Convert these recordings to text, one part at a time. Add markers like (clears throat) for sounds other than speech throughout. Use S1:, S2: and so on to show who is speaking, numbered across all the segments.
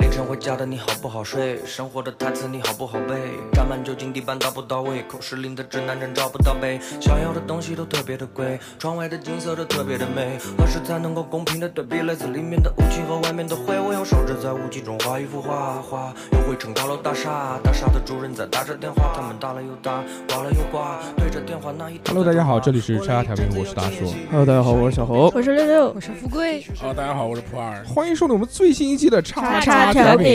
S1: 凌晨回家的你好不好睡？生活的台词你好不好背？沾满酒精地板到不到位？口是零的直男人找不到北。想要的东西都特别的贵，窗外的景色都特别的美。何时才能够公平的对比来自里面的雾气和外面的灰？我用手指在雾气中画一幅画，画又绘成高楼大厦。大厦的主人在打着电话，他们打了又打，挂了又挂，对着电话那一头在
S2: Hello，大家好，这里是
S1: 打
S2: 叉叉调频，我是大叔。
S3: Hello，大家好，我是小侯。
S4: 我是六六
S5: 我是富贵，
S6: 好，大家好，我是普洱。
S2: 欢迎收听我们最新一期的叉调频。，今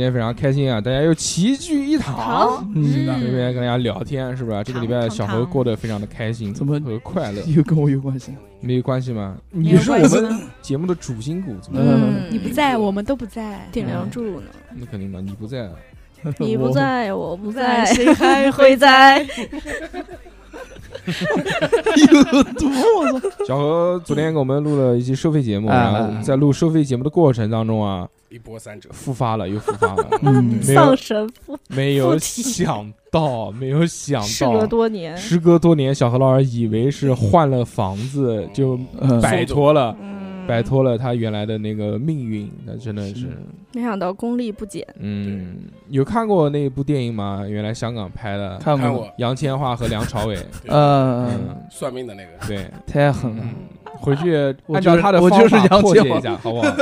S2: 天非常开心啊，大家又齐聚一堂，嗯，这边跟大家聊天是吧？这个礼拜小侯过得非常的开心，
S3: 怎么
S2: 和快乐？
S3: (laughs) 又跟我有关系？
S2: 没有关系吗？
S5: 没
S2: 你
S5: 有
S2: 是我
S5: 关系
S2: 们
S3: (laughs)
S5: 呢。
S2: 节目的主心骨，怎么？
S3: 嗯
S5: 嗯，你不在，我们都不在。
S4: 顶梁柱呢？
S2: 那肯定的，你不在，
S4: 你不
S3: 我，
S4: 在，我不在，
S5: 谁还
S4: 会在？
S3: 有毒！我操！
S2: 小何昨天给我们录了一期收费节目，
S3: 哎
S2: 然后我们在录收费节目的过程当中啊，
S6: 一波三折，
S2: 复发了，又复发了，
S3: 嗯，
S2: 没
S4: 丧
S2: 有
S4: 神父
S2: 没有
S4: 附体
S2: 想到，没有想到，
S4: 事隔多年，
S2: 时隔多年，小何老师以为是换了房子就
S3: 嗯
S2: 摆脱了，
S4: 嗯，
S2: 摆脱了他原来的那个命运，那真的是
S3: 是，
S4: 没想到功力不减， (laughs)
S2: 嗯，有看过那部电影吗？原来香港拍的，
S3: 看
S6: 看
S3: 过，
S6: 我
S2: 杨千嬅和梁
S3: (laughs)
S2: 朝伟，
S3: 嗯，
S2: 嗯，
S6: 算命的那个，
S2: 对，
S3: 太狠了
S2: 嗯。，回去
S3: 我
S2: 按
S3: 就是
S2: 照他的
S3: 我
S2: 方
S3: 就是
S2: 法
S3: 杨
S2: 破
S3: 千
S2: 解
S3: 嬅
S2: 一下，好不好？
S3: (laughs)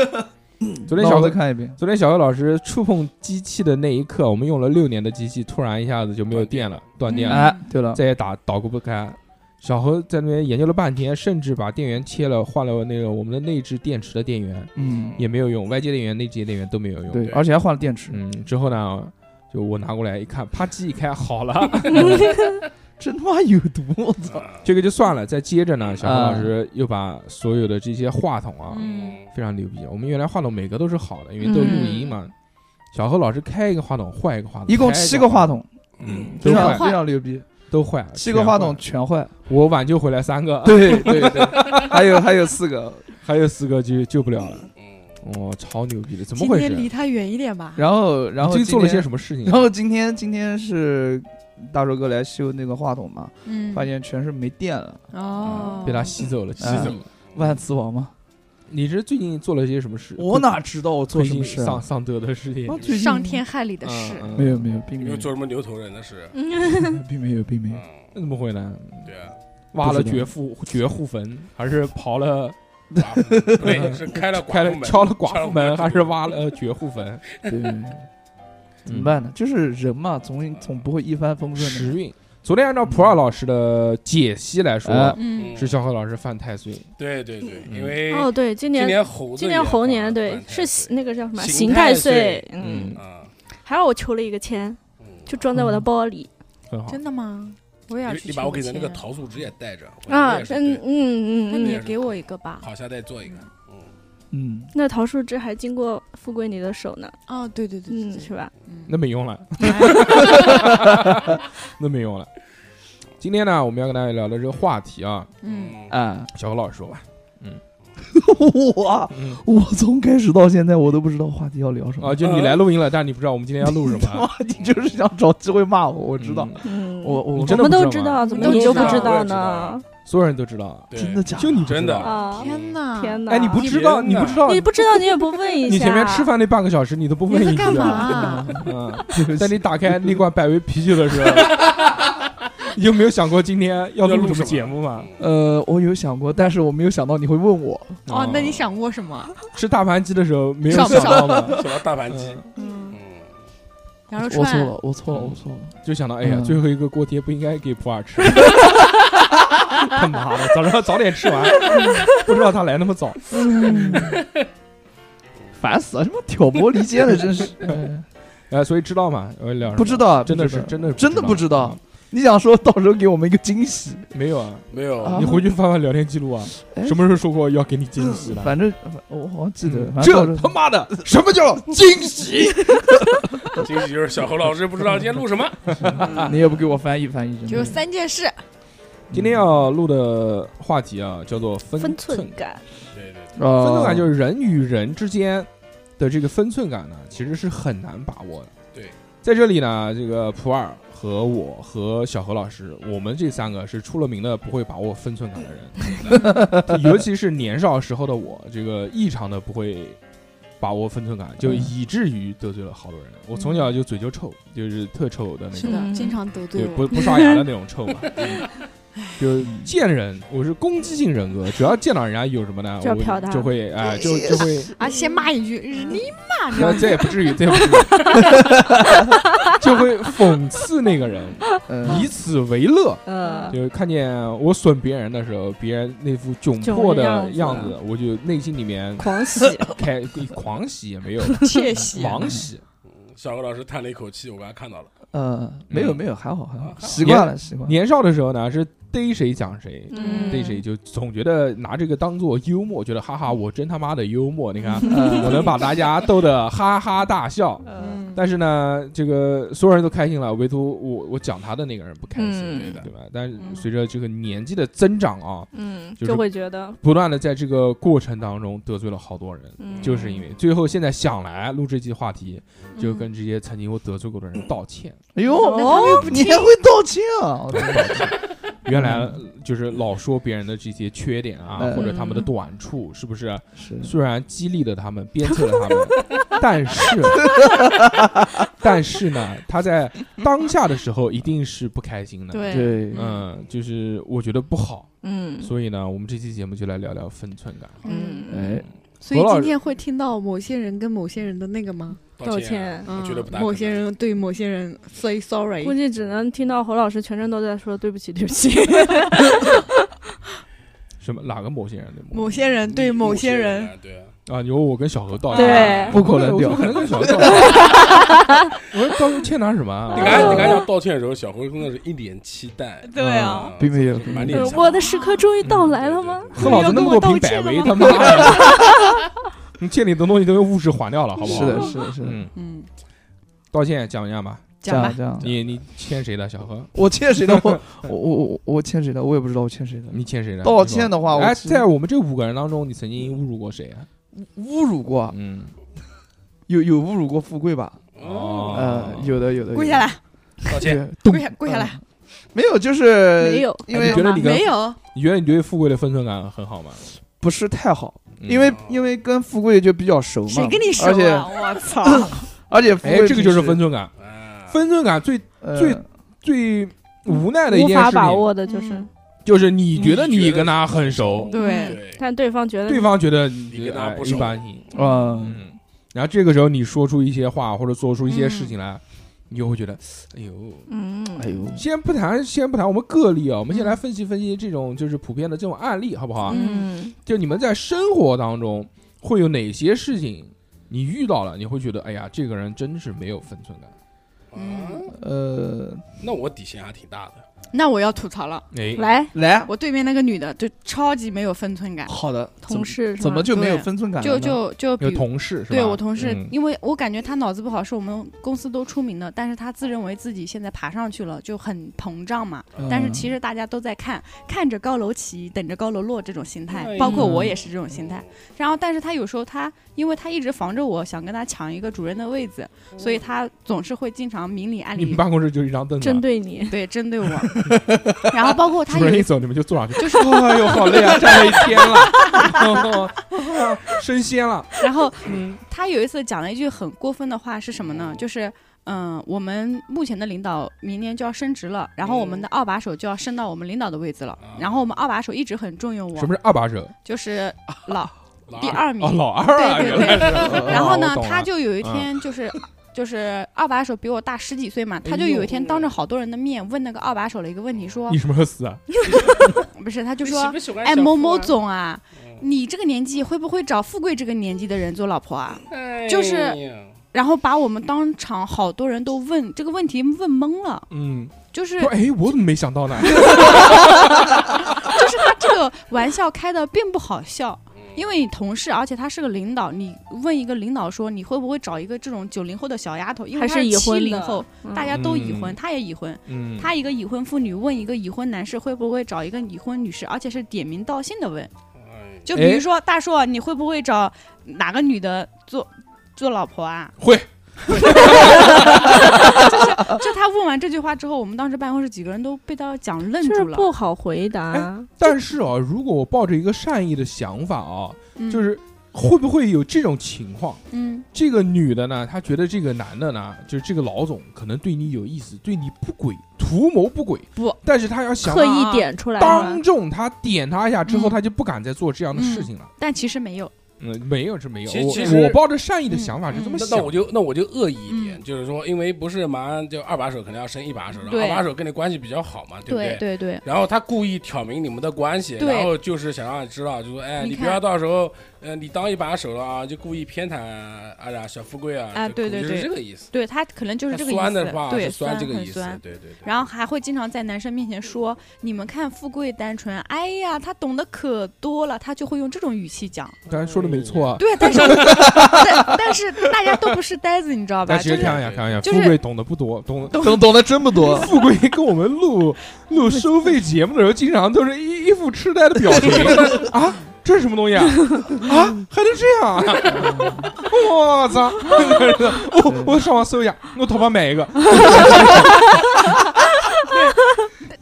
S2: 昨天
S3: 那
S2: 小
S3: 我再
S2: 何。
S3: 看一遍，
S2: 昨天小何老师触碰机器的那一刻，我们用了六年的机器，突然一下子就没有电了，断电了。
S3: 哎，对了，
S2: 再也打捣鼓不开。小何在那边研究了半天，甚至把电源切了，换了那个我们的内置电池的电源，
S3: 嗯，
S2: 也没有用，外接电源、内接电源都没有用。
S3: 对，而且还换了电池，
S2: 嗯，之后呢，就我拿过来一看，啪叽一开，好了，
S3: (laughs) 真他妈有毒！我操！
S6: 啊
S2: 这个就算了。再接着呢，小何老师又把所有的这些话筒啊，
S5: 嗯，
S2: 非常牛逼。我们原来话筒每个都是好的，因为都录音嘛。小何老师开一个话筒换一个话筒，
S3: 一共
S2: 开
S3: 嗯七个话，筒，
S2: 嗯，
S3: 非
S2: 都
S3: 常
S2: 坏，
S3: 非常牛逼，
S2: 都坏，
S3: 七个
S2: 全
S3: 话
S2: 坏
S3: 筒，啊全坏。
S2: 我挽救回来三个，
S3: 对对对， (laughs) 还有还有四个，
S2: 还有四个就救不了了。
S6: 嗯，
S2: 哇、超牛逼的，怎么
S5: 今
S2: 回
S5: 天
S2: 事？啊
S5: 离他远一点吧。
S3: 然后然后
S2: 最近做了些
S3: 么？
S2: 什么事情
S3: 然？后今天今天是大周哥来修那个话筒嘛，
S5: 嗯
S3: 发现全是没电了，
S5: 哦，
S2: 被他吸走了，吸
S3: 嗯
S2: 走了。
S3: 万磁王嘛。
S2: 你是最近做了些什么事？
S3: 我哪知道我做
S2: 推
S3: 什
S2: 进
S3: 么事
S2: 丧
S3: 啊？
S2: 丧德的事情
S3: 啊？最近
S5: 伤天害理的事。
S2: 嗯嗯
S3: 没有没有，并
S6: 你
S3: 没有
S6: 们做什么牛头人的事？
S3: 并没有，并没有。
S2: 那怎
S6: 嗯，
S2: 么会呢？
S6: 对啊，
S2: 挖了
S3: 不知道
S2: 绝户绝户坟，还是刨了
S6: 寡妇不
S2: (laughs)
S6: 对，是开了
S2: 开
S6: 寡
S2: 了
S6: 妇门，
S2: 敲了寡妇门，
S6: 门
S2: 还是挖了绝户
S3: (laughs)
S2: 坟？嗯
S3: 对，嗯怎么办呢？就是人嘛，总总不会一帆风
S2: 嗯？
S3: 顺
S2: 时
S3: 的。
S2: 运。昨天按照普洱老师的解析来说，
S3: 哎
S5: 嗯，
S2: 是小何老师犯太岁，
S6: 对对对，
S2: 嗯
S6: 因为
S4: 哦，对，今
S6: 今
S4: 年
S6: 年猴子也，
S4: 今年猴年，对
S6: 犯，太
S4: 是
S6: 岁
S4: 喜那个叫什么
S6: 刑
S4: 刑
S6: 太
S4: 太
S6: 岁
S4: 岁，嗯
S2: 嗯，
S6: 啊，
S4: 还好我求了一个签，
S6: 嗯
S4: 就装在我的包里
S2: 很好。
S5: 真的吗？我也要
S6: 你
S5: 去
S6: 你把我给
S5: 求
S6: 的那个
S5: 签
S6: 桃树枝也带着，我
S4: 啊，
S6: 也是
S4: 嗯
S6: 对
S4: 嗯
S5: 那
S4: 嗯
S5: 你
S4: 嗯，
S5: 也给我一个吧。
S6: 好，下再做一个，嗯，
S3: 嗯，
S4: 那桃树枝还经过富贵你的手呢，
S5: 哦，对对对，
S4: 嗯，
S5: 对
S4: 是吧？
S2: 那没用了， (laughs) 那没用了。今天呢，我们要跟大家聊的这个话题啊，
S5: 嗯，
S3: 啊，
S2: 小何老师说吧。
S3: (laughs) 我
S2: 嗯
S3: 我从开始到现在，我都不知道话题要聊什么
S2: 啊，。
S3: (laughs)
S2: 就你来录音了，但你不知道我们今天要录什么。啊
S3: 你就是想找机会骂我，我
S2: (laughs)
S3: 知道。
S2: 嗯
S4: 嗯，
S3: 我
S2: 你
S3: 我
S2: 真
S4: 我
S2: 的
S4: 们
S2: 不
S4: 都
S2: 知
S4: 知
S2: 道吗
S4: 道，怎么
S5: 我都
S4: 你就不
S5: 知
S4: 知
S5: 道
S6: 我也
S4: 道
S6: 知道
S4: 呢？
S2: 所有人都知道，
S6: 对，
S3: 真的假的？
S2: 就你不知
S6: 真的
S2: 道。
S4: 啊，
S5: 天哪，
S4: 天哪！
S2: 哎，你不知道，你
S6: 天哪
S2: 不知道，
S4: 你不知道，你也不问一下。
S2: 你前面吃饭那半个小时你都不
S5: 你
S2: 问
S5: 在
S2: 一句
S5: 干
S2: 啊。
S5: 嘛？
S2: (laughs) 嗯，
S3: (laughs) 对不起
S2: 在你打开那罐百威啤酒的时候，你有没有想过今天要录什么节目吗？
S6: 嗯
S3: 呃，我有想过，但是我没有想到你会问我。
S5: 哦，那你想过什么？
S2: 嗯吃大盘鸡的时候没有
S5: 上不
S2: 想到
S5: 上
S2: 吗？
S6: 什么大盘鸡，
S2: 嗯
S5: 嗯，
S6: 嗯，
S5: 羊肉
S3: 我错
S5: 串
S3: 了，我错了，我错了。
S2: 就想到，哎呀，
S3: 嗯
S2: 最后一个锅贴不应该给普洱吃。 (laughs) 他妈的，早知道早点吃 (laughs) 完，不知道他来那么早。
S3: 烦死了，什么挑拨离间的， (laughs) 真是。哎
S2: 哎，所以知道吗？我聊什么
S3: 啊不知道，
S2: 真的
S3: 不知
S2: 是
S3: 道嗯
S2: 真的
S3: 真的不知道。你想说到时候给我们一个惊喜？
S2: 没有啊，
S6: 没有，
S3: 啊
S2: 你回去翻翻聊天记录啊，
S3: 哎
S2: 什么时候说过要给你惊喜的？
S3: 嗯反正反我好像记得，反正到
S2: 这
S3: 时候
S2: 他妈的什么叫惊喜？
S3: (laughs)
S6: 惊喜就是小何老师不知道今天录什么，
S1: 嗯
S2: (laughs)
S3: 你也不给我翻译翻译，真的
S5: 就是三件事，
S2: 今天要录的话题啊，叫做分
S4: 分
S2: 寸
S4: 寸。感，
S6: 对对对。
S2: 分
S3: 分
S2: 寸
S4: 哦
S2: 感就是人与人之间的这个分寸感呢，其实是很难把握的。
S6: 对，
S2: 在这里呢，这个普洱和我和小何老师，我们这三个是出了名的不会把握分寸 (laughs) 感的人，尤其是年少时候的我，这个异常的不会把握分寸感，
S4: 嗯
S2: 就以至于得罪了好多人。我从小就嘴就臭，就是特臭的那
S5: 是
S2: 种，
S5: 的，
S4: 嗯
S5: 经常得罪
S2: 对，
S5: 我
S2: 不。不刷牙的那种
S4: (laughs)
S2: 臭吧。嗯就见人，我是攻击性人格，只要见到人家有什么呢，
S4: 就要瞟
S2: 我
S4: 他
S2: 就会哎，就就会，
S5: 啊，先骂一句日你妈，这
S2: 那
S5: 样
S2: 这也不至于，这也不至于，就会讽刺那个人，
S3: 嗯，
S2: 以此为乐。
S4: 呃，
S2: 嗯就是看见我损别人的时候，别人那副窘迫的
S4: 窘
S2: 样
S4: 样
S2: 子，我就内心里面
S4: 狂喜，
S2: 开狂喜也没有，
S5: (laughs) 窃喜。
S2: 狂喜。
S6: 小何老师叹了一口气，我刚才看到了，
S3: 呃，没
S2: 嗯
S3: 有没有，还好还好
S6: 啊，
S3: 习惯了习惯了。
S2: 年少的时候呢，是逮谁讲谁，
S4: 嗯
S2: 逮谁就总觉得拿这个当做幽默，觉得哈哈，我真他妈的幽默， (laughs) 你看
S3: 嗯
S2: 我能把大家逗得哈哈大笑。
S5: 嗯，
S2: 但是呢，这个所有人都开心了，唯独我我讲他的那个人不开心，
S4: 嗯
S6: 对的
S2: 对吧？但是
S5: 嗯
S2: 随着这个年纪的增长啊，
S4: 嗯，
S2: 就是
S4: 就会觉得，
S2: 不断的在这个过程当中得罪了好多人，
S4: 嗯，
S2: 就是因为最后现在想来录这期话题，就跟这些曾经我得罪过的人道歉。
S4: 嗯
S3: 哎呦
S5: 那他们哦又，不
S3: 你
S5: 听
S3: 还会道歉啊？我的
S2: 原来就是老说别人的这些缺点啊，
S3: 嗯
S2: 或者他们的短处，是不是？
S3: 是
S2: 虽然激励了他们，鞭策了他
S4: (laughs)
S2: 们，但是，但是呢，他在当下的时候一定是不开心的。，
S5: 对，
S3: 对，
S2: 嗯，就是我觉得不好，
S4: 嗯
S2: 所以呢，我们这期节目就来聊聊分寸感。
S4: 嗯，
S3: 哎，
S5: 所以
S2: 何老
S5: 今
S2: 师
S5: 天会听到某些人跟某些人的那个吗？
S4: 道
S6: 歉
S4: 歉
S6: 啊，，我
S5: 嗯
S6: 觉得不大可能
S5: 某些人对某些人 say sorry
S4: 估。计只能听到侯老师全程都在说对不起，对不起，(laughs)
S5: 啊
S2: 嗯什么哪个某些人的
S5: 某些人对某些人，
S6: 啊，对啊，
S2: 啊？有我跟小何道歉，我
S4: 对
S2: 不
S3: 不可能
S2: 我不可能跟小何道歉。我说道歉欠他什么啊？
S6: 你
S5: 哦
S6: 看，你看，要道歉的时候，小辉真的是一脸期待，
S5: 对啊，嗯
S6: 嗯
S3: 并没有
S6: 满脸
S4: 呃
S6: 期待
S4: 我的时刻终于
S2: 嗯
S4: 到来了吗？？
S2: 喝老子那么多瓶百威，他妈的！你欠你的东西都用物质还掉了，好不好？
S3: 是的，是的，是的，
S2: 嗯，
S5: 嗯，
S2: 道歉讲一下吧。
S3: 这
S5: 讲吧
S3: 样，这样，
S2: 你你欠谁的？小何，
S3: 我欠谁的？我我我我我欠谁的？我也不知道我欠谁的。
S2: 你欠谁的？
S3: 道歉的话，
S2: 你说。
S3: 我
S2: 哎，
S3: 其实
S2: 在我们这五个人当中，你曾经侮辱过谁啊？
S3: 侮辱过，
S2: 嗯，
S3: 有有侮辱过富贵吧？
S6: 对哦，
S3: 呃，有的有的。
S5: 跪下
S3: 来，
S5: 来，
S6: 道歉，
S5: 跪下，跪下来。
S3: 嗯没有，就是
S4: 没有
S3: 因
S2: 哎
S3: 为
S2: 你觉得你跟
S5: 没有，
S2: 你觉得你对富贵的分寸感很好吗？
S3: 不是太好，
S2: 嗯
S3: 因为因为跟富贵就比较熟嘛。
S5: 谁跟你熟
S3: 而且
S5: 啊？我操！
S3: 而且富
S2: 哎
S3: 贵，
S2: 这个就是
S3: 平时
S2: 分寸感。
S6: 啊
S2: 分寸感最
S3: 呃
S2: 最最无奈的一
S4: 无
S2: 件
S4: 法
S2: 事
S4: 把
S2: 情，
S4: 握的就是
S5: 嗯，
S2: 就是你觉得你跟他很熟，
S5: 对，
S6: 对，
S4: 但对方觉得
S2: 对方觉得你
S6: 你跟他
S2: 哎
S6: 不
S2: 一
S6: 熟
S2: 般你。
S3: 嗯，
S2: 嗯，然后这个时候你说出一些话或者做出一些事情来，你就会觉得，哎呦，
S4: 嗯，
S3: 哎呦，
S2: 先不谈，先不谈我们个例啊，我们先来分析分析这种就是普遍的这种案例，好不好？
S4: 嗯，
S2: 就你们在生活当中会有哪些事情，你遇到了，你会觉得，哎呀，这个人真是没有分寸感。
S6: 嗯，
S3: 呃，
S6: 那我底线还挺大的，
S5: 那我要吐槽了，
S2: 哎，
S4: 来，
S3: 来，
S5: 我对面那个女的就超级没有分寸感，
S3: 好的，怎
S4: 同
S3: 么
S4: 事是
S3: 怎么
S4: 吧
S3: 就没有
S5: 对
S3: 分寸感了
S5: 就
S3: 呢？
S5: 就就比
S2: 有
S5: 如
S2: 同事是吧？
S5: 对我同事
S2: 嗯，
S5: 因为我感觉他脑子不好，是我们公司都出名的，但是他自认为自己现在爬上去了，就很膨胀嘛。
S3: 嗯，
S5: 但是其实大家都在看，看着高楼起，等着高楼落这种心态
S6: 哎，
S5: 包括
S2: 嗯
S5: 我也是这种心态。然后，但是他有时候他，因为他一直防着我，想跟他抢一个主任的位子，所以他总是会经常明里暗
S2: 你们
S5: 里
S2: 办公室就一张凳子啊，
S4: 针对你，
S5: 对针对我。 (laughs) 然后包括他
S2: 主任一
S5: 有
S2: 走你们就坐上去，
S5: 就是，
S2: 哎呦，好累啊，站了一天了， (laughs) 升仙了，
S5: 然
S2: (laughs)
S5: 后
S2: 嗯
S5: 他有一次讲了一句很过分的话是什么呢？就是。嗯，我们目前的领导明年就要升职了，然后我们的二把手就要升到我们领导的位置了。然后我们二把手一直很重用
S2: 什
S5: 我，
S2: 么是二把手？
S5: 就是
S2: (laughs)
S5: 老
S6: 老
S5: 第
S6: 二
S5: 二名
S2: 哦，。老二啊，
S5: 对对
S2: 原
S5: 对
S2: 来是。
S5: 然后
S2: 哦
S5: 呢
S2: 我懂，了嗯
S5: 他就有一天就是。就是二把手比我大十几岁嘛，
S6: 哎
S5: 他就有一天当着好多人的面问那个二把手的一个问题，说
S2: 你什么时候死啊？
S5: 不是，他就
S6: 你喜
S5: 说
S6: 不喜欢
S5: 哎
S6: 小
S5: 某
S6: 夫
S5: 某
S6: 啊，
S5: 总啊，
S6: 嗯
S5: 你这个年纪会不会找富贵这个年纪的人做老婆啊？就是
S6: 哎呀
S5: 然后把我们当场好多人都问这个问题问懵了，
S2: 嗯，
S5: 就是
S2: 说哎，我怎么没想
S5: (laughs)
S2: 到呢？
S5: 就是他这个玩笑开的并不好笑，
S6: 嗯
S5: 因为你同事，而且他是个领导，你问一个领导说你会不会找一个这种九零后的小丫头，因为
S4: 还
S5: 他
S4: 是已
S5: 七
S4: 婚
S5: 零
S4: 的
S5: 后，
S4: 嗯
S5: 大家都已婚，
S2: 嗯
S5: 他也已婚。
S2: 嗯，
S5: 他一个已婚妇女问一个已婚男士会不会找一个已婚女士，而且是点名道姓的问。
S6: 哎
S5: 就比
S2: 哎
S5: 如说，大硕，你会不会找哪个女的做做老婆啊？
S2: 会。
S5: 就他问完这句话之后，我们当时办公室几个人都被他讲愣
S4: 就是
S5: 住了。
S4: 不好回答，
S2: 哎哦但是啊，如果我抱着一个善意的想法啊，
S5: 嗯
S2: 就是会不会有这种情况？
S5: 嗯
S2: 这个女的呢，她觉得这个男的呢，就是这个老总可能对你有意思，对你不轨，图谋不轨，
S5: 不，
S2: 但是她要想
S4: 刻
S5: 啊
S4: 意点出来
S2: 当
S4: 了，
S2: 众她点他一下之后，
S5: 嗯
S2: 她就不敢再做这样的事情了。
S5: 但其实没有，
S2: 嗯，没有是没有，
S6: 其其
S2: 我
S6: 实
S2: 我抱着善意的想法是这么
S6: 那
S2: 想的。
S6: 那我就那我就恶意一点，
S5: 嗯
S6: 就是说，因为不是马上就二把手，可能要升一把手，然后
S5: 对
S6: 二把手跟你关系比较好嘛，对不
S5: 对对对，
S6: 然后他故意挑明你们的关系，
S5: 对
S6: 然后就是想让你知道，就说，哎，
S5: 你
S6: 你不
S5: 看
S6: 要到时候，呃，你当一把手了啊，就故意偏袒啊，哎呀，小富贵啊，
S5: 啊
S6: 就
S5: 对
S6: 故意
S5: 对
S6: 是
S5: 对
S6: 这个意思。
S5: 对他可能就是这个意
S6: 酸
S5: 思，
S6: 的话
S5: 对，
S6: 是酸这个
S5: 很
S6: 意思
S5: 酸，
S6: 对对对。
S5: 然后还会经常在男生面前说：“你们看富贵单纯，哎呀，他懂得可多了。”他就会用这种语气讲。
S2: 当然说的没错
S6: 嗯
S2: 啊，
S5: 对，但 (laughs) 是但但是大家都不是呆子，你知道吧？
S2: 但其
S5: 就
S2: 实
S5: 是
S2: 开玩笑，开玩笑，
S5: 就是
S2: 富贵懂得不多，懂得。，
S3: 懂懂得真不
S5: (laughs)
S3: 多
S2: 富贵跟我们录录收费节目的时候，经常都是一一副痴呆的表
S5: (laughs)
S2: 情啊，这是什么东西啊？啊，还能这样啊？我操！
S5: (laughs)
S2: 我我上网搜一下，我淘宝买一个。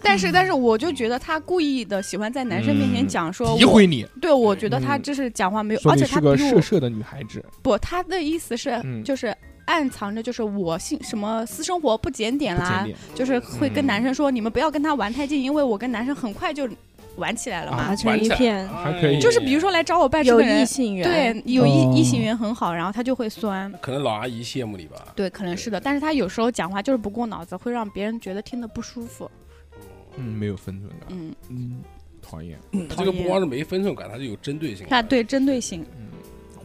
S5: 但是但是我就觉得他故意的喜欢在男生面前讲说
S2: 诋
S5: 我，
S2: 毁你，
S5: 对我觉得他
S2: 嗯
S5: 就是讲话没有，
S2: 说
S5: 而
S2: 你
S5: 且
S2: 是
S5: 他
S2: 个
S5: 比
S2: 色
S5: 我
S2: 色的女孩子。
S5: 不，他的意思是
S2: 嗯
S5: 就是暗藏着就是我性什么私生活不检点
S2: 不检
S5: 啦，
S2: 点
S5: 就是会跟男生说你们不要跟他玩太近，因为我跟男生很快就玩起来了嘛
S6: 啊
S4: 打。成一片，
S2: 还可以
S5: 就是比如说来找我办事
S4: 有
S5: 的人
S4: 异，性缘，
S5: 对，有异、
S3: 哦
S5: 异性缘很好，然后他就会酸。
S6: 可能老阿姨羡慕你吧，
S5: 对，可能是的，但是他有时候讲话就是不过脑子，会让别人觉得听得不舒服。
S2: 嗯，没有分寸感，
S5: 嗯，
S3: 嗯，
S2: 讨厌，
S6: 这个不光是没分寸感，它是有针对性的。
S5: 那对针对性，
S2: 嗯，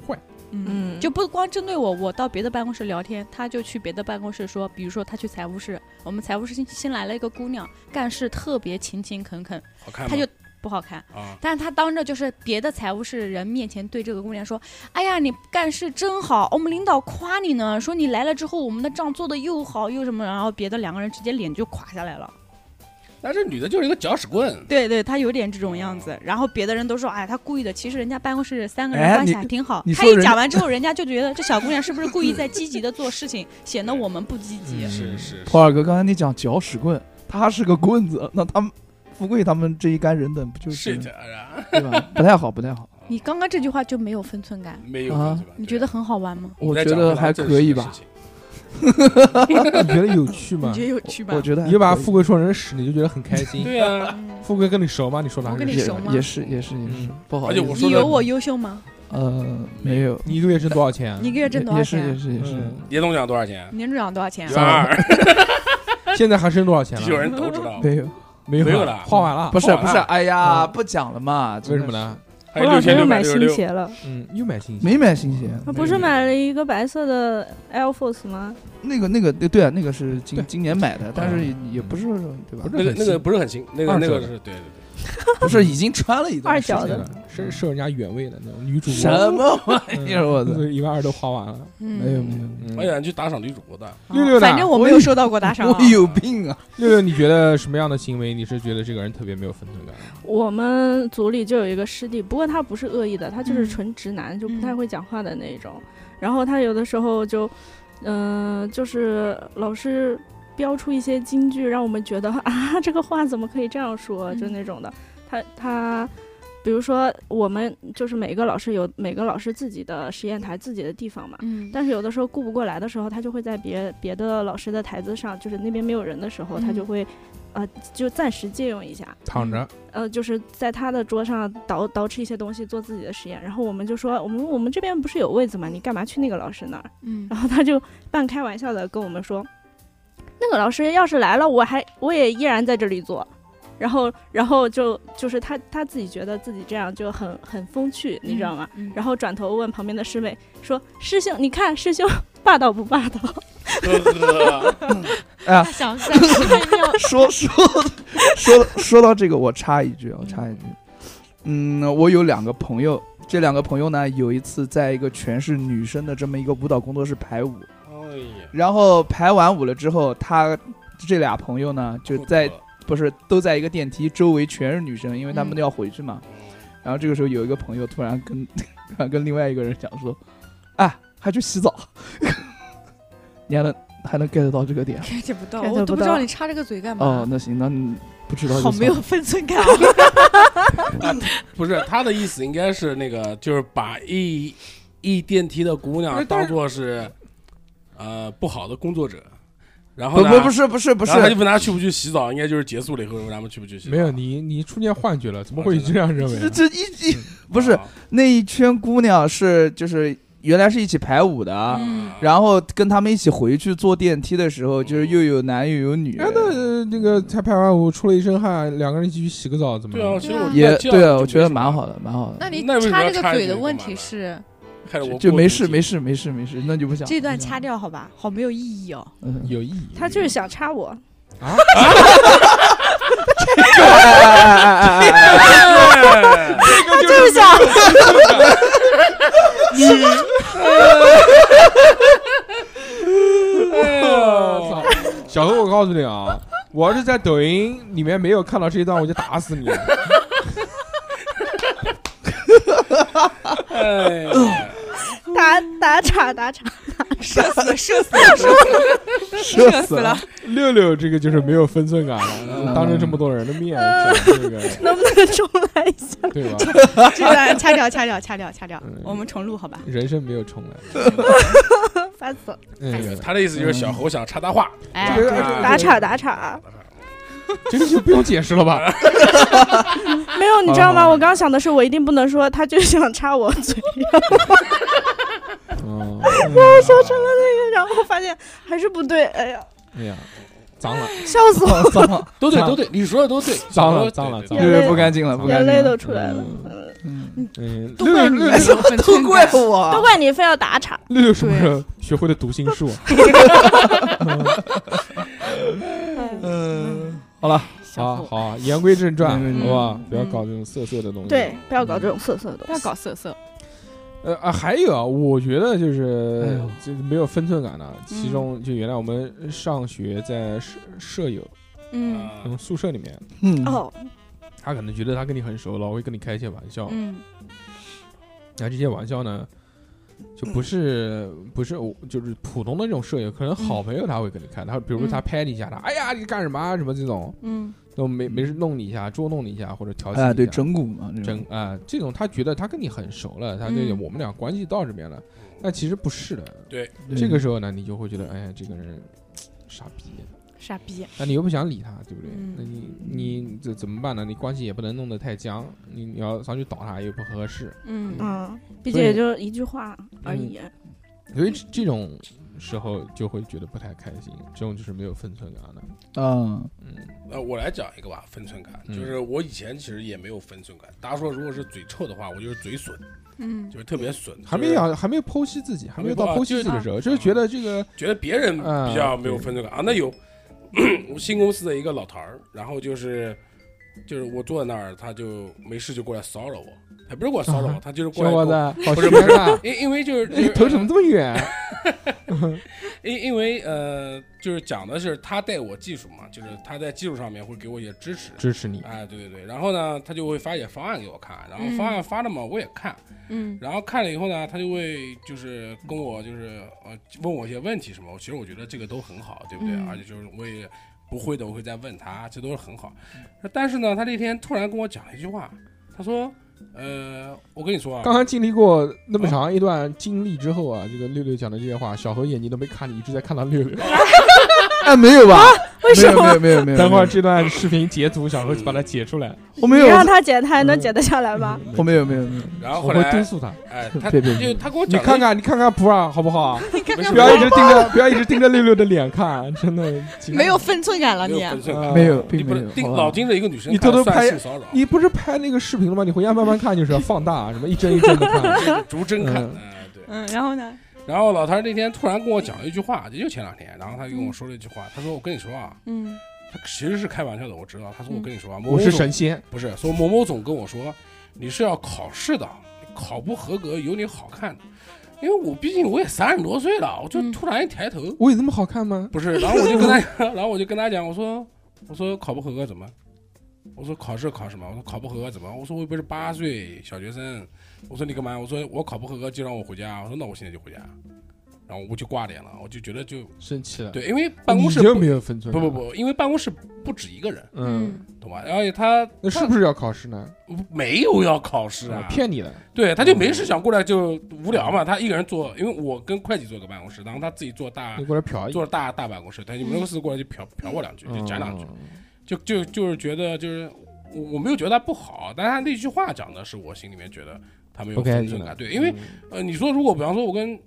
S2: 坏，
S5: 嗯，
S4: 嗯，
S5: 就不光针对我，我到别的办公室聊天，他就去别的办公室说，比如说他去财务室，我们财务室新新来了一个姑娘，干事特别勤勤恳恳，
S6: 好看吗，
S5: 他就不好看。
S6: 啊，
S5: 但是他当着就是别的财务室人面前对这个姑娘说：“哎呀，你干事真好，我们领导夸你呢，说你来了之后我们的账做的又好又什么。”然后别的两个人直接脸就垮下来了。
S6: 那这女的就是一个搅屎棍，
S5: 对对，他有点这种样子。然后别的人都说：“哎，他故意的。”其实人家办公室三个人
S3: 哎
S5: 关系
S3: 你
S5: 还挺好
S3: 你。
S5: 他
S3: 说
S5: 一
S3: 人
S5: 讲完之后，人家就觉得这小姑娘是不是故意在积极的做事情，显得我们不积极 (laughs)
S2: 嗯。
S6: 是是，
S3: 普二哥，刚才你讲搅屎棍，他是个棍子，那他们富贵他们这一干人等不就是是
S6: 是的啊，
S3: 对吧？不太好，不太好。
S5: 你刚刚这句话就没有分寸感，
S6: 没有
S3: 啊
S6: 分寸感
S5: 你
S6: 对
S5: 觉得很好玩吗？
S6: 我们再
S3: 我觉
S6: 讲回
S3: 得
S6: 来
S3: 还
S6: 正
S3: 可
S6: 式
S3: 以
S6: 的
S3: 吧
S6: 事情
S2: 你觉得有趣吗
S5: (laughs) 你觉？得有趣吧
S3: 我？觉得还
S2: 你就把
S3: 可以
S2: 富贵说成是屎，你就觉得很开心。
S5: (laughs)
S6: 对啊，
S5: 嗯
S2: 富贵跟你熟吗？你说他
S5: 我跟
S2: 是
S5: 你
S2: 屎
S5: 熟
S2: 吗
S5: 吗
S3: 也是也是也是
S2: 嗯，
S3: 不好
S6: 而
S3: 意
S6: 且
S3: 思。
S6: 我说
S5: 你
S6: 的
S5: 有我优秀吗？
S3: 呃没有，
S2: 你一个月挣多少钱啊？
S5: 你一个月挣多
S3: 也是
S5: 少钱啊？
S3: 也是也是
S2: 嗯，
S6: 严总讲多少钱？
S5: 年终奖多少钱
S6: 一
S5: 啊？
S6: 万二，
S2: 嗯现在还剩多少钱了？
S6: 有人都知道，
S3: 没有，
S2: 没有
S6: 没有了
S2: 花完了。
S3: 不是
S6: 好
S3: 不是，
S6: 啊
S3: 哎呀，
S2: 嗯
S3: 不讲了嘛，
S2: 为
S3: 真
S2: 什么
S3: 的
S2: 呢？
S6: 还
S4: 我
S6: 有
S4: 老
S6: 六
S4: 师
S6: 千
S4: 又
S6: 六百
S4: 买
S6: 六十嗯
S4: 新
S6: 六，
S4: 鞋了，
S2: 嗯，又买新
S3: 是？
S2: 鞋。
S3: 没买新鞋，
S4: 他不是买了一个白色的 Air Force 吗？
S3: 那个那个对对啊，那个是
S2: 对嗯
S3: 今今年买的，但是也也不是说对吧？
S2: 不是
S6: 那个
S2: 很
S6: 那
S2: 新
S6: 个不是很新，那个
S2: 二
S6: 那
S2: 手
S6: 个
S2: 的
S6: 是对对对，
S3: 不是已经穿了一段
S4: 二
S3: 时间
S4: 脚的
S3: 了
S2: 是受人家原味的那种女主播。嗯
S3: 什么玩意儿？我操！
S2: 一万二都花完了。哎
S3: 没有
S5: 嗯，
S3: 没有没
S6: 我哎想去打赏女主播的，
S2: 六六呢
S5: 反正我没有收到过打赏
S3: 有，
S5: 啊
S3: 我。有病啊！
S2: 六六，你觉得什么样的行为你是觉得这个人特别没有分寸感？
S4: 我们组里就有一个师弟，不过他不是恶意的，他就是
S5: 嗯
S4: 纯直男，就不
S5: 嗯
S4: 太会讲话的那种。然后他有的时候就，嗯、就是老是标出一些金句，让我们觉得 (laughs) 啊，这个话怎么可以这样说，就
S5: 嗯
S4: 那种的。他他，比如说我们就是每个老师有每个老师自己的实验台、自己的地方嘛。
S5: 嗯，
S4: 但是有的时候顾不过来的时候，他就会在别别的老师的台子上，就是那边没有人的时候，他
S5: 嗯
S4: 就会，呃，就暂时借用一下。
S2: 躺着，
S4: 呃，就是在他的桌上捯捯饬一些东西做自己的实验，然后我们就说，我们我们这边不是有位子吗？你干嘛去那个老师那儿？
S5: 嗯
S4: 然后他就半开玩笑的跟我们说，那个老师要是来了，我还我也依然在这里做。然后，然后就就是他他自己觉得自己这样就很很风趣，你知道吗？
S5: 嗯嗯
S4: 然后转头问旁边的师妹说：“师兄，你看师兄霸道不霸道
S6: 呵呵，
S5: 他想想太妙
S3: 说说说说到这个，我插一句，我插一句，嗯，我有两个朋友，这两个朋友呢，有一次在一个全是女生的这么一个舞蹈工作室排舞，
S6: 哎呀，
S3: 然后排完舞了之后，他这俩朋友呢就在不是都在一个电梯，周围全是女生，因为他们
S5: 嗯
S3: 都要回去嘛。然后这个时候有一个朋友突然跟 (laughs) 突然跟另外一个人讲说：“哎，还去洗澡。” (laughs) 你还能还能 get 到这个点？
S5: ，get 不到，
S4: get
S5: 我都
S4: 不
S5: 不知
S4: 到
S5: 道你插这个嘴干
S3: 哦
S5: 嘛，。
S3: 那行，那你不知道就
S5: 嗯好
S3: 算
S5: 没有
S3: 了
S5: 分寸感啊，
S6: 不是他的意思，应该是那个就是把一一电梯的姑
S2: 哎
S6: 娘
S2: 但是
S6: 当做是呃不好的工作者，然后
S3: 不
S6: 呢
S3: 不不是不是不
S6: 不
S3: 是，
S6: 他就问他去不去洗澡，应该就是结束了以后他们去不去洗澡。
S2: 没有你，你出现幻觉了，怎么会
S6: 啊真的
S2: 这样认为
S3: 这
S2: 呢？
S3: 这一一不是
S6: 啊
S3: 那一圈姑娘是就是原来是一起排舞的，啊
S5: 嗯，
S3: 然后跟他们一起回去坐电梯的时候，就是又有男又有女
S2: 哎，，那呃那个才拍完舞出了一身汗，两个人一起去洗个澡，怎么
S6: 对啊，
S2: 了？
S6: 其实我
S3: 也
S6: 觉得这样
S3: 对啊，
S6: 就
S3: 我觉得
S6: 没什么
S3: 蛮好的，蛮好的。
S5: 那你
S6: 那为什么
S5: 插
S6: 要
S5: 这个
S6: 插一
S5: 嘴
S6: 句
S5: 的
S6: 这个
S5: 问
S6: 嘛
S5: 题是
S6: 害得我
S3: 就
S6: 过
S3: 没
S6: 度
S3: 事
S6: 紧
S3: 没事没事没事，那就不讲
S5: 这段
S3: 不讲
S5: 掐掉好吧？好没有意义哦。
S3: 嗯
S2: 有意义。
S4: (laughs) 他就是想插我，
S2: 啊，
S3: 哎哎哎哎哎哎哎
S6: 张。
S2: 这个就是想
S6: 哎
S4: (laughs)
S6: 呦，
S2: 哦小何，我告诉你啊，我要是在抖音里面没有看到这一段，我就打死
S4: (laughs)
S2: 你。
S6: 哎呀，
S4: 打打岔打岔， (laughs)
S5: 射死了，射死了，
S3: 射死了！嗯
S2: 六六这个就是没有分寸感了，当着这么多人的面讲这个，
S4: 能不能重来一下？
S2: 对
S3: (laughs)
S2: 吧？
S5: 这段掐掉，掐掉，掐掉，掐掉
S2: 嗯，
S5: 我们重录好吧？
S2: 人生没有重来。
S4: 烦死了！
S2: 那
S3: 哎
S2: 个
S6: 他的意思就是小猴想插他话，
S5: 哎
S2: 这，
S3: 啊
S2: 个
S4: 打岔啊打岔，
S2: 这个就不用解释了吧？
S4: (laughs) 没有你知道
S2: 好好
S3: 啊
S4: 吗？
S2: 好
S4: 我刚想的是我一定不能说，他就想插 (laughs) 我嘴，
S2: 嗯，
S4: 想成了那个，然后发现还是不对，哎呀，
S2: 哎呀，脏了，
S4: 笑死我！
S3: 脏 (laughs) 脏
S6: 都对
S2: 脏
S6: 都对，你说的都对，
S2: 脏了
S6: 小猴
S2: 脏了
S6: 对
S2: 脏
S4: 了
S3: 对，不干净了，不干
S4: 眼
S3: 净
S4: 泪
S3: 了。
S4: 都出来了，
S3: 嗯
S2: 嗯，
S5: 都怪
S2: 六
S5: 你
S2: 六
S5: 没有分寸感，
S3: 都怪我，
S4: 都怪你非要打岔。
S2: 六六什么时候学会的读心术？啊
S3: 嗯，好了，
S5: 小
S2: 啊好
S5: 虎，
S2: 好，言归正传，
S3: 言
S2: 好
S3: 归
S5: 正传
S2: 吧，不要
S5: 嗯
S2: 搞这种色色的东西。
S4: 对，不要搞这种色色的
S5: 不
S4: 东
S5: 要
S4: 西。
S5: 搞色色，
S2: 呃啊，还有啊，我觉得就
S3: 哎
S2: 是
S3: 呦
S2: 就没有分寸感的，其
S5: 嗯
S2: 中就原来我们上学在舍舍友
S5: 嗯
S2: 那种
S6: 啊
S2: 宿舍里面，
S3: 嗯，
S4: 哦，
S2: 他可能觉得他跟你很熟，老会跟你开一些玩笑，
S5: 嗯
S2: 然后这些玩笑呢，就不是不是我就是普通的这种舍友，可能好朋友他会跟你开，他比如说他
S5: 嗯
S2: 拍你一下，他哎呀你干什么啊什么这种，
S5: 嗯
S2: 都没没事弄你一下，捉弄你一下或者调戏你一
S3: 哎，
S2: 下，
S3: 对，整蛊嘛，这
S6: 嗯
S3: 种
S2: 整啊、这种他觉得他跟你很熟了，他对
S5: 嗯
S2: 我们俩关系到这边了，但其实不是的。
S6: 对，
S2: 这
S5: 嗯
S2: 个时候呢，你就会觉得，哎呀，这个人傻逼，
S5: 傻逼，
S2: 但你又不想理他，对不对？
S5: 嗯
S2: 那你你这怎么办呢？你关系也不能弄得太僵，你你要上去倒他也不合适，
S5: 嗯
S4: 嗯，毕竟也就一句话而已。
S3: 嗯
S2: 所以这这种时候就会觉得不太开心，这种就是没有分寸感的。
S3: 嗯，
S2: 嗯，
S6: 呃，我来讲一个吧，分寸感，
S2: 嗯
S6: 就是我以前其实也没有分寸感。大家说，如果是嘴臭的话，我就是嘴损，
S5: 嗯
S6: 就是特别损，
S2: 还没
S6: 就是
S2: 有还没有剖析自己，还没有到
S6: 还没
S2: 剖析自己的时候，
S6: 啊
S2: 就是觉得这个
S6: 觉得别人比较没有分寸感啊。那有我新公司的一个老头儿，然后就是就是我坐在那儿，他就没事就过来骚扰我，他不是过来骚
S2: 啊
S6: 扰我，他就是过
S2: 小
S6: 来
S2: 伙
S6: 跟
S2: 子
S6: 我。
S2: 好
S6: 不是
S2: 学
S6: 不是
S2: 啊，
S6: 因因为就是就
S2: 你
S6: 是
S2: 头怎么这么远？ (laughs)
S6: 因因为呃，就是讲的是他带我技术嘛，就是他在技术上面会给我一些支持。
S2: 支持你，啊
S6: 哎，对对对，然后呢，他就会发一些方案给我看，然后
S5: 嗯
S6: 方案发了嘛，我也看，
S5: 嗯
S6: 然后看了以后呢，他就会就是跟我就是呃问我一些问题什么，其实我觉得这个都很好，对不对？
S5: 嗯
S6: 而且就是我也不会的，我会再问他，这都是很好。
S5: 嗯
S6: 但是呢，他那天突然跟我讲了一句话，他说：“呃，我跟你说啊，
S2: 刚刚经历过那么长一段经历之后啊，这个六六讲的这些话，小何眼睛都没看你，一直在看到六
S6: (laughs)
S2: 六。
S3: 哎，没有吧？为什么？没有没有没有，
S2: 等会儿
S3: 没
S2: 这段视频截图，小何把它截出来。嗯
S3: 有我没
S4: 你
S3: 有，嗯
S4: 让他剪，他还能剪得下来吗？
S3: 我没有没有没有，
S6: 然后后
S2: 我会
S6: 来
S2: 督，促他。
S6: (laughs) 哎，他
S3: 别别别
S6: 就他跟我
S2: 你
S6: 讲了一，
S2: 看看，你看看普洱好不好
S6: (laughs)
S2: 啊？
S5: 你看
S6: 没
S5: 看
S6: 事
S2: 不要一直盯着，不要一直盯着六六的脸看，真的 (laughs)
S5: 没有。分寸感了
S6: 没
S5: 你
S6: 有，分寸感，
S2: 啊
S3: 没有，
S6: 你
S3: 并
S6: 不
S3: 没
S6: 能
S3: 有，
S6: 盯
S3: 好吧
S6: 老盯着一个女生看，
S2: 你偷偷
S6: 算
S2: 拍
S6: 性骚扰，
S2: 你不是拍那个视频了吗？你回家慢慢看，就是要放大，什么一帧一帧的看。
S6: (laughs) 这个逐帧看，
S2: 嗯
S6: 哎，对。
S5: 嗯，然后呢，
S6: 然后老头儿那天突然跟我讲了一句话，也就前两天，然后他就跟我说了一句话，他说：“我跟你说啊，
S5: 嗯
S6: 他其实是开玩笑的，我知道。”他说：“我跟你说啊，某某
S2: 我是
S6: 总
S2: 神仙，
S6: 不是说某某总跟我说，你是要考试的，考不合格有你好看的，因为我毕竟我也三十多岁了，我就
S5: 嗯
S6: 突然一抬头，
S2: 我有这么好看吗？
S6: 不是，然后我就跟他，然后我就跟他讲，我说我说考不合格怎么？我说考试考什么？我说考不合格怎么？我说我又不是八岁小学生，我说你干嘛？我说我考不合格就让我回家，我说那我现在就回家。然后我就挂脸了，我就觉得就
S2: 生气了。，
S6: 对，因为办公室
S2: 就
S6: 不
S2: 没有分寸。
S6: 不不，不，因为办公室不止一个人，
S2: 嗯，
S6: 懂吧？而且他
S2: 那是不是要考试呢？
S6: 没有要考试啊
S2: 啊，骗哦你的。
S6: 对，他就没事想过来就无聊嘛，他一个人坐，因为我跟会计坐个办公室，然后他自己坐大
S2: 你过来瞟一
S6: 坐大大办公室，他就没有事过来就瞟瞟我两句，就
S2: 眼，
S6: 讲两句，
S2: 嗯
S6: 就就就是觉得就是我我没有觉得他不好，但他那句话讲的是我心里面觉得他没有
S2: 不开
S6: 分
S2: 心
S6: 寸
S2: 了
S6: 感，对，因为呃，你说如果比方说我跟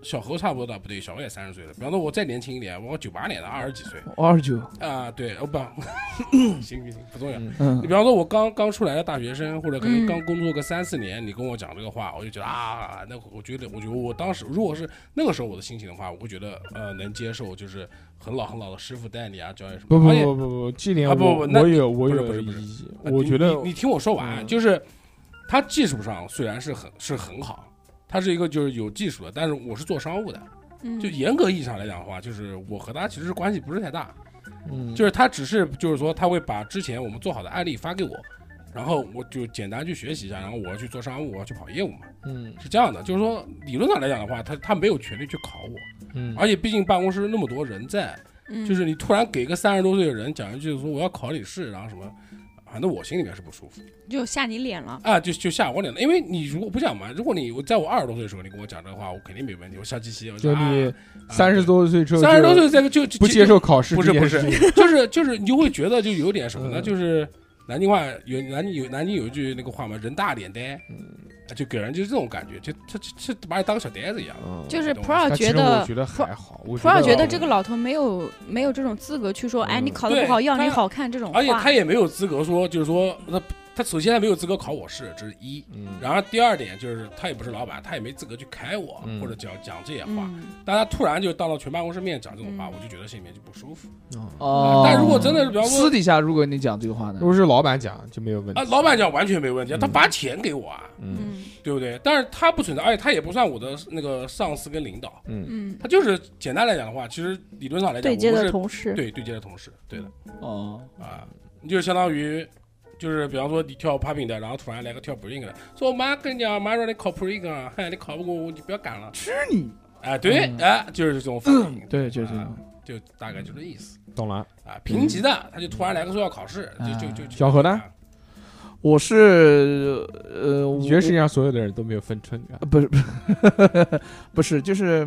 S6: 小何差不多大，不对，小何也三十岁了，比方说我再年轻一点，我九八年的二十几岁
S3: 我二十九，
S6: 啊、对，哦不， (coughs) 行行行，不重要。
S3: 嗯
S6: 你比方说，我刚刚出来的大学生，或者可
S5: 嗯
S6: 能刚工作个三四年，你跟我讲这个话，我就觉得啊，那我觉得，我觉得我当时如果是那个时候我的心情的话，我会觉得呃能接受，就是很老很老的师傅带你啊，教你什么。
S2: 不不
S6: 而且
S2: 不不不，这点
S6: 啊
S2: 我
S6: 不不那
S2: 我有我
S6: 不是
S2: 有
S6: 不是不是
S2: 异议
S6: 呃
S2: 我
S6: 你
S2: 觉得
S6: 你你听我说完，啊
S2: 嗯
S6: 就是他技术上虽然是很是很好，他是一个就是有技术的，但是我是做商务的，
S5: 嗯
S6: 就严格意义上来讲的话，就是我和他其实关系不是太大，
S2: 嗯
S6: 就是他只是就是说他会把之前我们做好的案例发给我，然后我就简单去学习一下，然后我要去做商务，我要去跑业务嘛，
S2: 嗯
S6: 是这样的。就是说理论上来讲的话，他他没有权利去考我，
S2: 嗯，
S6: 而且毕竟办公室那么多人在，就是你突然给个三十多岁的人讲一句说我要考你试，然后什么，反正我心里面是不舒服
S5: 就吓你脸了。
S6: 啊，就就吓我脸了。因为你如果不讲嘛，如果你我在我二十多岁的时候你跟我讲这个话，我肯定没问题，我笑嘻嘻。我
S2: 就你三
S6: 啊
S2: 十多岁之后，
S6: 三十多岁再就就
S2: 不接
S6: 就
S2: 受考试
S6: 不
S2: 这
S6: 是
S2: 件
S6: 不
S2: 事
S6: 是
S2: 情，，
S6: 就是就是你就会觉得就有点什么呢？
S2: 嗯
S6: 就是南京话有南京有南京有一句那个话嘛，人大脸呆，就给人就是这种感觉，就他就就把你当小呆子一样。
S2: 嗯
S5: 就是
S6: 懂
S5: Pro
S2: 但其
S5: 觉
S2: 实我
S5: 得
S2: 觉得还好，我
S5: ，Pro 觉
S2: 得
S5: 得这个老头没有没有这种资格去说，哎，
S2: 嗯
S5: 你考得不好
S6: 对
S5: 要你
S6: 他
S5: 好看这种话。
S6: 而且他也没有资格说，就是说他他首先他没有资格考我试，这是一。
S2: 嗯
S6: 然后第二点就是他也不是老板，他也没资格去开我
S2: 嗯
S6: 或者讲讲这些话。
S5: 嗯，
S6: 但他突然就当着全办公室面讲这种话，
S5: 嗯
S6: 我就觉得心里面就不舒服。
S3: 哦
S6: 但如果真的是比方
S3: 私
S6: 说
S3: 底下，如果你讲这个话呢
S2: 如，果嗯是老板讲就没有问题
S6: 啊，老板讲完全没问题，
S2: 嗯
S6: 他把钱给我啊。
S2: 嗯
S5: 嗯
S6: 对不对？但是他不存在，而且他也不算我的那个上司跟领导，
S2: 嗯
S5: 嗯，
S6: 他就是简单来讲的话，其实理论上来讲，
S4: 对
S6: 我
S4: 接
S6: 们
S4: 的
S6: 是
S4: 同事，嗯
S6: 对对接的同事，对的
S3: 哦，
S2: 嗯
S6: 啊，你就相当于就是比方说你跳 popping 的，然后突然来个跳 breaking 的，说我妈跟你讲，妈让你考 breaking 啊，嗨，你考不过我，你不要干了，
S3: 是你
S6: 哎，对，
S3: 嗯
S6: 哎，就是这种反应，
S3: 对，就是这
S6: 啊
S3: 种，
S6: 就大概就这意思
S2: 懂了。
S4: 嗯
S6: 啊。评级的他就突然来个说要考试，就就就就
S2: 小何呢
S6: 啊
S3: 我是呃，
S2: 你
S3: 我
S2: 觉得世界上所有的人都没有分寸感？
S3: 不是 (laughs) 不是，就是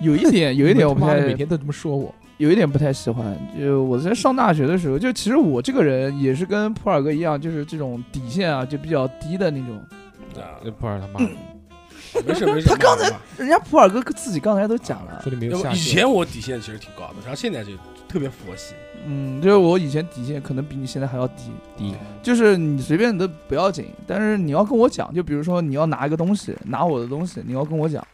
S3: 有一点，有一点我不
S2: 他妈
S3: 太
S2: 的每天都这么说我，
S3: 有一点不太喜欢，就我在上大学的时候，就其实我这个人也是跟普尔哥一样，就是这种底线啊就比较低的那种。
S6: 啊
S2: 那，不然他妈的
S6: 没事没事。
S3: 他刚
S6: 慢
S3: 才
S6: 慢慢
S3: 人家普尔哥自己刚才都讲了
S2: 说，你没有下
S6: 要不以
S2: 限。
S6: 前我底线其实挺高的，然后现在就特别佛系。
S3: 嗯，就是我以前底线可能比你现在还要低，
S2: 低
S3: 就是你随便都不要紧，但是你要跟我讲，就比如说你要拿一个东西，拿我的东西，你要跟我讲。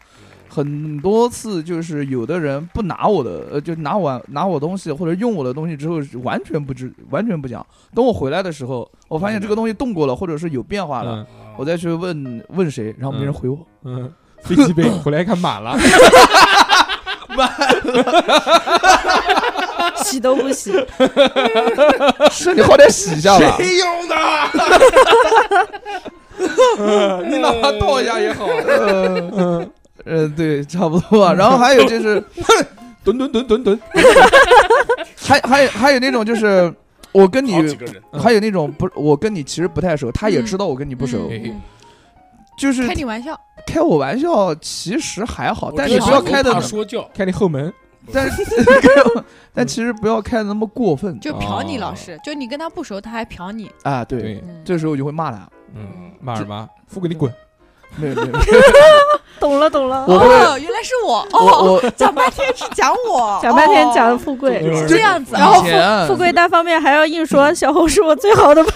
S3: 很多次就是有的人不拿我的，呃，就拿我拿我东西或者用我的东西之后，完全不知完全不讲。等我回来的时候，我发现这个东西动过了，或者是有变化了，
S2: 嗯
S3: 我再去问问谁，然后没人回我。
S2: 嗯，飞机杯 (coughs) 回来看满
S6: (laughs)
S2: 了，
S4: (laughs) 洗都不洗，
S2: 嗯
S3: 是你好歹洗一
S2: (laughs)
S3: 下吧，
S6: 谁用哎的？
S3: 你哪怕倒啊一下
S2: (laughs)
S3: 也好。嗯，呃，对，差不多吧。然后还有就是，
S2: 蹲蹲蹲蹲蹲，
S3: 还还有还有那种就是，我跟你
S6: 哎好几个人，
S2: 嗯
S3: 还有那种不，我跟你其实不太熟，他也
S5: 嗯
S3: 知道我跟你不熟，
S5: 嗯嗯
S3: 就是
S5: 开你玩笑，
S3: 开我玩笑，其实还好，但
S6: 是
S3: 是不要开的
S6: 怕，说教，
S2: 开你后门，
S3: 但是
S5: (laughs)
S3: (laughs) 但其实不要开的那么过分
S5: 就瞟你老
S2: 哦
S5: 师，就你跟他不熟，他还瞟你。
S3: 啊。对，
S2: 对，
S5: 嗯
S3: 这时候我就会骂他，
S2: 嗯，骂什么？富给你滚！
S3: 没有没有，
S4: (laughs) 懂了懂了。
S3: 我会
S5: 哦，原来是我哦，
S3: 我我
S5: 讲半天是讲
S4: (laughs) (laughs)
S5: 我，
S4: 讲半天
S5: 哦
S4: 讲富贵，
S2: 就是
S5: 这样子，
S4: 然后
S3: 以前
S4: 富富贵单方面还要硬说小红是我最好的朋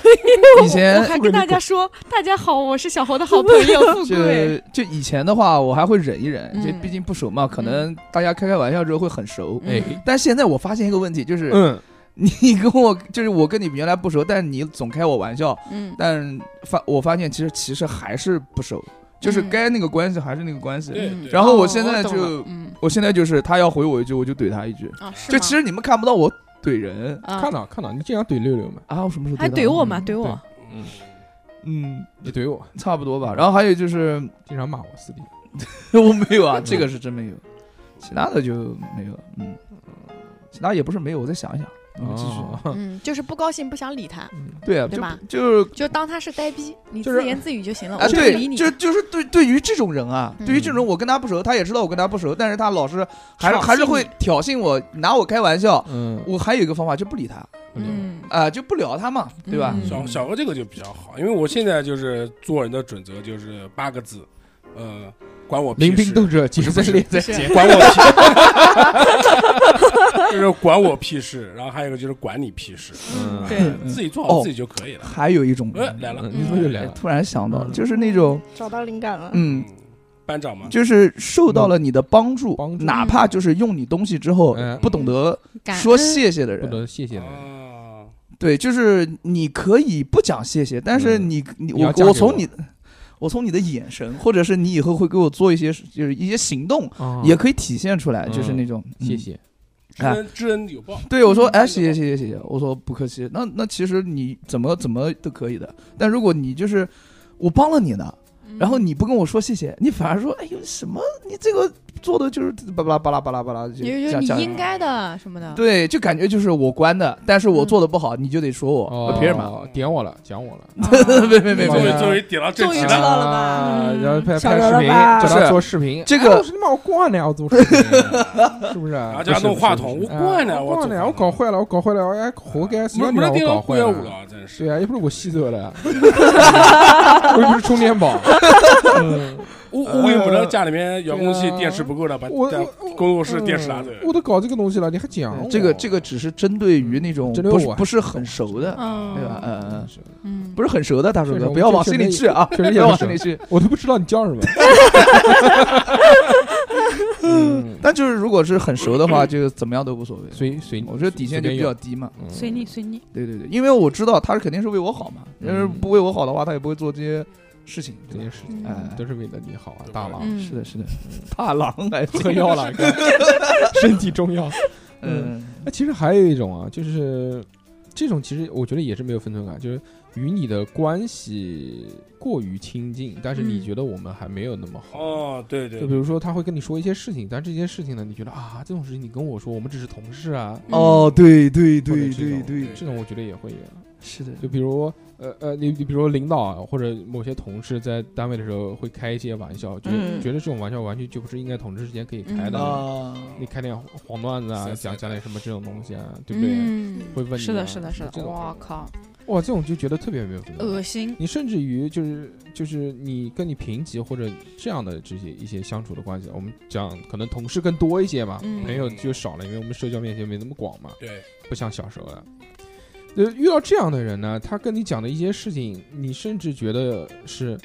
S5: 我
S3: 以前
S5: 我还跟大家说，大家好，我是小侯的
S3: (laughs)
S5: 好朋友富
S3: 就
S5: 贵。
S3: 就以前的话，我还会忍一忍，
S5: 嗯
S3: 就毕竟不熟嘛，可能大家开开玩笑之后会很熟。
S2: 哎，
S3: 但现在我发现一个问题，就是
S2: 嗯，
S3: 你跟我，就是我跟你原来不熟，但你总开我玩笑，
S5: 嗯，
S3: 但发我发现其实其实还是不熟，就是
S5: 嗯
S3: 该那个关系还是那个关系。
S6: 对
S5: 嗯
S6: 对
S3: 然后
S5: 哦
S3: 我现在
S5: 懂
S3: 就
S5: 了嗯
S3: 我现在就是他要回我一句，我就怼他一句。
S5: 啊，是
S3: 就
S5: 吗
S3: 其实你们看不到我怼人
S5: 啊
S2: 看到看到，你经常怼六六嘛，
S3: 啊，我什么时候
S5: 还
S3: 到
S5: 怼我嘛，？怼
S2: 对
S5: 我，
S6: 嗯，
S3: 嗯，
S2: 你怼我，
S3: 差不多吧。然后还有就是 (laughs)
S2: 经常骂我私底，
S5: 嗯
S3: 我没有啊，这个是真没有。其他的就没有了。嗯，其他也不是没有，我再想一想。我们继续。
S2: 哦
S5: 嗯，就是不高兴不想理他，
S2: 嗯
S3: 对啊，
S5: 对吧
S3: 就就是
S5: 就当他是呆逼，你
S2: 就是
S5: 自言自语就行了，
S3: 啊，
S5: 嗯我不理
S3: 对，
S5: 你。
S3: 就就是对对于这种人啊，
S5: 嗯
S3: 对于这种人我跟他不熟，他也知道我跟他不熟，但是他老是还是
S5: 挑衅
S3: 还是会
S5: 你
S3: 挑衅我，拿我开玩笑。
S2: 嗯，
S3: 我还有一个方法，就不理他
S5: 嗯，
S3: 啊，就不聊他嘛，对吧？
S5: 嗯
S6: 小小何这个就比较好，因为我现在就是做人的准则就是八个字，呃，管我屁
S2: 临兵
S6: 事，
S2: 斗者，尽在列在前。
S6: (laughs) 管我屁， (laughs) 就是管我屁事。然后还有一个就是管你屁事，
S2: 嗯，
S5: 对
S6: 哎自己做好
S3: 哦
S6: 自己就可以了。
S3: 还有一种
S6: 哎，
S3: 人，
S6: 来了，
S2: 嗯你说又来
S3: 哎
S2: 了，
S3: 突然想到，
S2: 嗯
S3: 就是那种
S4: (laughs) 找到灵感了。
S3: 嗯，
S6: 班长嘛，
S3: 就是受到了你的帮助，
S2: 帮助
S3: 哪怕就是用你东西之后、
S2: 嗯
S3: 不懂得
S5: 感恩
S3: 说谢谢的
S2: 不
S3: 人，
S2: 得谢谢了。
S6: 啊，
S3: 对，就是你可以不讲谢谢，但是
S2: 嗯
S3: 你、你
S2: 你要
S3: 我
S2: 嫁给
S3: 我从
S2: 我
S3: 你。我从你的眼神，或者是你以后会给我做一些，就是一些行动，
S2: 哦
S3: 也可以体现出来，
S2: 嗯
S3: 就是那种、嗯
S2: 谢。谢，
S6: 知恩知恩有报，
S3: 对我说，哎，
S6: 嗯
S3: 谢谢谢谢谢谢，我说不客气。那那其实你怎么怎么都可以的，但如果你就是我帮了你呢，然
S5: 嗯
S3: 后你不跟我说谢谢，你反而说，哎呦什么，你这个做的就是巴拉巴拉巴拉巴拉，就
S5: 也
S3: 这
S5: 就
S3: 样
S5: 是你啊
S3: 这样。
S5: 应该的什么的，
S3: 对，就感觉就是我关的，但是我做的不好，你就得说 (laughs) 我，
S2: 哦，
S3: 凭什么？
S2: 点我了，讲我了，
S3: 别别
S2: 对
S3: 别
S6: 终于
S2: 对
S6: 终于点到正
S5: 终
S6: 题
S5: 于知
S6: 了。
S5: 道了吧
S2: 啊然后拍
S4: 晓
S2: 拍
S4: 得
S2: 视
S4: 了
S2: 频，
S4: 吧
S2: 叫他
S3: 是
S2: 做视频。
S3: 这个
S2: 哎我说你妈，我惯了，我做视
S6: (laughs)
S2: 频， (laughs) 是不啊是？
S6: 然
S2: 然
S6: 后叫他弄话筒我惯了
S2: 我
S6: 我
S2: 惯
S6: 做
S2: 了，我搞坏了，我搞坏了，我哎，活该，谁让
S6: 没
S2: 你
S6: 没
S2: 让
S6: 得
S2: 我
S6: 听
S2: 搞
S6: 到
S2: 坏
S6: 怪物
S2: 了？
S6: 了，真是
S2: 对。啊，又 (laughs) 不是我吸走
S6: (laughs)
S2: 了，我又不是充电
S3: (laughs)
S2: 宝。嗯
S6: 我我也不能家里面遥控器电池不够了，把
S2: 我嗯
S6: 在
S2: 我
S6: 工作室电池啊拿走。
S2: 我都搞这个东西了，你还讲
S3: 啊嗯这个这
S2: 个
S3: 个只是针对于那种
S2: 针对
S3: 不是
S2: 我
S3: 不是很熟的，
S5: 嗯，
S3: 对吧？嗯嗯，
S5: 嗯，
S3: 不是很熟的，大叔
S2: 确实
S3: 哥，不要往心里去啊，
S2: 确实
S3: (laughs) 不
S2: 也
S3: 要
S2: 不
S3: 往
S2: 熟
S3: 心里去。
S2: 我都不知道你叫
S3: (laughs)
S2: 什么。嗯
S3: 但就是如果是很熟的 (clears throat) 话，就怎么样都无所谓。
S2: (laughs) 随随，
S3: 我觉得底线就比较低嘛。
S2: 嗯
S7: 随你随你，
S3: 对对对，因为我知道他是肯定是为我好嘛，要是不为我好的话，他也不会做这些事情。
S2: 这
S3: 对
S2: 些
S3: 吧
S2: 事情
S3: 哎
S2: 都是为了你好啊，大佬。
S5: 嗯
S3: 是的，是的， (laughs) 大郎 (laughs) 来
S2: 喝药了，哥 (laughs) 身体中药。
S3: 嗯，
S2: 那其实还有一种啊，就是这种其实我觉得也是没有分寸感，就是与你的关系过于亲近，但是你
S5: 嗯
S2: 觉得我们还没有那么好。
S6: 哦，对对
S2: 就比，如说他会跟你说一些事情，但这些事情呢，你觉得啊，这种事情你跟我说，我们只是同事啊。
S5: 嗯
S3: 哦，对对
S2: 或者
S3: 对
S2: 这种
S3: 对对，
S2: 这种我觉得也会有。
S3: 是的，
S2: 就比如呃呃，你你比如说领导啊，或者某些同事在单位的时候会开一些玩笑，就
S4: 嗯
S2: 觉得这种玩笑完全就不是应该同事之间可以开的。
S3: 啊，
S2: 你开点黄段子啊，
S6: 是是
S2: 讲讲点什么这种东西啊，对不对？
S5: 嗯，
S2: 会问你、啊、
S7: 是的，是的，是
S2: 这
S7: 的，
S2: 种
S7: 我靠，
S2: 哇，这种就觉得特别没有分寸
S5: 恶心，
S2: 你甚至于就是就是你跟你平级或者这样的这些一些相处的关系，我们讲可能同事更多一些嘛，
S5: 嗯
S2: 朋友就少了，因为我们社交面前没那么广嘛，
S6: 对，
S2: 不像小时候了。呃，遇到这样的人呢，他跟你讲的一些事情，你甚至觉得是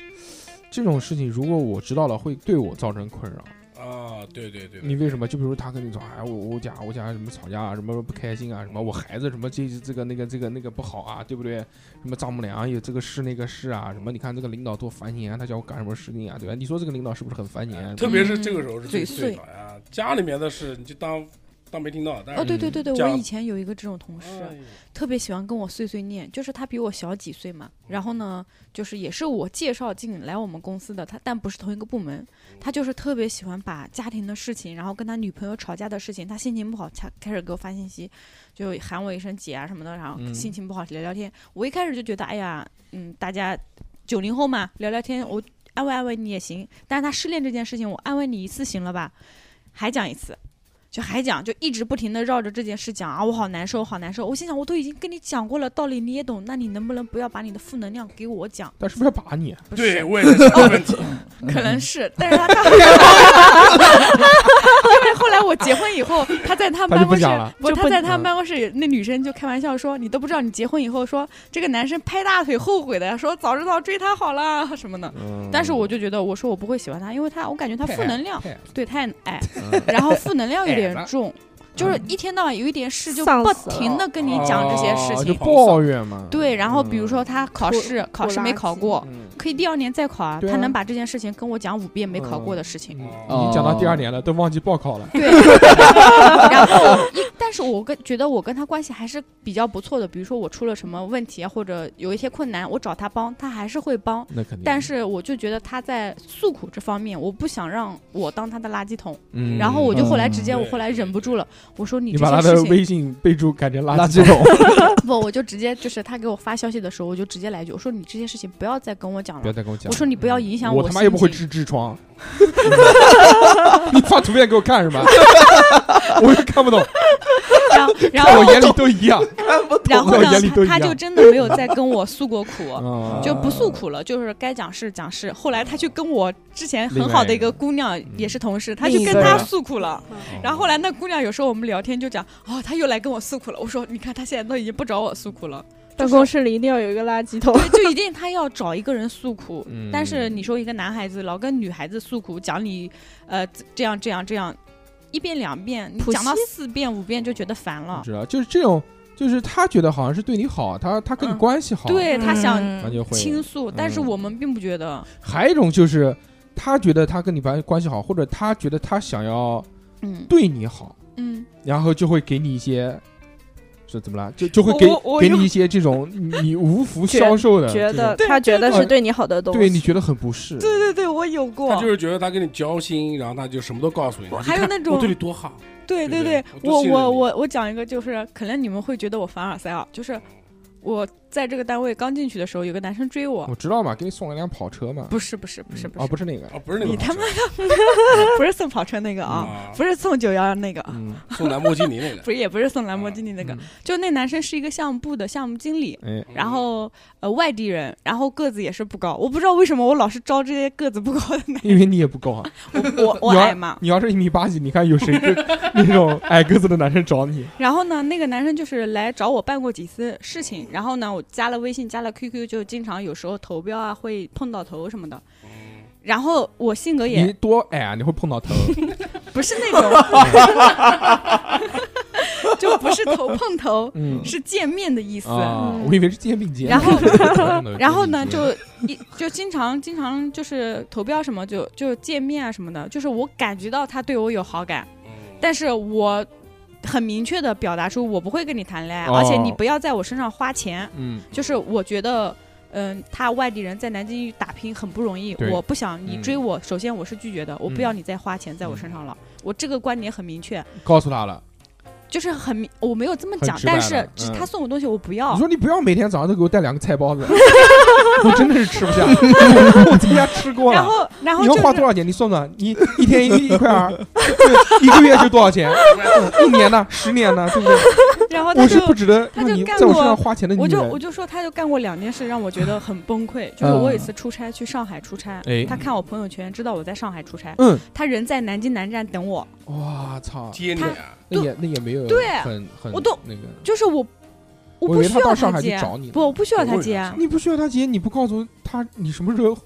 S2: 这种事情，如果我知道了，会对我造成困扰。
S6: 啊，对对对，
S2: 你为什么？就比如他跟你说，哎，我我家我家什么吵架啊，什么不开心啊，什么我孩子什么这这个那个这个那个不好啊，对不对？什么丈母娘有这个事那个事啊，什么你看这个领导多烦人啊，他叫我干什么事情啊，对吧？你说这个领导是不是很烦人、啊？
S6: 特别是这个时候是最
S5: 嘴碎
S6: 最的啊，家里面的事你就当当没听到，但
S5: 哦，啊
S6: 是
S5: 对对对对，
S6: 这样
S5: 我以前有一个这种同事，
S6: 哎
S5: 特别喜欢跟我碎碎念，就是他比我小几岁嘛，然后呢，就是也是我介绍进来我们公司的，他但不是同一个部门，他就是特别喜欢把家庭的事情，然后跟他女朋友吵架的事情，他心情不好，他开始给我发信息，就喊我一声姐啊什么的，然后
S2: 嗯
S5: 心情不好聊聊天。我一开始就觉得，哎呀，嗯，大家九零后嘛，聊聊天，我安慰安慰你也行。但是他失恋这件事情，我安慰你一次行了吧？还讲一次，就还讲，就一直不停的绕着这件事讲啊，我好难受，好难受。我心想，我都已经跟你讲过了，道理你也懂，那你能不能不要把你的负能量给我讲？
S2: 但是不是要把你？啊
S5: 不是
S6: 对，我也
S2: (laughs)
S6: 在想问题，
S3: 嗯
S5: 可能是，但是他他因为 (laughs) 后来我结婚以后，他在他
S2: 他就
S5: 办
S2: 不
S5: 公室
S2: 讲了，
S5: 不，
S7: 就
S5: 他
S7: 不
S5: 在他
S2: 嗯
S5: 办公室，那女生就开玩笑说：“你都不知道你结婚以后说这个男生拍大腿后悔的，说早知道追他好了什么的。”
S2: 嗯
S5: 但是我就觉得，我说我不会喜欢他，因为他我感觉他负能量
S2: 太
S5: 对太矮，
S2: 嗯
S5: 然后负能量有
S2: 矮了嗯
S5: 点重，就是一天到晚有一点事就
S4: 丧
S5: 不
S4: 死
S5: 停
S4: 了
S5: 的跟你讲这些事
S2: 哦就
S5: 情。
S2: 抱怨嘛。
S5: 对，然后比如说
S2: 嗯，
S5: 他考
S4: 拖
S5: 试，考
S4: 拖
S5: 试没
S4: 拉
S5: 考
S4: 机
S5: 过，
S2: 嗯
S5: 可以第二年再考啊。
S2: 对
S5: 他
S2: 啊
S5: 能把这件事情跟我讲五遍没
S2: 嗯
S6: 哦
S5: 考过的事情。
S2: 哦你讲到第二年了，都忘记报考了。
S5: 对，然后一但是我跟觉得我跟他关系还是比较不错的。比如说我出了什么问题啊，或者有一些困难，我找他帮，他还是会帮。
S2: 那肯定。
S5: 但是我就觉得他在诉苦这方面，我不想让我当他的垃圾桶。
S2: 嗯，
S5: 然后我就后来直接，
S6: 嗯
S5: 我后来忍不住了，我说你
S2: 你
S5: 这
S2: 把他
S5: 些事
S2: 的
S5: 情
S2: 微信备注改成垃
S3: 垃
S2: 圾
S3: 圾桶， (laughs)
S5: (laughs) 不，我就直接就是他给我发消息的时候，我就直接来一句，我说你这些事情不要再跟我讲
S2: 不要
S5: 了。
S2: 再跟我讲。
S5: 我说你不要影响
S2: 我，
S5: 我
S2: 他妈又不会
S5: 心
S2: 治痔疮。 (laughs) 你发图片给我看是吧？ (laughs) 我又看不懂，
S5: 然后
S2: (laughs)
S5: 然
S2: 在
S5: 后
S2: 我眼里都一样。
S5: 然后
S2: 我眼里都
S5: 呢，
S2: 一
S5: 他
S2: 样
S5: 就真的没有再跟 (laughs) 我诉过苦。
S2: (laughs) 啊
S5: 就不诉苦了，就是该讲是讲是。后来他去跟我之前很好的一个姑娘，
S2: 嗯
S5: 也是同事，他
S8: 另
S5: 就
S8: 一
S5: 跟
S8: 个
S5: 她
S3: 人
S5: 诉苦了。然后后来那姑娘有时候我们聊天就讲，哦，他又来跟我诉苦了。我说，你看他现在都已经不找我诉苦了，
S4: 办公室里一定要有一个垃圾桶。
S5: 对，就一定他要找一个人诉苦。
S2: 嗯
S5: 但是你说一个男孩子老跟女孩子诉苦，讲你呃这样这样这样，一遍两遍，你
S4: 普
S5: 讲到
S4: 希
S5: 四遍五遍就觉得烦了
S2: 知。道，嗯就是这种，就是他觉得好像是对你好，他他跟你
S5: 嗯
S2: 关系好，
S5: 对他想
S2: 他
S8: 嗯
S2: 就会
S5: 倾诉，但是
S2: 嗯
S5: 我们并不觉得，
S2: 还有一种就是，他觉得他跟你关关系好，或者他觉得他想要
S5: 嗯
S2: 对你好，
S5: 嗯，
S2: 然后就会给你一些，是怎么了？就就会给
S5: 我我
S2: 给
S5: 有
S2: 你一些这种你你无福消受的
S4: 觉
S2: 这
S4: 得
S2: 种，
S4: 他觉得是对你好的东西，
S2: 对你觉得很不适。
S5: 对对对，我有过
S6: 他就是觉得他跟你交心，然后他就什么都告诉你。
S5: 还有那
S6: 我
S5: 种
S6: 对你多好，
S5: 对
S6: 对
S5: 对
S6: 对
S5: 对，
S6: 我都
S5: 我
S6: 信任
S5: 我
S6: 你
S5: 我我讲一个，就是可能你们会觉得我凡尔赛啊，就是我在这个单位刚进去的时候，有个男生追我，
S2: 我知道嘛，给你送了辆跑车嘛，
S5: 不是不是不是不
S2: 啊，
S5: 是
S2: 嗯不是那个，
S6: 啊，不是那个
S5: 你他妈
S6: 的
S5: 不是送跑车那个啊，
S6: 啊，
S5: 不是送九幺幺那个啊，
S2: 嗯，
S6: 送兰博基尼那个
S5: 不是也不是送兰博基尼那个，就那男生是一个项目部的项目经理。
S2: 哎，
S5: (laughs)
S6: 嗯
S5: 然后呃外地人，然后个子也是不高，我不知道为什么我老是招这些个子不高的
S2: (laughs)
S5: 男，
S2: 因为你也不高
S5: (laughs)
S2: 啊，
S5: 我我我
S2: 你要
S5: 矮嘛。
S2: 你要是一米八几，你看有谁
S5: (laughs)
S2: 跟那种矮个子的男生找你？
S5: 然后呢，那个男生就是来找我办过几次事情，然后呢，我加了微信，加了 QQ，就经常有时候投标啊会碰到头什么的。然后我性格
S2: 你
S5: 也
S2: 多矮啊？你会碰到
S5: (laughs)
S2: 头？
S5: 不是
S2: (laughs)
S5: 那种，就不是头碰头，
S2: 嗯
S5: 是见面的意思。
S2: 啊，
S4: 嗯
S2: 我以为是肩并肩。
S5: 然后
S2: (laughs)
S5: 然后呢，
S2: 肩并肩
S5: 就一就经常经常就是投标什么就就见面啊什么的，就是我感觉到他对我有好感，
S2: 嗯
S5: 但是我很明确的表达出我不会跟你谈恋爱，
S2: 哦
S5: 而且你不要在我身上花钱，
S2: 嗯，
S5: 就是我觉得。嗯，他外地人在南京打拼很不容易
S2: 对，
S5: 我不想你
S2: 嗯
S5: 追我。首先我是拒绝的，我不
S2: 嗯
S5: 要你再花钱在我身上了。我这个观点很明确，
S2: 告诉他了。
S5: 就是很明，我没有这么
S2: 很
S5: 讲，
S2: 直白
S5: 但
S2: 了
S5: 是只
S2: 嗯
S5: 他送我东西我不要
S2: 你。说你不要每天早上都给我带两个菜包
S5: (laughs)
S2: 子，我真的是吃不下，我我在家吃过
S5: 然
S2: 了。
S5: 后，然后
S2: 你
S5: 就
S2: 要
S5: 是
S2: 花多少钱？你算算，你一天一一块二， (laughs) 对一个月就多少钱？
S6: 嗯
S2: 一年呢？十年呢？对不对？
S5: 然后他
S2: 我是
S5: 就
S2: 不值得
S5: 他就
S2: 让你
S5: 干
S2: 在我身
S5: 过
S2: 上花钱的女
S5: 我就
S2: 人
S5: 我。就说，他就干过两件事让我觉得很崩溃。
S2: (laughs)
S5: 就是我有一次出差去上海出差，
S2: 嗯哎
S5: 他看我朋友圈，知道我在上海出差，
S2: 嗯，
S5: 他人在南京南站等我，
S2: 哇操！
S6: 接你
S5: 他
S6: 啊，
S2: 那也那也没有
S5: 对
S2: 很很
S5: 我都
S2: 那个。
S5: 就是我，我
S2: 我以
S5: 不
S2: 为
S5: 需
S2: 他
S5: 要
S2: 到上海去
S5: 接，
S2: 找你呢
S5: 不，我不需要他
S6: 我
S5: 接
S6: 问
S5: 啊
S6: 一，
S2: 你不需要他接，你不告诉他你什么时候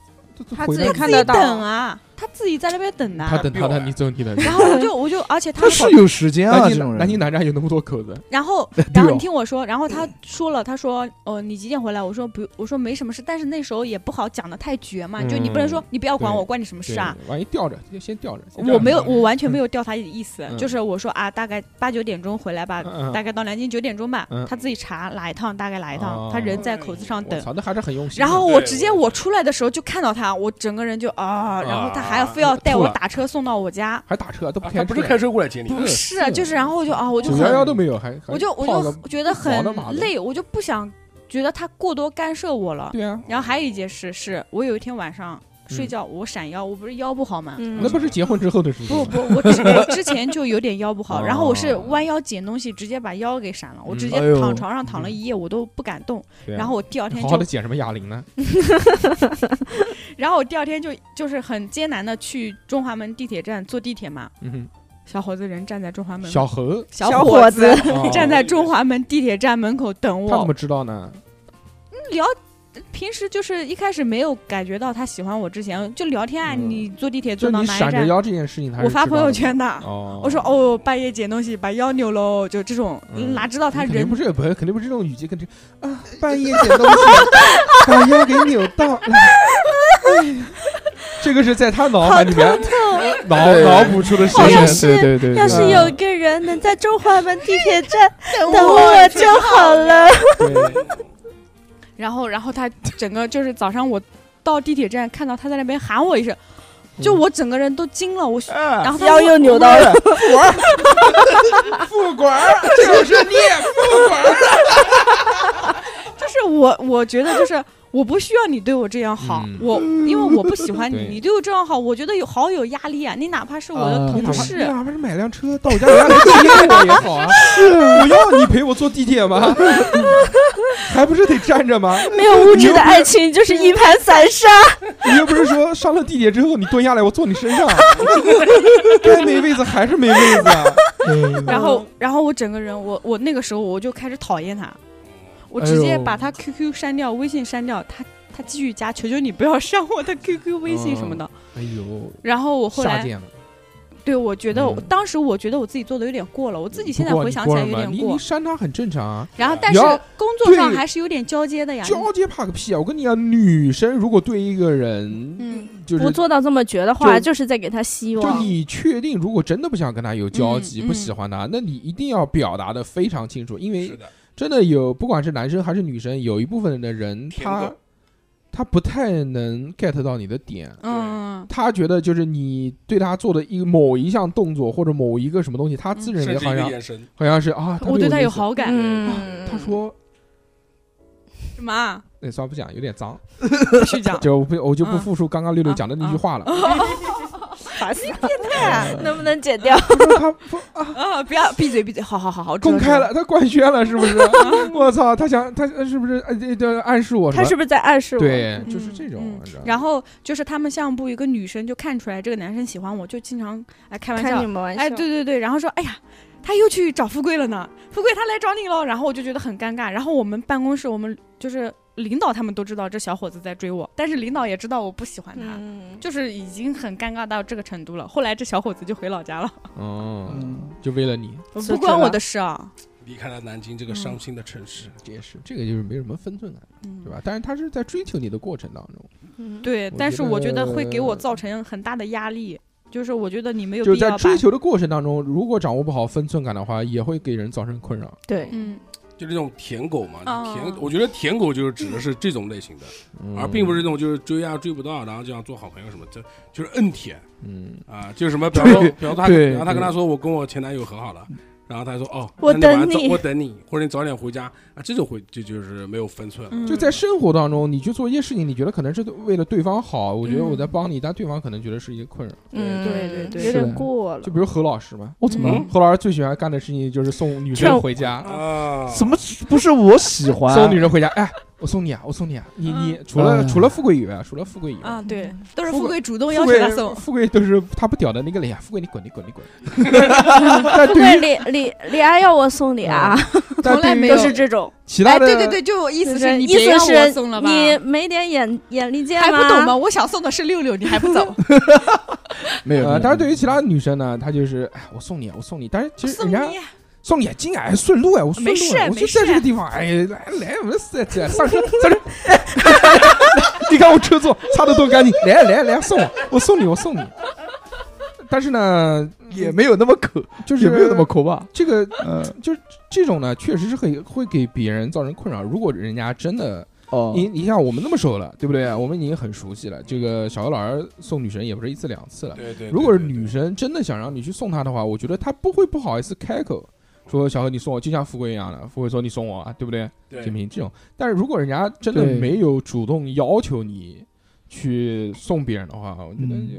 S4: 他
S2: 回
S4: 自己
S2: 来？
S4: 看
S5: 自己
S4: 得到。
S5: 等啊，他自己在那边等
S2: 他等
S5: 啊。
S2: 他
S6: 他
S2: 的，
S6: 表
S2: 你走你的。
S5: 然后我就我就，而且
S3: 他
S5: 他
S3: 是有时间啊，
S2: 南
S3: 这
S2: 京
S3: 种人。
S2: 南京南站有那么多口子，(laughs)
S5: 然后然
S2: 哦
S5: 后你听我说，然后
S2: 嗯
S5: 他说了，他说，呃，你几点回来？我说不，我说没什么事，但是那时候也不好讲的太绝嘛，就你不能说
S2: 嗯
S5: 你不要管
S2: 对
S5: 我，关你什么
S2: 对
S5: 事啊，，
S2: 万一吊着，先先吊着。先吊
S5: 我
S2: 着
S5: 没有，我完全没有吊他的意思，
S2: 嗯
S5: 就是我说啊，大概八九点钟回来吧，
S2: 嗯嗯
S5: 大概到南京九点钟吧，
S2: 嗯
S5: 他自己查哪一趟，大概哪一趟，
S2: 哦
S5: 他人在口子上
S2: 我
S5: 等。
S2: 操，那还是很用心的。
S5: 然后我
S6: 对
S5: 直接我出来的时候就看到他，我整个人就啊，然后他还非要带
S2: 吐
S5: 我
S2: 了
S5: 打车送到我家，
S2: 还打车，都不
S6: 啊
S2: 开
S6: 他
S2: 车，
S6: 不是开车过来接你，哦
S5: 不
S2: (laughs) 是
S5: 是，就是然后我就啊，我就
S2: 九幺幺
S5: 很，
S2: 都没有，还还
S5: 我就我
S2: 泡
S5: 就
S2: 个
S5: 觉得
S2: 跑个马
S5: 很
S2: 路
S5: 累，我就不想觉得他过多干涉我了。
S2: 对啊，
S5: 然后还有一件事是，我有一天晚上睡
S2: 嗯
S5: 觉我闪腰，我不是腰不好嘛，
S4: 嗯
S2: 那不是结婚之后的事情
S5: 不
S2: 吗。
S5: 不，我之我之前就有点腰不好，
S2: 哦
S5: 然后我是弯腰捡东西，直接把腰给闪了，我直接
S3: 嗯哎呦
S5: 躺床上躺了一夜，我都不敢动。
S2: 对啊
S5: 然后我第二天
S2: 好好的
S5: 就，
S2: 捡什么哑铃呢？
S5: 然后我第二天就就是很艰难的去中华门地铁站坐地铁嘛，
S2: 嗯
S5: 小伙子人站在中华
S2: 哼，
S5: 门，
S2: 小
S5: (laughs)
S2: 何
S5: 小
S4: 小
S5: 伙
S4: 伙
S5: 子
S2: 哦
S5: 站在中华门地铁站门口等
S2: 他怎
S5: 我
S2: 么。知道呢？
S5: 聊，平时就是一开始没有感觉到他喜欢我之前，就聊天啊，
S2: 嗯
S5: 你坐地铁
S2: 就
S5: 坐到
S2: 你
S5: 哪一
S2: 闪着
S5: 站？
S2: 腰这件事情，他是
S5: 我发
S2: 知道
S5: 朋友
S2: 的
S5: 圈的。
S2: 哦，
S5: 我说哦，半夜捡东西把腰扭喽，就这种，
S2: 嗯
S5: 哪知道他
S2: 肯
S5: 人
S2: 定不是不肯定不是这种语气，肯定啊半夜捡东西把 (laughs) 腰给扭到了。哎这个是在他脑海里面，脑脑补出的事
S4: 好像
S2: 情，
S4: 是
S2: 对对对，
S4: 要
S2: 对
S4: 是有个人能在中华门地铁站
S5: 等
S4: (laughs) 等我 (laughs) 就好了。
S2: 对
S5: 然后，然后他整个就是早上我到地铁站看到他在那边喊我一声，就我整个人都惊了，我然后他
S4: 腰
S5: 说
S4: 又扭到了，
S2: (laughs)
S9: 副官儿就是你，副官儿。
S5: 就是我， (laughs) 我觉得就是我不需要你对我这样好，
S2: 嗯
S5: 我因为我不喜欢你
S2: 对，
S5: 你对我这样好，我觉得有好有压力啊。你哪怕是我的
S3: 啊
S5: 同
S2: 你
S5: 事，
S2: 哪哎怕是买辆车到我家楼 (laughs) 下来接我也好啊，我要你陪我坐地铁吗？ (laughs) 还不是得站着吗？
S4: 没有物质的爱情就是一盘散沙。
S2: 你又不是说上了地铁之后你蹲下来我坐你身上，啊该没位子还是没位 (laughs) 子啊？
S5: 然后，然后我整个人，我我那个时候我就开始讨厌他，我直
S2: 哎
S5: 接
S2: 呦
S5: 把他 QQ 删掉，微信删掉，他他继续加，求求你不要删我的 QQ、微信什么的。
S2: 哎呦，
S5: 然后我后
S2: 下
S5: 来
S2: 贱了！
S5: 对，我觉得、
S2: 嗯
S5: 当时我觉得我自己做的有点过了，我自己现在
S2: 不过
S5: 回
S2: 你
S5: 想起
S2: 过
S5: 来
S2: 了
S5: 有
S2: 吗
S5: 点
S2: 你
S5: 过
S2: 你。删他很正常啊。
S5: 然后，但
S2: 你
S5: 是
S2: 要
S5: 工作上
S2: 对
S5: 还是有点交接的呀。
S2: 交接怕个屁啊！我跟你讲，女生如果对一个人，
S5: 嗯，
S2: 就是
S4: 我做到这么绝的话，
S2: 就
S4: 就是在给他希
S2: 就
S4: 望。
S2: 你确定，如果真的不想跟他有交集，
S5: 嗯
S2: 不喜欢他，那你一定要表达的非常清楚，因
S6: 是
S2: 为
S6: 的，
S2: 真的有，不管是男生还是女生，有一部分的人
S6: 舔
S2: 他
S6: 狗
S2: 他不太能 get 到你的点。
S5: 嗯，
S2: 他觉得就是你对他做的一某一项动作或者某一个什么东西，他自认为
S6: 甚至
S2: 好
S6: 嗯一
S2: 像
S6: 个眼神，
S2: 好像是啊，
S5: 嗯我对他有
S2: 意思。
S5: 好感。
S4: 嗯， (laughs)
S2: 他说
S5: 什么啊？
S2: 那算了不讲，有点脏，。
S5: 不许讲
S2: (laughs) 就不我就不
S5: 嗯
S2: 复述刚刚六六
S5: 啊
S2: 讲的那句
S5: 啊 (laughs)
S2: 话了。
S4: 烦死变态，能不能剪掉？
S2: 他不
S5: 啊！不要闭嘴闭嘴！好好好好，
S2: 公开
S5: 了。 (laughs)
S2: 了，他官宣了，是不是？(laughs)
S5: 嗯
S2: 我操，他想他是不是呃这这暗示我什
S4: (laughs) 他
S2: 么？
S4: 是不是在暗示我？
S2: 对，
S5: 嗯
S2: 就是这种
S5: 嗯。
S2: 你知道吗
S5: 然后就是他们项目部一个女生就看出来这个男生喜欢我，就经常哎开玩
S4: 开你
S5: 笑，
S4: 们玩笑。
S5: 哎对对对，然后说哎呀，他又去找富贵了呢，富贵他来找你了，然后我就觉得很尴尬。然后我们办公室我们就是领导他们都知道这小伙子在追我，但是领导也知道我不喜欢他，
S4: 嗯，
S5: 就是已经很尴尬到这个程度了。后来这小伙子就回老家了，
S2: 嗯，
S3: (laughs) 嗯，
S2: 就为了你，
S4: 辞职
S5: 不关我
S4: 了
S5: 的事啊。
S6: 离开了南京这个伤心的城市，
S2: 这也是这个就是没什么分寸感，
S5: 嗯
S2: 对吧？但是他是在追求你的过程当中，
S4: 嗯
S5: 对
S2: 我，
S5: 但
S2: 觉
S5: 是我觉得会给我
S2: 得
S5: 造成很大的压力，就是我觉得你没有
S2: 就
S5: 必
S2: 是在
S5: 要把
S2: 追求的过程当中，如果掌握不好分寸感的话，也会给人造成困扰。
S4: 对，
S5: 嗯
S6: 就那种舔狗嘛，
S5: 哦
S6: 舔，我觉得舔狗就是指的是这种类型的，
S2: 嗯
S6: 而并不是那种就是追啊追不到，然后就想做好朋友什么，这就是摁舔
S2: 嗯，
S6: 啊，就是什么，比方说，
S2: 对
S6: 比方说他，
S2: 对嗯
S6: 然后他跟他说我跟我前男友和好了，然后他说哦，
S4: 我
S6: 那晚上
S4: 等
S6: 早
S4: 你
S6: 我等你，或者你早点回家啊，这就会这就是没有分寸了。
S5: 嗯，
S2: 就在生活当中，你去做一些事情，你觉得可能是为了对方好，我觉
S5: 嗯
S2: 得我在帮你，但对方可能觉得是一个困扰。
S4: 嗯，
S5: 对对对
S4: 有
S3: 是
S4: 点
S3: 的
S4: 过了
S2: 就。比如何老师嘛，
S3: 我怎么
S5: 嗯
S2: 何老师最喜欢干的事情就是送女
S3: 劝
S2: 生
S3: 我
S2: 回家。嗯
S6: 啊，
S3: 怎么不是我喜欢？
S2: 送女人回家，哎，我送你啊，我送你啊，你你除了
S3: 嗯
S2: 除了富贵以外，除了富贵以外，
S5: 啊，对，都是
S2: 富
S5: 富
S2: 贵
S5: 贵主动
S2: 富
S5: 要求
S2: 贵
S5: 他送。
S2: 富贵都是他不屌的那个脸，啊富贵你滚你滚
S5: (laughs)
S2: 你滚，
S4: 不会，李李李安要我送你啊，
S2: 但对于
S4: 都是 (laughs) 这种。
S2: 其他
S5: 哎，
S2: 的
S5: 对对对，就嗯我意思
S4: 就是
S5: 你
S4: 意
S5: 别
S4: 思
S5: 让我
S4: 是
S5: 送了吧，
S4: 你没点眼眼力见
S5: 还不懂吗？
S4: 吗？
S5: 我想送的是六六，你还不走，
S3: 没有，没
S2: 呃，
S3: 有
S2: 但是对于其他女生呢，她就是哎，我送你啊，我送你，但是其实
S5: 送
S2: 人家
S5: 你。
S2: 送你啊，进哎，顺路哎，我顺
S5: 没
S2: 路
S5: 事
S2: 哎，我
S5: 没
S2: 就在这
S5: 事
S2: 个地方，哎，来来，我们是这上车上
S3: (laughs)
S2: 车，你看我车座擦的多干净，来来来，送我，我送你，我送你。但是呢，
S3: 也没有那么抠，
S2: 就是
S3: 也没有那么抠吧？
S2: 这个
S3: 嗯，
S2: 就是这种呢，确实是很会给别人造成困扰。如果人家真的，
S3: 哦，
S2: 你你像我们那么熟了，对不对？我们已经很熟悉了。这个小何老师送女神也不是一次两次了。
S6: 对对，
S2: 如果是
S6: 对对
S2: 女生真的想让你去送她的话，我觉得她不会不好意思开口说小何你送我，就像富贵一样的，富贵说你送我啊，对不对？
S6: 对
S2: 行不行？这种，但是如果人家真的
S3: 对
S2: 没有主动要求你去送别人的话，我觉得
S3: 嗯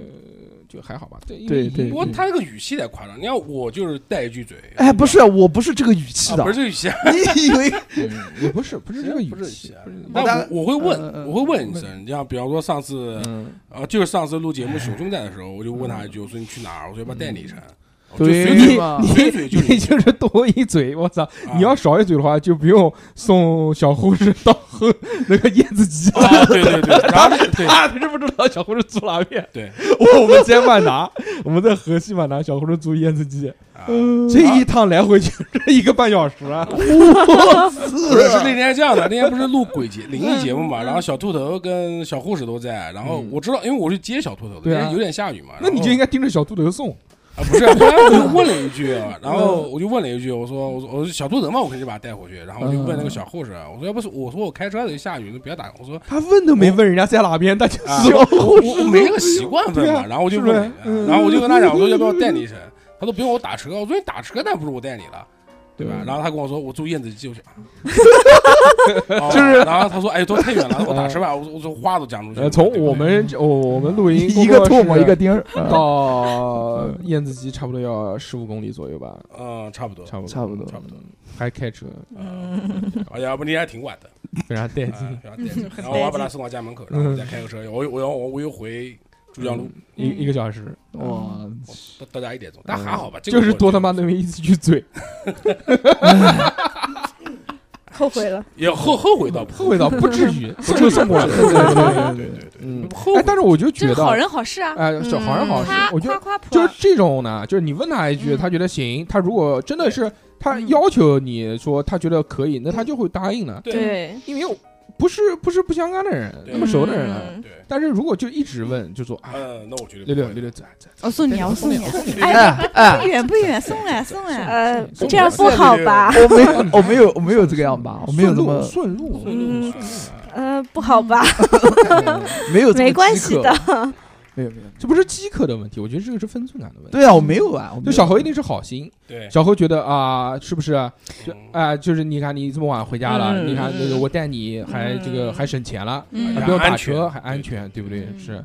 S2: 就就还好吧。对
S3: 对对
S6: 不过他这个语气太夸张，你看我就是带一句嘴，
S3: 哎，不是，我不是这个语气
S6: 啊
S3: 的
S6: 不，是这个语气啊，
S3: 你以为
S2: 嗯也不是不是这个语
S6: 不是这个语
S2: 气
S6: 气啊，
S2: 不是这个语气
S3: 我大
S6: 但我我会
S3: 嗯
S6: 问，
S3: 嗯
S6: 我会问一声，你像比方说上次
S2: 嗯 (laughs) 嗯
S6: 啊，就是上次录节目《熊熊在》的时候，我就问他一句，我说你去哪儿？我说要不要带你一程？ (laughs) 就
S3: 对
S6: 随
S3: 你
S6: 嘴
S3: 嘛
S6: 随嘴就
S2: 你就是多一嘴，我
S6: 啊
S2: 操！你要少一嘴的话，就不用送小护士到喝 (laughs) 那个椰子鸡了。
S6: 啊，对对对，
S2: (laughs)
S6: 然后对
S2: 啊，他知不知道小护士租拉面？
S6: 对，
S2: 我我们先万达，我们在河西万达，小护士租椰子鸡，
S6: 啊，
S2: 这一趟来回就是一个半小时啊。
S6: 不是，是那天这样的，那天不是录鬼
S2: (laughs)
S6: 节灵异节目嘛，然后小兔头跟小护士都在，然后我知道，因为我是接小兔头的，
S2: 嗯对啊
S6: 那天有点下雨嘛，
S2: 那你
S6: 然后
S2: 就应该盯着小兔头送。
S6: 啊，不是，
S2: (laughs)
S6: 后来我就问了一句，啊然后
S2: 嗯
S6: 我就问了一句，我说，我说，我说小兔子嘛，我肯定就把他带回去。然后我就问那个小护士，我说，要不是我说我开车的就下雨，你不要打。我
S2: (laughs)
S6: 说，
S2: 他问都没问人家在哪边，他就
S6: 啊
S2: 是
S6: 我我没这个习惯问
S2: 对
S6: 嘛。
S2: 啊
S6: 然后我就是
S2: 不是嗯
S6: 问了一下，然后我就跟他讲，我说要不要带你一程？他说不用我打车。我说你打车那不如我带你了。对
S2: 嗯
S6: 吧？然后他跟我说我住燕子鸡，我想，
S2: (laughs)
S6: 哦
S3: 就是
S6: 然后他说哎，都太远了，我打车吧。我说我说话都讲出
S2: 嗯
S6: 去
S2: 呃，
S6: 了。
S2: 从
S6: 对吧
S2: 我们我我们录音
S3: 一个唾
S2: 通
S3: 沫一个钉儿，嗯
S2: 到燕子鸡差不多要十五公里左右吧，
S6: 嗯，差不多，
S2: 差不多
S3: 差不多
S6: 差不多。
S2: 还开车，
S6: 嗯，而且要不那天还挺晚的。
S2: 非常带劲。
S6: 啊，然
S4: (laughs)
S6: 后然后我要把他送到家门口，然后我再开个车，我又我又我又回珠江路，
S2: 一一个小时，
S3: 哇，
S6: 到到家一点钟，但还好吧，这个
S2: 就
S6: 我
S2: 是多他妈那么一次去嘴，
S4: 后悔了。
S6: 也后后悔到不
S2: 后悔到不至于，
S6: 不
S2: 就送过来。
S6: 对对对对对，
S2: 嗯，
S6: 后
S2: 哎
S6: 悔，
S2: 但是我就
S8: 这
S2: 觉
S8: 是
S2: 得，
S8: 好人好事啊！
S2: 哎，是好人好事
S8: 夸，
S2: 我觉
S8: 夸
S2: 得
S8: 夸普
S2: 就是这种呢，就是你问他一句，
S8: 嗯
S2: 他觉得行，他如果真的是他要求你说他觉得可以，那他就会答应的，
S6: 对
S2: 因为我不是不是不相干的人，
S6: 对
S2: 那么熟的人啊了。
S8: 嗯
S6: 对，
S2: 但是如果就一直问，就说啊，
S6: 嗯，那我觉得
S2: 六六六六走啊走啊，
S8: 我送你啊，我送你啊，
S3: 哎哎，
S8: 不远不远，送
S2: 嗯
S8: 哎送哎，
S4: 呃，
S2: 送
S4: 这样
S2: 送
S4: 不好吧？
S3: 我没有我没有我没有这个样吧，我没有那么
S2: 顺路，顺路
S4: 嗯
S2: 顺路
S4: 呃，不好吧？
S2: 啊，
S3: 没有这么
S4: 没关
S3: 饥
S4: 系
S3: 渴
S4: 的，，
S3: 没有没有。
S2: 这不是饥渴的问题，我觉得这个是分寸感的问题。
S3: 对啊，我没有啊，我没
S2: 就
S3: 有
S2: 小何一定是好心，
S6: 对，
S2: 小何觉得啊，是不是啊？就
S6: 嗯
S2: 啊，就是你看你这么晚回家了，
S4: 嗯
S2: 你看那个我带你还这个
S4: 嗯
S2: 还省钱了，
S8: 嗯
S2: 还
S6: 然
S2: 不
S6: 后
S2: 用打
S6: 安全
S2: 车，还安全，对不对？是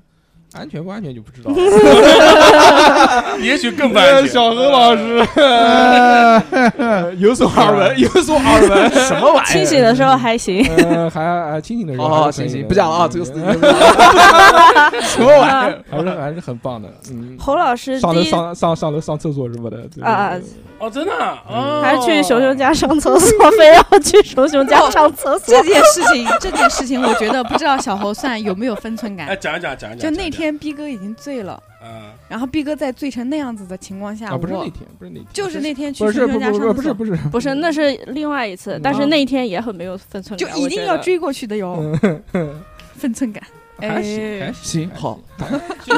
S2: 安全不安全就不知道了。
S6: 嗯也许更安
S2: (laughs)
S6: 全。
S2: 何老
S6: 嗯
S2: 师 (laughs) 有所耳闻，有所耳
S3: (laughs)
S2: 闻。
S3: 什么玩意儿？
S4: 清醒的时候还行，
S2: 呃，还还清醒的时候
S3: 哦，
S2: 还是可
S3: 行
S2: 以的，
S3: 行，不讲了啊，这
S2: 嗯
S3: 个死
S2: (laughs)
S3: 什么玩意儿？
S2: 还是还是很棒的。嗯，
S4: 侯老师
S2: 上
S4: 第
S2: 楼
S4: 一
S2: 上上上楼上厕所什么的对
S4: 啊
S6: 哦，真的啊，哦
S4: 还是去熊熊，家上厕所， (laughs) 非要去熊熊家上厕所
S8: 这。件事情，这件事情，我觉得不知道小侯算有没有分寸
S6: 哎，
S8: 感。
S6: 讲一讲讲一讲，
S8: 就那
S6: 讲一
S8: 天逼哥已经醉了，
S6: 讲，嗯，
S8: 然后逼哥在醉成那样子的情况下，
S2: 啊，不是那
S8: 我
S2: 天，不是那天，
S8: 就是那天去
S2: 不
S8: 熊
S2: 是
S8: 熊
S2: 不
S8: 家
S2: 是
S8: 上
S2: 不是不
S8: 厕
S2: 是
S8: 所，
S2: 不是
S4: 不是，那是另外一次，但是那一天也很没有分寸
S8: 就
S4: 感，
S8: 一定要
S4: 我觉得。
S8: 追过去的哟，分寸感。
S2: 嗯 (laughs)
S8: 哎
S2: 还行还
S3: 行好，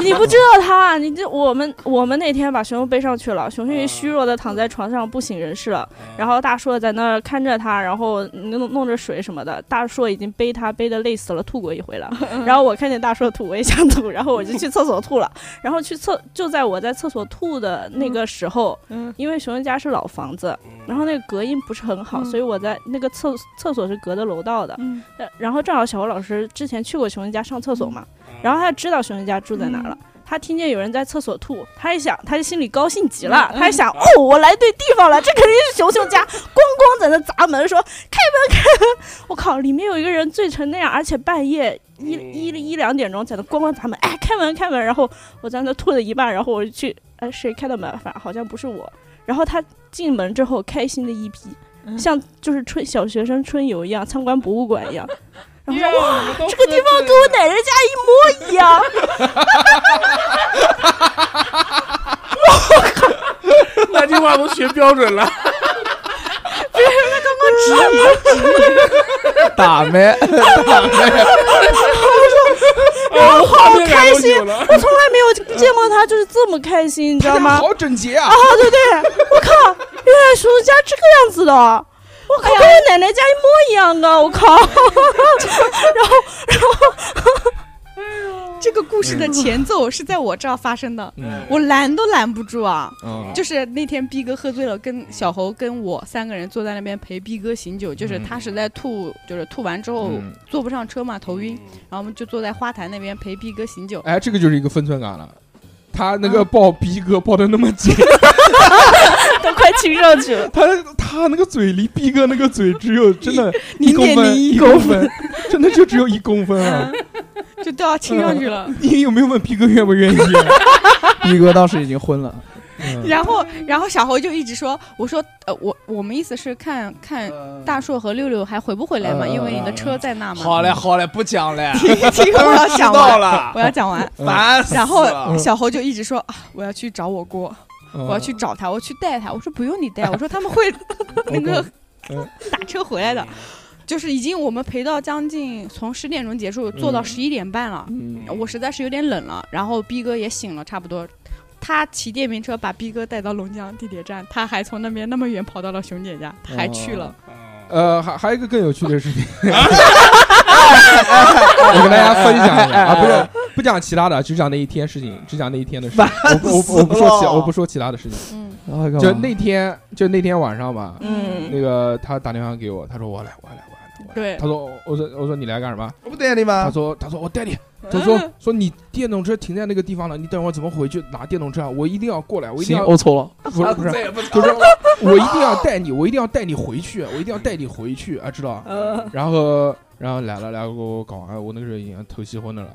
S4: 你
S8: (laughs)
S4: 不知道他，啊你这我们我们那天把熊熊背上去了，熊熊也虚弱的躺在床上不省人事了，
S6: 嗯
S4: 然后大硕在那儿看着他，然后弄弄着水什么的，大硕已经背他背的累死了，吐过一
S8: (laughs)
S4: 回了。然后我看见大硕吐，我也想吐，然后我就去厕所吐了。然后去厕就在我在厕所吐的那个时候，
S8: 嗯
S4: 因为熊熊家是老房子，
S6: 嗯
S4: 然后那个隔音不是很好，
S8: 嗯
S4: 所以我在那个厕厕所是隔着楼道的。
S8: 嗯，
S4: 呃然后正好小侯老师之前去过熊熊家上厕所嘛，
S6: 嗯
S4: 然后
S6: (laughs)
S4: 他知道熊熊家住在哪儿了。他听见有人在厕所吐，他一想，他就心里高兴极了。
S8: 嗯嗯
S4: 他一想，哦，我来对地方了，这肯定是熊熊家。咣咣在那砸门，说开门开门！我靠，里面有一个人醉成那样，而且半夜一
S6: 嗯
S4: 一一两点钟在那咣咣砸门，哎，开门开门！然后我在那吐了一半，然后我就去，哎，谁开的门？反正好像不是我。然后他进门之后，开心的一批，
S8: 嗯
S4: 像就是春小学生春游一样，参观博物馆一样。然后说哇，
S6: 哇，
S4: 这个地方跟我奶奶家一模一样。 (laughs)
S6: 南京话都学标准了，
S3: 打麦，
S6: 我好
S4: 开心 (laughs)
S6: (laughs)
S4: 我从来没有见过他就是这么开心，你知道吗？
S3: 好整洁啊
S4: 啊！，对对，我靠，原来熊家这个样子的，我靠，跟我奶奶家一模一样的，我靠，
S8: 这个故事的前奏是在我这儿发生的，
S2: 嗯
S8: 我拦都拦不住啊！
S2: 嗯
S8: 就是那天逼哥喝醉了，跟小侯跟我三个人坐在那边陪逼哥醒酒，就是他实在吐，就是吐完之后
S2: 嗯
S8: 坐不上车嘛，头晕，然后我们就坐在花坛那边陪逼哥醒酒。
S2: 哎，这个就是一个分寸感了。他那个抱逼哥抱的那么紧，
S4: (laughs) 都快亲上去了。
S2: 他他那个嘴离逼哥那个嘴只有真的一
S8: 零
S2: 公
S8: 点
S2: 分，
S8: 零一
S2: 公分，真的就只有一公分啊！
S8: 就都要亲上去了。
S2: (laughs) 你有没有问逼哥愿不愿意？啊
S3: 逼哥当时已经昏了，
S2: 嗯
S5: 然后，然后小侯就一直说：“我说，呃，我我们意思是看看大硕和六六还回不回来嘛，
S3: 呃
S5: 因为你的车在那嘛。”
S3: 好嘞，好嘞，不讲嘞，
S5: 听我
S3: (laughs)
S5: 要
S3: 知
S5: 讲
S3: 道
S5: 完，
S3: 了，
S5: 我要讲完。
S3: 烦死了。
S5: 然后小侯就一直说啊，我要去找我哥，
S2: 我
S5: 我要去找他，我去带他。我说不用你带，我说他们
S3: (laughs)
S5: 会那个
S2: 嗯
S5: 打车回来的，就是已经我们陪到将近从十点钟结束，坐到
S2: 嗯
S5: 十一点半了。
S2: 嗯
S5: 我实在是有点冷了，然后逼哥也醒了，差不多。他骑电瓶车把逼哥带到龙江地铁站，他还从那边那么远跑到了熊姐家，他还去
S6: 哦
S5: 了。
S2: 呃，还还有一个更有趣的事情， (laughs) 我跟大家分享一下啊，不是不讲其他的，只讲那一天事情，只讲那一天的事情。我不我不我不说其我不说其他的事情，
S5: 嗯
S3: 后
S2: 就那天就那天晚上吧，
S5: 嗯，
S2: 那个他打电话给我，他说我来我来我来我来，
S5: 对
S2: 他说我说我说你来干什么？
S3: 我不带你
S2: 他
S3: 吗？
S2: 说他说我带你，他说说你电动车停在那个地方了，你等会儿怎么回去拿电动车啊？我一定要过来，我一定
S3: 行，
S2: 要
S3: 我错了。
S2: 不是不是，就是我一定要带你，我一定要带你回去，我一定要带你回去啊，知道？ (laughs) 然后然后来了，来了给我搞完，我那个时候已经头熄昏的了，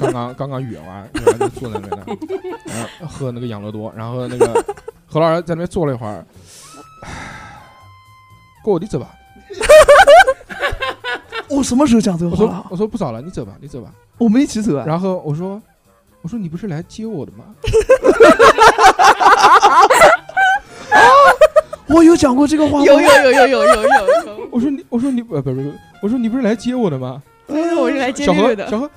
S2: 刚刚刚刚远完，然后就坐在那边呢，然后喝那个养乐多，然后那个何老师在那边坐了一会儿， (sighs) 哥你走吧，
S3: 我什么时候讲这个
S2: 我
S3: 话
S2: 说
S3: 了？
S2: 我说不早了，你走吧，你走吧，
S3: 我们一起走啊！
S2: 然后我说我说你不是来接我的吗？ (laughs)
S3: 我有讲过这个话吗？
S5: 有有有有有有有，
S2: 我说你我说你呃不是不是，我说你不是来接我的吗？
S5: 有，我是来接
S2: 小
S5: 六
S2: 何
S5: 六的。
S2: 小何。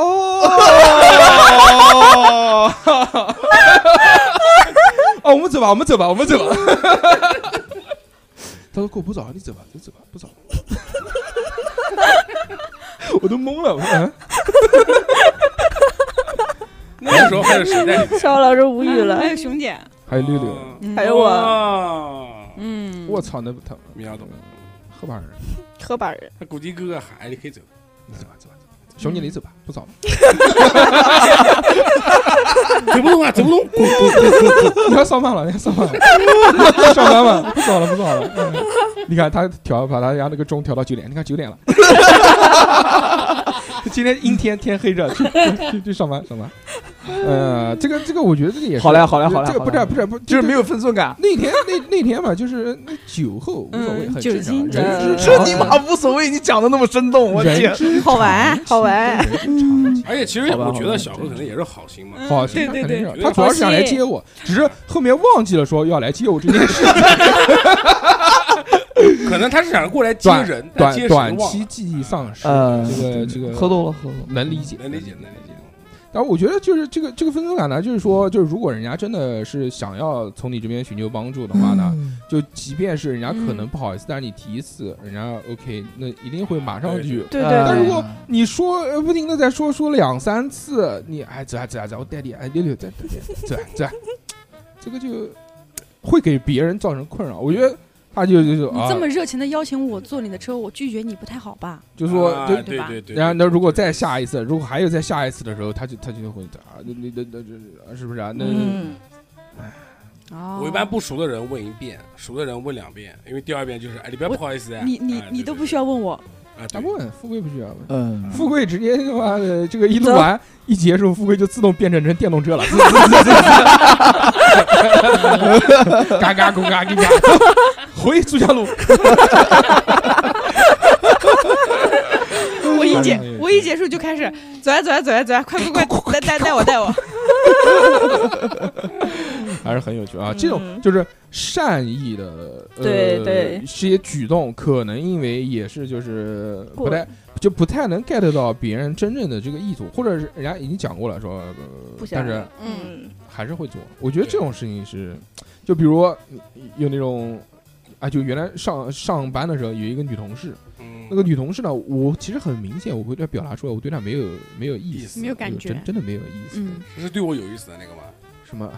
S5: (laughs)
S2: 哦，哦，我们走吧，我们走吧，我们走吧。
S5: (laughs)
S2: 他说：“哥，不早了，你走吧，你走吧， (laughs) 不早了。”我都懵了，我说嗯
S6: (laughs) 那时候还有谁在里
S4: (laughs)
S6: 面？
S4: 肖老师无语了
S5: 还。 (laughs) 有熊姐，
S2: 还有六六，
S5: 哦哎
S4: 还有我
S6: 我，
S5: 嗯，
S2: 我操，那不他
S6: 秒懂，
S2: 河北人，
S4: 河北人，
S6: 他估计哥哥喊你可以走，
S2: 你走吧，走吧，走吧兄弟，你走吧，不早了。
S6: 走不动啊，走不动，滚滚
S2: (laughs) 你要上班了，你要上
S3: (laughs)
S2: 班了，上班吧，不早了，不早了。嗯你看他调把他家那个钟调到九点，你看九点了。 (laughs) 今天阴天，天黑着，去去去去上班上班。呃，这个这个，我觉得这个也是
S3: 好嘞好嘞好嘞
S2: 这个
S3: 好
S2: 不
S3: 嘞
S2: 是不啊是不是，
S3: 就是没
S2: 有
S3: 有分寸感。
S2: 那天那那天嘛，就是那酒后无所谓，
S5: 嗯
S2: 很
S5: 酒
S2: 正常。啊
S5: 精
S2: 人之
S3: 这
S2: 常
S3: 你
S2: 情
S3: 妈无所谓，你讲的那么生动，我
S2: 人
S3: 天！
S2: 之
S5: 好玩
S6: 嗯
S2: 常情
S4: 好玩
S2: 人之常情
S6: 而且其实
S3: 好吧
S6: 我觉
S3: 好吧
S6: 得小何可能也是好心嘛，
S2: 好，
S5: 对
S2: 那
S5: 对
S2: 肯
S5: 对
S2: 定是
S6: 对
S2: 他主要是想来
S5: 好心
S2: 接我，只是后面忘记了说要来接我这件事情。
S6: 可能他是想过来接
S2: 短
S6: 人，
S5: (laughs)
S6: 但接
S2: 短
S6: 谁忘了
S2: 短期记忆丧失，
S3: 呃
S2: 这个这个
S3: 喝多了，喝多了。
S2: 能理解，
S6: 能理解，能理解。
S2: 但我觉得就是这个这个分寸感呢，就是说，就是如果人家真的是想要从你这边寻求帮助的话呢，就即便是人家可能不好意思，但是你提一次，人家 OK，那一定会马上去。
S4: 对
S3: 呃
S2: 但
S4: 对
S2: 如果你说呃不停的在说说两三次，你哎走啊走啊走啊，我带你哎溜溜走啊走啊走啊走啊，这个就会给别人造成困扰。我觉得他就就就
S5: 你
S2: 啊
S5: 这，么热情的邀请我坐你的车，我拒绝你不太好吧？
S2: 就说
S6: 啊
S2: 就
S6: 对
S5: 吧
S6: 对对，
S2: 然后，那如果再下一次，如果还有再下一次的时候，他就他就会啊，那那那那这是不是啊？那
S5: 嗯，哦
S6: 我一般不熟的人问一遍，熟的人问两遍，因为第二遍就是哎，你不要不好意思啊，
S5: 你你
S6: 哎
S5: 你都不需
S6: 要
S5: 要问我，
S6: 啊，
S2: 他
S6: 对
S2: 不问富贵不需要问，
S3: 嗯，
S2: 富贵直接他妈的这个一录完一结束，富贵就自动变成成电动车
S6: (laughs)
S2: 了，滋 (laughs) 滋滋滋滋嘎嘎咕嘎咕嘎，回珠江路，
S5: 我一结
S2: 哎呀
S5: 我一结束就开始走啊呀走呀走呀走呀，快
S6: (laughs)
S5: 快快，带带带我带我，
S2: 还是很有趣啊。
S4: 嗯
S2: 这种就是善意的，呃、
S4: 对对
S2: 这些举动，可能因为也是就是
S4: 过
S2: 不太就不太能 get 到别人真正的这个意图，或者是人家已经讲过了说，呃
S4: 不想
S2: 但是
S5: 嗯，
S4: 嗯，
S2: 还是会做。我觉得这种事情是，就比如嗯有那种。啊，就原来上上班的时候有一个女同事，
S6: 嗯
S2: 那个女同事呢，我其实很明显，我会对她表达出来，我对她没有没有意
S6: 意
S2: 思，
S6: 思
S5: 没有感觉
S2: 真，真的没有意思。
S5: 嗯，
S6: 是对我有意思的那个吗？
S2: 什
S4: (laughs)
S2: 么？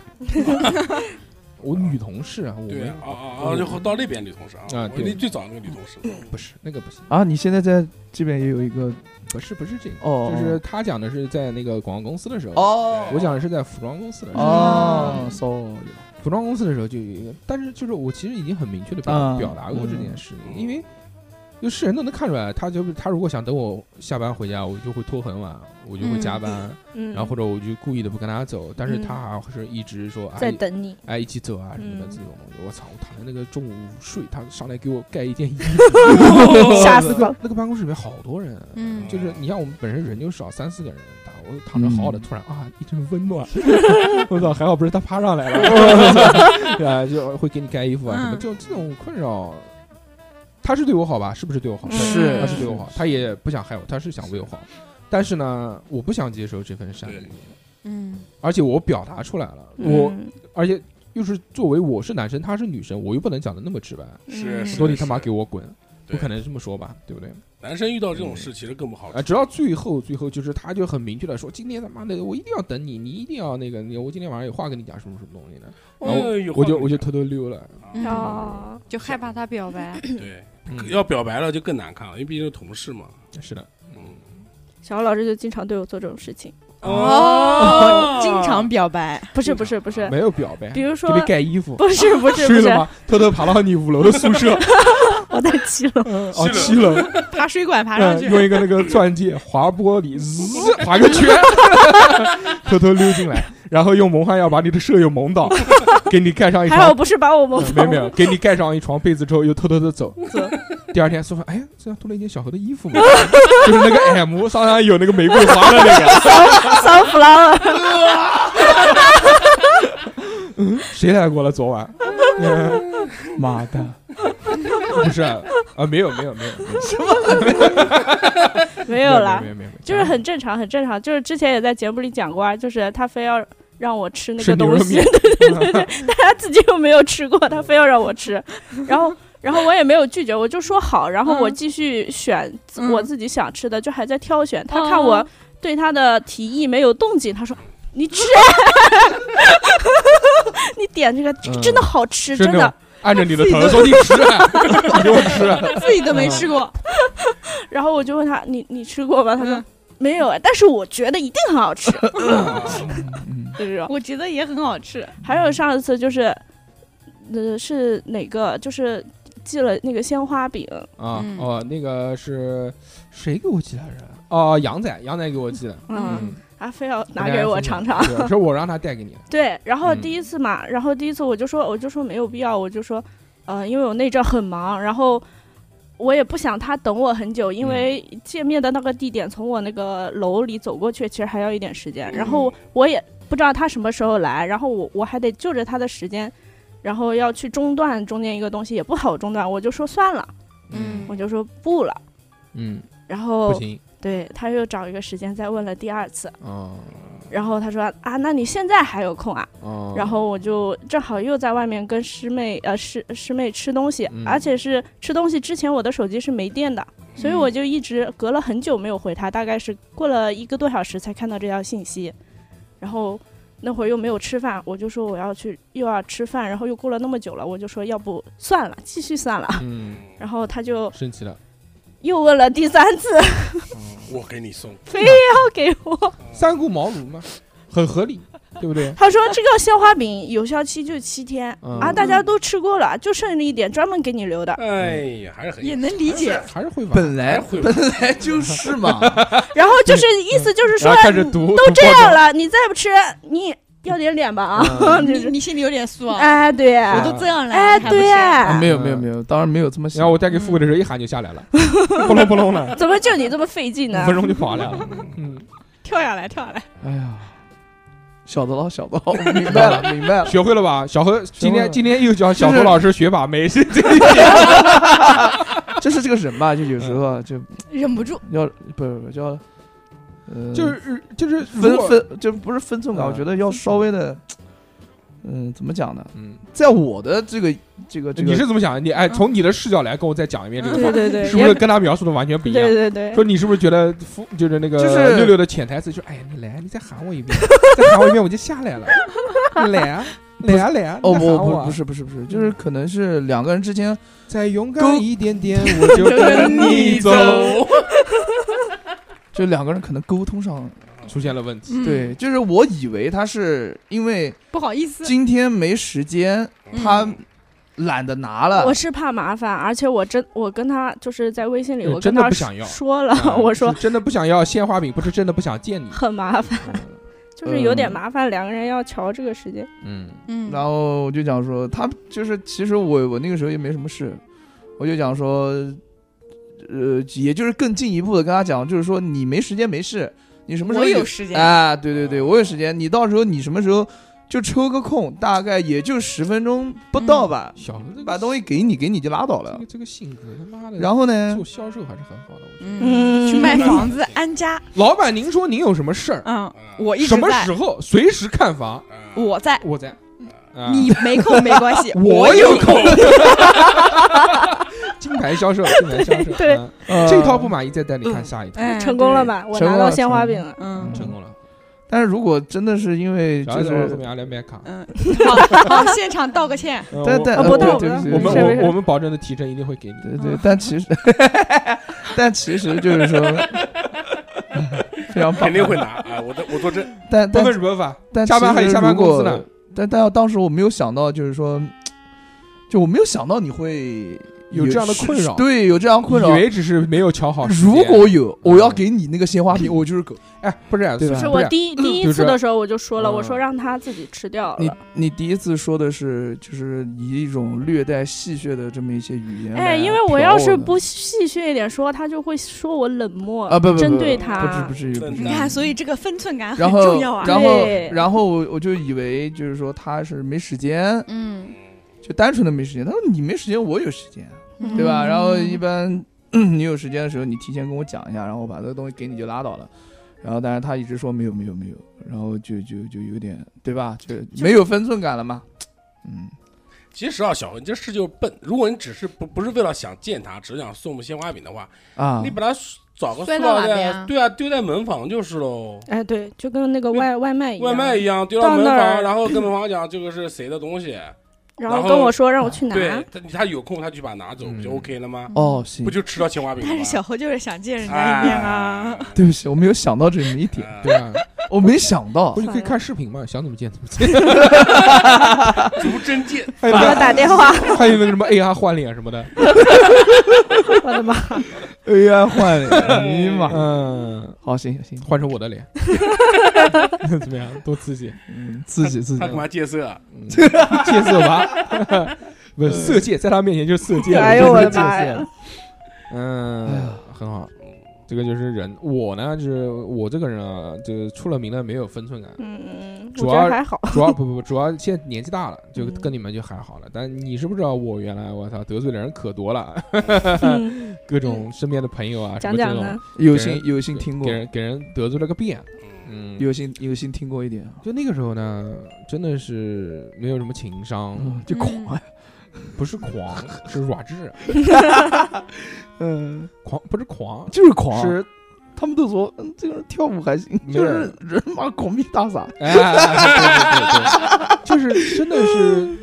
S2: (laughs) 我女同事啊，我
S6: 对
S2: 们
S6: 啊啊啊，就到那边女同事啊，
S2: 啊
S6: 我
S2: 对嗯
S6: 那最早那个女同事，
S2: 不是那个不行，
S3: 啊，你现在在这边也有一个
S2: 不是不是这个，
S3: 哦，
S2: 就是他讲的是在那个广告公司的时候，
S3: 哦
S2: 我讲的是在服装公司的时候，
S3: 哦，sorry，
S2: 服装公司的时候就有一个，但是就是我其实已经很明确的表
S3: 嗯
S2: 表达过这件事情，
S6: 嗯
S2: 因为就是人都能看出来，他就他如果想等我下班回家，我就会拖很晚，我就会加班，
S4: 嗯，
S2: 然后或者我就故意的不跟他走，但是
S4: 嗯
S2: 他还是一直说
S4: 在
S2: 哎
S4: 等你，
S2: 哎一起走啊什么的
S4: 嗯
S2: 这种东西，我操！我躺在那个中午睡，他上来给我盖一件衣服，
S4: (laughs) 吓死了。
S2: 那个办公室里面好多人，啊
S5: 嗯
S2: 就是你像我们本身人就少，三四个人，打我躺着好好的，
S3: 嗯
S2: 突然啊一阵温
S6: (laughs)
S2: 暖，我操，还好不是他爬上来了，对啊，就会给你盖衣服啊什么，
S5: 嗯
S2: 就这种困扰，他是对我好吧？是不是对我好？
S3: 是
S2: 他是对我好，他也不想害我，他是想为我好，但是呢，我不想接受这份善意
S6: 对，
S5: 嗯
S2: 而且我表达出来了，我
S4: 嗯
S2: 而且又是作为我是男生，他是女生，我又不能讲的那么直白，
S6: 是
S4: 嗯
S6: 是
S2: 说你他妈给我滚，
S6: 对
S2: 不可能这么说吧，对不对？
S6: 男生遇到这种事其实更不好
S2: 啊，。直到最后，最后就是他就很明确的说，今天他妈的我一定要等你，你一定要那个，你我今天晚上有话跟你讲什么什么东西的，然后
S6: 哎呦
S2: 我就我就
S6: 话
S2: 偷偷溜了。
S6: 讲啊
S4: 哦，
S5: 就害怕他表
S6: 嗯
S5: 白，
S6: 对，
S2: 嗯
S6: 要表白了就更难看了，因为毕竟是同事嘛。
S2: 是的，
S6: 嗯，
S4: 小欧老师就经常对我做这种事情，
S5: 哦，经常表白，
S4: 不是不是不是，
S2: 没有表白，
S4: 比如说
S2: 给你盖衣服，
S4: 不是不是不
S2: (laughs) 睡了
S4: 是，
S2: 吗？偷偷爬到你五楼的宿
S4: (laughs)
S2: 舍，
S4: 我在七楼，
S2: 哦，七楼，
S5: 爬水管爬上
S2: 嗯
S5: 去，
S2: 用一个那个钻戒划玻璃，滋划个圈， (laughs) 偷偷溜进来，然后用蒙汗药把你的舍友蒙
S4: (laughs)
S2: 倒，给你盖上一
S4: 还好
S2: 床，
S4: 不是把我
S2: 嗯
S4: 们
S2: 没有没有，给你盖上一床被子之后，又偷偷的
S4: (laughs)
S2: 走。第二天说说，哎，这样多了一件小何的衣服嘛， (laughs) 就是那个 M 上上有那个玫瑰花的那
S4: (laughs)
S2: 个，
S4: sunflower，
S2: (laughs) 谁来过了昨晚？嗯
S3: 妈蛋，
S2: 不是啊，没有没有没有，
S4: 没
S2: 没
S4: 有啦
S2: 没，有没有，没有
S4: 就是很正常很正常，就是之前也在节目里讲过啊，就是他非要让我吃那
S2: 吃
S4: 个
S2: 牛
S4: 东
S2: 肉
S4: 西 (laughs)
S2: 面，，
S4: 他自己又没有吃过，他非要让我吃，然后。然后我也没有拒绝，我就说好，然后我继续选自
S5: 嗯
S4: 我自己想吃的，就还在挑选。他看我对他的提议没有动静，他说：“你吃，你点这个，这个真的好吃，
S2: 啊是
S4: 真
S2: 那
S4: 的
S2: 种。按着你的头
S4: (laughs)
S2: 说你吃啊，你给我吃啊，
S5: (laughs) 自己都没吃过，”
S4: 然后我就问他：“你你吃过吗？”他说
S5: 嗯：“
S4: 没有，啊但是我觉得一定很好吃。” (laughs)
S3: 嗯，
S4: 就是这种。
S5: 我觉得也很好吃，
S4: 还有上一次就是，呃，是哪个？就是寄了那个鲜花饼，
S2: 啊
S5: 嗯
S2: 哦，那个是谁给我寄来着？哦，杨仔，杨仔给我
S4: (laughs)
S2: 寄的，
S4: 嗯，
S2: 嗯，
S4: 他非要
S2: 跟大
S4: 拿
S2: 家
S4: 给我
S2: 分享
S4: 尝尝。
S2: 对是我让他带给你的，
S4: 对，然后
S2: 嗯
S4: 第一次嘛，然后第一次我就说，我就说没有必要，我就说，呃，因为我那阵儿很忙，然后我也不想他等我很久，因为见面的那个地点从我那个楼里走过去，其实还要一点时间，然后我也不知道他什么时候来，然后我我还得就着他的时间。然后要去中断中间一个东西也不好中断，我就说算了，
S5: 嗯
S4: 我就说不了。
S2: 嗯，
S4: 然
S2: 不
S4: 后
S2: 行，
S4: 对他又找一个时间再问了第二次，
S2: 哦
S4: 然后他说啊，那你现在还有空啊？
S2: 哦，
S4: 然后我就正好又在外面跟师妹呃师师妹吃东西，
S2: 嗯
S4: 而且是吃东西之前我的手机是没电的，所以我就一直隔了很久没有回她，大概是过了一个多小时才看到这条信息，然后那会儿又没有吃饭，我就说我要去又要吃饭，然后又过了那么久了，我就说要不算了，继续算了， (laughs)
S2: 嗯，
S5: 哦
S4: 然后他就
S2: 生气了，
S4: 又问了第三次，
S6: 我给你送，
S4: 非要给我。
S2: 三顾茅庐嘛，很合理，对不对？
S4: (laughs) 他说这个鲜花饼有效期就七天、
S2: 嗯
S4: 啊，大家都吃过了，就剩了一点专门给你留的。
S6: 哎呀，还是很
S5: 也能理解，
S2: 还是会玩，
S3: 本
S6: 还
S3: 来
S6: 是会玩
S3: 本来就是 (laughs) 嘛，
S4: 然后就是意思就是说
S2: 然后，开始读，
S4: 都
S2: 读
S4: 这
S2: 报告嗯
S4: 样了，你再不吃，你要点脸吧啊！ (laughs) 就
S5: 你
S4: 是
S5: 你心里有点素啊，
S4: 哎，对，
S5: 我都这样了，
S4: 哎，
S5: 你还不
S4: 对
S5: 信，
S3: 啊没有没有
S2: 嗯
S3: 没有，当然没有这么
S2: 然后
S3: 想
S2: 我，带给富贵
S5: 嗯
S2: 的时候，一喊就下来了，扑隆扑隆了，
S4: 怎么就你这么费劲
S2: 五
S4: 呢
S2: 分？钟就跑下来了，嗯，
S5: 跳下来，跳下来，
S3: 哎呀，晓得了晓得了，明白了明白了，
S2: 学会了吧？小何今
S3: 学会
S2: 天
S3: 了
S2: 今天又教小何老师学把妹，这这
S3: 就是这个人吧，就有时候啊就
S5: 忍不住，
S3: 要不不不叫，
S2: (laughs)
S3: 呃，
S2: 就是就是如
S3: 分
S2: 果，
S3: 分就不是分寸感，
S2: 嗯
S3: 我觉得要稍微的，嗯，怎么讲呢？
S2: 嗯，
S3: 在我的这个这个这个，
S2: 你是怎么想的？你哎，从你的视角来跟我再讲一遍这个话
S4: 嗯对，对对，
S2: 是不是
S4: 也
S2: 跟他描述的完全不一样？
S4: 对对对，
S2: 说你是不是觉得夫就是那个
S3: 就是
S2: 六六的潜台词，就是哎呀，你来，你再喊我一遍，再喊我一遍我就下
S4: (laughs)
S2: 来了，来啊，来啊，来啊，
S3: 哦
S2: 你再
S3: 不
S2: 喊我啊
S3: 不不是不是不是，就是可能是两个人之间，
S2: 再勇
S3: 勾
S2: 敢一点点，我就跟你走，
S3: 就两个人可能沟通上，
S2: 出现了问题，
S5: (laughs) 嗯，
S3: 对，就是我以为他是因为
S5: 不好意思，嗯
S3: 今天没时间，他懒得拿了
S4: 我。是怕麻烦，而且我真我跟他就是在微信里，
S2: 对
S4: 我
S2: 真
S4: 跟
S2: 的
S4: 他
S2: 不想要
S4: 说了，
S2: 啊
S4: (laughs) (laughs) 我说
S2: 是真的不想要鲜花饼，不是真的不想见你。
S4: 很麻烦，
S3: 嗯
S4: 就是有点麻烦，两个人要瞧这个时间。
S2: 嗯，
S5: 嗯，
S3: 然后我就讲说，他就是其实我我那个时候也没什么事，我就讲说，呃，也就是更进一步的跟他讲，就是说你没时间没事，你什么时候
S5: 我有时间
S3: 啊？对对对，我有时间，你到时候你什么时候就抽个空，大概也就十分钟不到
S5: 嗯
S3: 吧，
S2: 小子这个
S3: 把东西给你给你就拉倒
S2: 这
S3: 了
S2: 个。这个性格，他妈的，
S3: 然后呢
S2: 做，销售还是很好的。我觉得
S5: 嗯，去卖房子安家，
S2: 老板，您说您有什么事儿？
S5: 嗯，
S6: 啊
S5: 我一直
S2: 什么
S5: 在，
S2: 时候随时看房？
S6: 啊
S5: 嗯我在，
S2: 我在。
S6: 嗯
S2: 啊
S5: 你没空没关系，
S2: (laughs) 我
S5: 有
S2: 有空。金牌销售，金牌销售，
S4: 对
S2: 啊
S3: 呃
S2: 这套不满意再带你看下一套，
S5: 哎
S4: 成功了？吧？我
S3: 成
S4: 拿
S3: 功
S4: 到
S3: 了
S4: 鲜花饼
S3: 成
S4: 了。
S5: 嗯
S2: 成功了。
S3: 但是如果真的是因为
S2: 然后
S3: 就
S2: 我后
S3: 是，
S2: 面还来买卡，
S5: 嗯，好，好，现场道个歉。
S2: 呃
S3: 但
S2: 我
S3: 但
S4: 啊
S3: 呃
S4: 不
S3: 对
S4: 到
S3: 对
S4: 不
S3: 不起
S4: 到
S2: 我
S3: 对不
S2: 们
S3: 起
S4: 是没事
S2: 我我们保证的提成一定会给你的。
S3: 对对，但其实， (laughs) 但其实就是说，非常棒
S6: 肯，定会拿啊！我的我作证，
S3: 但
S2: 不
S3: 但
S2: 分什么法，
S3: 但
S2: 加班还有
S3: 其实
S2: 加班
S3: 如果
S2: 工资呢。
S3: 但但当时我没有想到，就是说，就我没有想到你会
S2: 有这样的困扰
S3: 对，有这样的困扰
S2: 以。为只是没有瞧好时间。
S3: 如果有，我要给你那个鲜花饼，我就是狗。
S2: 哎，不是，
S3: 对吧
S4: 是
S2: 不
S4: 我
S2: 是，
S4: 第一第一
S2: 就
S4: 次
S2: 是
S4: 的时候我就说了，
S2: 嗯
S4: 我说让他自己吃掉
S3: 你
S4: 了。
S3: 你第一次说的是，就是以一种略带戏谑的这么一些语言来
S4: 哎，
S3: 嫖的。
S4: 因为我要是不戏谑一点说，他就会说我冷漠
S3: 啊不不不
S4: 针
S3: 不
S4: 对
S3: 不
S4: 他。
S3: 不至不至于不至
S5: 你
S3: 于。
S5: 看，所以这个分
S4: (laughs)
S5: 寸感很
S3: 然后
S5: 重要啊。
S3: 然后
S4: 对
S3: 然后我我就以为就是说他是没时间，
S5: 嗯，
S3: 就单纯的没时间。他说你没时间，我有时间。
S5: 嗯
S3: 对
S4: 嗯
S3: 吧？然后一般 (clears throat) 你有时间的时候，你提前跟我讲一下，然后我把这个东西给你就拉倒了。然后，但是他一直说没有没有没有，然后就就就有点对吧？就没有分寸感了嘛。嗯，
S6: 其实啊，小何，你这事就是笨。如果你只是不不是为了想见他，只是想送个鲜花饼的话，
S3: 啊
S6: 你，把它找个塑
S5: 摔到
S6: 料
S5: 哪边
S6: 袋，
S5: 啊
S6: 对啊，丢在门房就是喽。
S4: 哎，对，就跟那个外外
S5: 哎
S4: 卖一样，
S6: 外卖一样丢
S4: 到
S6: 到门
S4: 那儿
S6: 房，然后跟门房讲这个是谁的东西，
S4: 然后
S6: 然后
S4: 跟我说让我去拿，
S6: 对他他有空他就把它拿走，
S2: 嗯
S6: 不就 OK 了吗？
S3: 哦，行
S6: 不，就吃到青花饼了
S5: 但
S6: 吗
S5: 是？小侯就是想见人家一面啊
S6: 哎，，
S2: (laughs)
S3: 对不起，我没有想到这么一点，
S6: 哎
S2: 对啊，
S3: 我没想到
S6: (laughs)
S2: 不。是可以看视频嘛，想怎么见怎么见。
S6: 足真见，
S2: 还有
S4: 给我
S2: 那
S4: 打电话，
S2: 还有那个什么 AR 换脸什么 (laughs) 的，
S4: 我的妈！
S3: 哎呀，换了，哎呀妈！
S2: 嗯，
S3: 好，行行行，
S2: 换成我的脸， (laughs) 怎么样？多刺激！
S3: 嗯，自己自己
S6: 他干嘛戒色？啊
S2: 嗯 (laughs) 戒色
S3: (laughs)
S2: 吧，不是色戒，在他面前就是色戒。
S4: 哎呦我的妈
S3: 哎
S4: 呀！
S3: 哎
S2: 嗯
S3: 呀，
S2: 很好，这个就是人。我呢，就是我这个人啊，就是出了名的没有分寸感。
S4: 嗯，我
S2: 主
S4: 觉得
S2: 要
S4: 还好，
S2: 主要不不不，主要现在年纪大了，就
S4: 嗯
S2: 跟你们就还好了。但你知不知道，我原来我操得罪的人可多
S4: (laughs)
S2: 了，
S4: 嗯
S2: 各种身边的朋友啊，什么
S4: 讲嗯讲
S2: 这
S4: 呢
S2: 种，，
S3: 有幸有幸听过
S2: 给，人给人得罪了个遍。
S6: 嗯，
S2: 嗯，
S3: 有幸有幸听过一点，
S2: 就那个时候呢，真的是没有什么情商，
S3: 嗯，就狂啊，
S2: 不是狂， (laughs) 是弱智，
S3: 嗯，
S2: 狂不是狂，
S3: 就是狂。
S2: 是
S3: 他们都说，嗯，这个人跳舞还行，
S2: 没
S3: 就
S2: 有
S3: 是人妈狂逼大 (laughs) 傻。
S2: 哎，对对对对，就是真的是，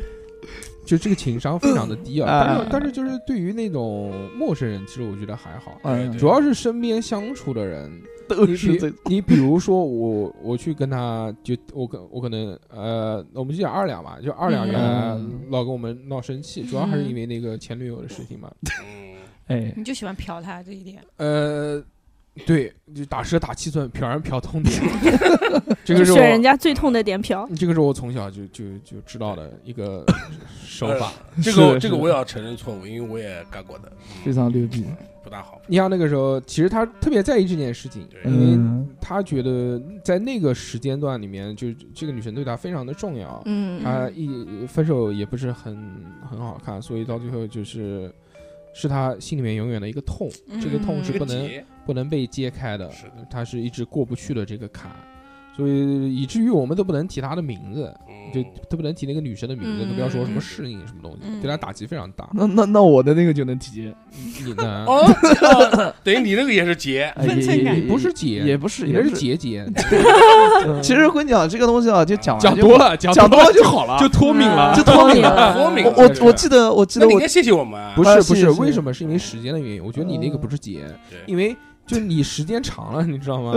S2: 就这个情商非常的低啊。
S3: 嗯
S2: 但是
S3: 哎
S2: 但是就是对于那种陌生人，其实我觉得还好，
S3: 嗯，
S2: 主要是身边相处的人。
S3: 都
S2: 你
S3: 嗯是这
S2: 比你比如说我我去跟他就我可我可能呃，我们就讲二两吧，就二两原来
S3: 嗯
S2: 老跟我们闹生气，主要还是
S5: 嗯
S2: 因为那个前女友的事情嘛。
S6: 嗯
S2: (laughs)
S3: 哎，
S5: (laughs) 你就喜欢嫖他这一点，
S2: 呃，对，就打蛇打七寸，瞟人瞟通
S3: (laughs)
S2: 点，这
S4: 就
S2: 个是
S4: 选人
S2: 我
S4: 家最痛的点嫖，
S2: 这个是我从小就就就知道的一
S6: (laughs)
S2: 个手法。
S6: 这
S3: 是
S6: 个
S3: 的是
S6: 这个
S3: 的
S6: 我也要承认错误，因为我也干过的，
S3: 非常牛逼。
S6: 不大好。
S2: 你像那个时候，其实他特别在意这件事情，
S6: 对
S2: 因为
S3: 嗯
S2: 他觉得在那个时间段里面，就这个女生对他非常的重要。
S4: 嗯，
S2: 他一分手也不是很很好看，所以到最后就是是他心里面永远的一个痛，这个痛
S5: 嗯
S2: 是
S6: 这
S2: 不
S6: 个
S2: 能呃
S6: 结
S2: 不能被揭开的，
S6: 是的
S2: 他是一直过不去的这个坎，所以以至于我们都不能提他的名字，
S6: 嗯
S2: 就都不能提那个女生的名字，
S5: 嗯
S2: 更不要说什么适应什么东西，
S5: 嗯
S2: 对他打击非常
S5: (laughs)
S2: 大。
S3: 那那那我的那个就能提，
S2: 你呢？
S6: 哦，哦等于你那个也是结，
S3: 哎
S5: 分寸
S3: 也
S5: 感
S3: 也
S2: 你不是姐，
S3: 也不是，
S2: 你
S3: 也
S2: 那
S3: 不
S2: 是。姐姐。
S3: 其实跟你讲这个东西啊，就讲完
S2: 讲
S3: 就
S2: 多了，讲
S3: 讲
S2: 多了
S3: 多了就 (laughs) 好了，
S2: 就脱敏
S6: 啊
S2: 了，
S4: 嗯
S3: 就脱敏了。
S4: 啊
S6: (laughs) 脱敏
S3: 我
S6: 了
S3: 我我记得我记得
S6: 那你应
S3: 我
S6: 该谢谢我们啊。
S2: (laughs) 不
S3: 啊
S2: 是
S3: 是
S2: 不
S3: (laughs)
S2: 是，
S3: 是
S2: 为什么？是因为
S3: 呃
S2: 时间的原因。我觉得你那个不是姐，
S6: 对
S3: (laughs)
S2: 因为就你时间长了，你知道吗？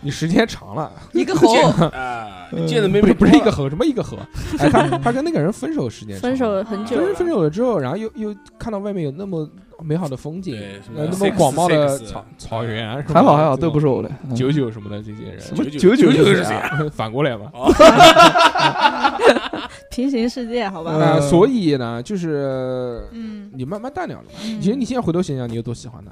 S2: 你时间长了，
S5: 一个猴，
S6: 啊，你见的妹妹
S2: 嗯不是一
S6: 多
S2: 个
S6: 了
S2: 和什么一个和，哎，他他跟那个人分手时间长
S4: 分手很久
S2: 真是 (laughs)
S4: 了，
S2: 分手了之后，然后又又看到外面有那么美好的风景，
S6: 对什么
S2: 呃，那么
S6: six
S2: 广袤的
S6: six
S2: 草草原，什么
S3: 还好还好，
S2: 这
S3: 队
S2: 种
S3: 不是我的。嗯
S2: 九九什么的这些人，
S6: 九
S3: 九九
S6: 九
S3: 九
S6: 是谁啊？
S2: (laughs) 反过来嘛。
S6: 哦
S4: (laughs) 平行世界，好吧？
S2: 呃，所以呢，就是
S5: 嗯，
S2: 你慢慢淡掉了嘛。
S5: 嗯
S2: 其实你现在回头想想，你有多喜欢他？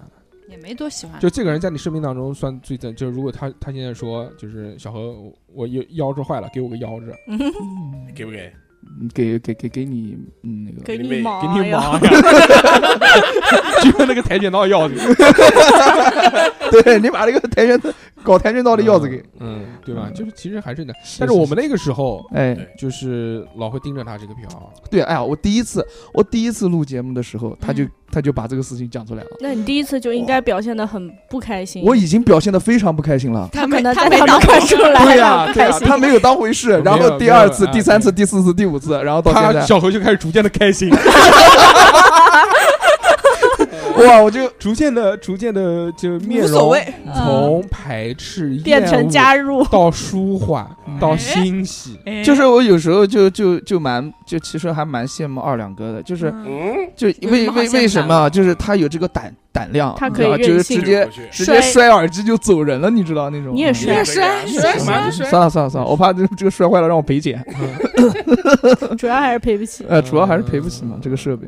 S5: 也没多喜欢，
S2: 就这个人在你生命当中算最真。就是如果他他现在说，就是小何，我我腰腰子坏了，给我个腰子，
S6: 给不给？
S3: 给给给给你嗯那个，
S4: 给
S6: 给
S4: 你
S6: 你
S4: 毛
S2: 给你
S4: 呀
S6: (laughs)
S2: 忙呀，就跟那个跆拳道腰子，
S3: (laughs) 对你把那个跆拳道搞跆拳道的钥匙给，
S2: 嗯，嗯，对吧？就是其实还是那，但
S3: 但
S2: 是我们那个时候
S3: 哎
S6: 对
S2: 就是老会盯着他这个票，啊
S3: 对哎呀，我第一次我第一次录节目的时候，他就
S5: 嗯
S3: 他就把这个事情讲出来了，
S4: 那你第一次就应该表现的很不开心。
S3: 我已经表现的非常不开心了。
S4: 他
S5: 没
S4: 可能
S5: (laughs) 他
S4: 在
S5: 没
S4: 他
S5: 当
S4: 们看出来
S3: 对
S4: 了
S3: 呀，
S4: 不
S3: 对
S4: 开
S3: 呀，
S4: 心。
S3: 他没有当回事，
S2: 有
S3: 然后第二次
S2: 没、有
S3: 第三次、
S2: 哎
S3: 第四次、第五次，然后到现
S2: 他
S3: 在，
S2: 小何就开始逐渐的开
S3: (laughs)
S2: 心，
S3: 哇，我就
S2: 逐渐的逐渐的就面
S5: 无所
S2: 容
S5: 谓，
S2: 从排斥
S4: 变成加
S2: 入
S4: 入， (laughs)
S2: 到舒缓
S3: 嗯
S2: 到欣喜，(laughs)
S5: 哎
S3: 就是我有时候就就就蛮就其实还蛮羡慕二两哥的，就是
S6: 嗯，
S3: 就
S5: 有
S3: 为
S5: 什么好
S3: 为
S5: 羡慕
S3: 为
S5: 他
S3: 什
S5: 的
S3: 么就是他有这个胆胆量，
S4: 他
S3: 你
S4: 可
S3: 知
S4: 以
S3: 道
S4: 任
S3: 就是
S4: 性
S3: 直接
S6: 过去
S3: 直接
S4: 摔
S3: 摔耳机就走人了，你知道那种。
S4: 你也
S3: 嗯
S4: 摔
S6: 也摔
S5: 摔
S6: 嘛就摔，
S3: 算了算了算了，我怕这这个摔坏了让我赔钱。
S4: 嗯
S2: 嗯
S4: 主要还是赔
S3: (laughs)
S4: 不起。
S3: 呃，主要还是赔不起嘛，这个设备。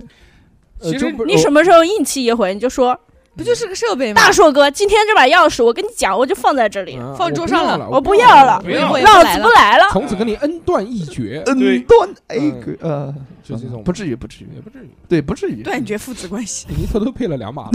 S2: 呃
S6: 其实
S2: 就不
S4: 你什么时候硬气一回，你就说
S5: 不就是个设备吗？
S4: 大硕哥，今天这把钥匙我跟你讲，我就放在这里，
S2: 嗯
S5: 放
S2: 我
S5: 桌
S2: 不
S5: 上
S2: 要
S5: 了
S2: 了，
S4: 我不
S2: 要了
S4: 要了
S2: 我不要
S5: 我
S2: 了
S5: 也
S4: 老子不来了。
S2: 从此跟你恩断义绝，
S6: 对
S3: 嗯，断哎
S2: 嗯
S3: 个呃，
S2: 就这种
S3: 不至于不至于，
S2: 也不至于，
S3: 对不至于。
S5: 断绝父子关系，
S2: 你偷偷配了两把了。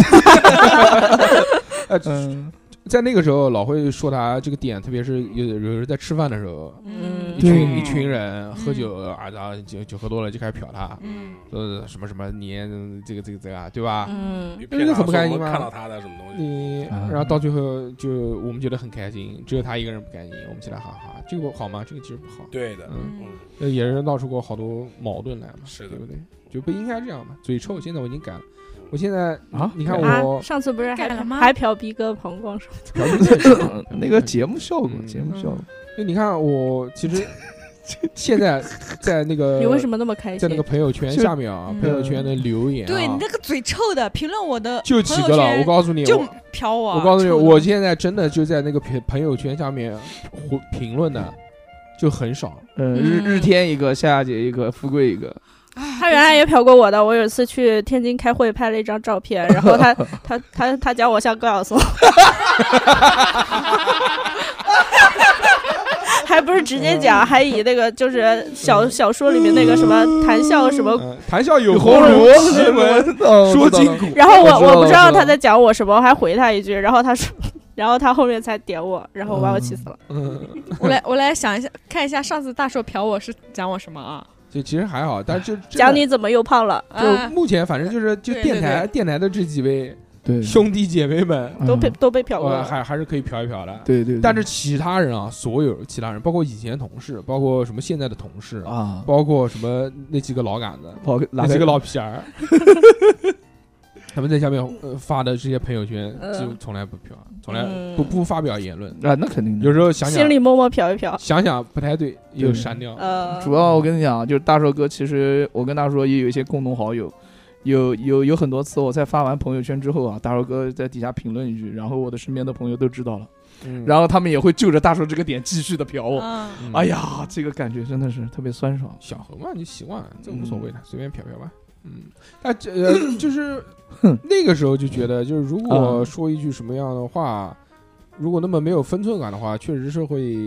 S2: 呃，
S3: 嗯，
S2: 在那个时候老会说他这个点，特别是有有时候在吃饭的时候，
S4: 嗯
S2: 一
S3: 对
S2: 群一群人喝酒啊，然后酒酒喝多了就开始瞟他，
S5: 嗯，
S2: 呃，什么什么你嗯这个这个这个啊，对吧？
S4: 嗯，
S6: 骗他
S2: 很不开
S6: 说
S2: 心
S6: 我们
S2: 吗嗯
S6: 看到他的什么东西？
S2: 你，
S3: 啊
S2: 然后到最后就我们觉得很开心，只有他一个人不开心，我们其他哈哈，这个好吗？这个其实不好，
S6: 对的，
S2: 嗯，
S6: 嗯，
S2: 呃也是闹出过好多矛盾来嘛，
S6: 是的
S2: 对不对？就不应该这样嘛，嘴臭，现在我已经改了，我现在
S3: 啊
S2: 你看
S4: 啊，
S2: 我，
S4: 上次不是还
S5: 改了吗
S4: 还嫖逼哥膀胱说，
S2: (coughs)
S3: (laughs) 那个节目效果，
S2: 嗯
S3: 节目效果。
S2: 那你看我其
S4: (laughs)
S2: 实现在在那个
S4: 你 (laughs) 为什么那么开
S2: 在那个
S4: 心？
S2: 朋友圈
S3: 就
S2: 下面啊，
S5: 嗯
S2: 朋友圈的留言啊，
S5: (laughs) 对你那个嘴臭的，评论我的
S2: 就几个了，我告诉你，
S5: 就
S2: 我
S5: 瞟我，啊
S2: 我告诉你，我现在真的就在那个朋朋友圈下面回评论的就很少。
S3: 嗯，日
S5: 嗯
S3: 日天一个，夏夏姐一个，富贵一个。
S4: 他原来也嫖过我的，我有一次去天津开会拍了一张照 (laughs) 片，然后他他他他讲我像高晓 (laughs) 松，还不是直接讲，还以那个就是小小说里面那个什么谈笑什么
S2: 嗯，谈笑有
S3: 红
S2: 儒，奇
S3: 哎
S2: 闻
S3: 闻
S2: 说筋骨。
S4: (laughs) 然后我
S3: 我知道了我
S4: 不知道
S3: 知道
S4: 他在讲我什么，我还回他一句，然后他说，然后他后面才点我，然后我把我气死了。
S2: 嗯，
S5: 我来我来想一下，看一下上次大硕瞟我是讲我什么啊？
S2: 就其实还好，但是就真的
S4: 讲你怎么又胖了，
S2: 就
S5: 啊
S2: 目前反正就是就
S5: 对
S2: 电台
S5: 对
S2: 电台的这几位
S3: 对，
S2: 兄弟姐妹们，
S4: 都被
S3: 嗯
S4: 都被嫖过
S2: 我
S4: 了。
S2: 还还是可以瞟一瞟的。
S3: 对对，对
S2: 但是其他人啊，所有其他人，包括以前同事，包括什么现在的同事，
S3: 啊，
S2: 包括什么那几个老杆子，
S3: 跑
S2: 那
S3: 哪
S2: 几个老皮儿， (laughs) 他们在下面呃发的这些朋友圈
S4: 嗯
S2: 就从来不瞟，从来
S4: 嗯
S2: 不不发表言论，
S3: 啊，那肯定的
S2: 有。时候想
S4: 心
S2: 想
S4: 里默默瞟一瞟，
S2: 想想不太对，又
S3: 对
S2: 删掉。
S4: 呃，
S3: 主要我跟你讲，就是大硕哥，其实我跟大硕也有一些共同好友，有有有很多次我在发完朋友圈之后啊，大硕哥在底下评论一句，然后我的身边的朋友都知道了，
S2: 嗯
S3: 然后他们也会就着大硕这个点继续的嫖我。
S5: 嗯，
S2: 嗯
S3: 哎呀，这个感觉真的是特别酸爽。
S2: 小何嘛，你习惯了，这无所谓的，随便飘飘吧。嗯，但这、呃、就是
S3: (coughs) 哼
S2: 那个时候就觉得，就是如果
S3: 嗯
S2: 说一句什么样的话，如果那么没有分寸感的话，确实是会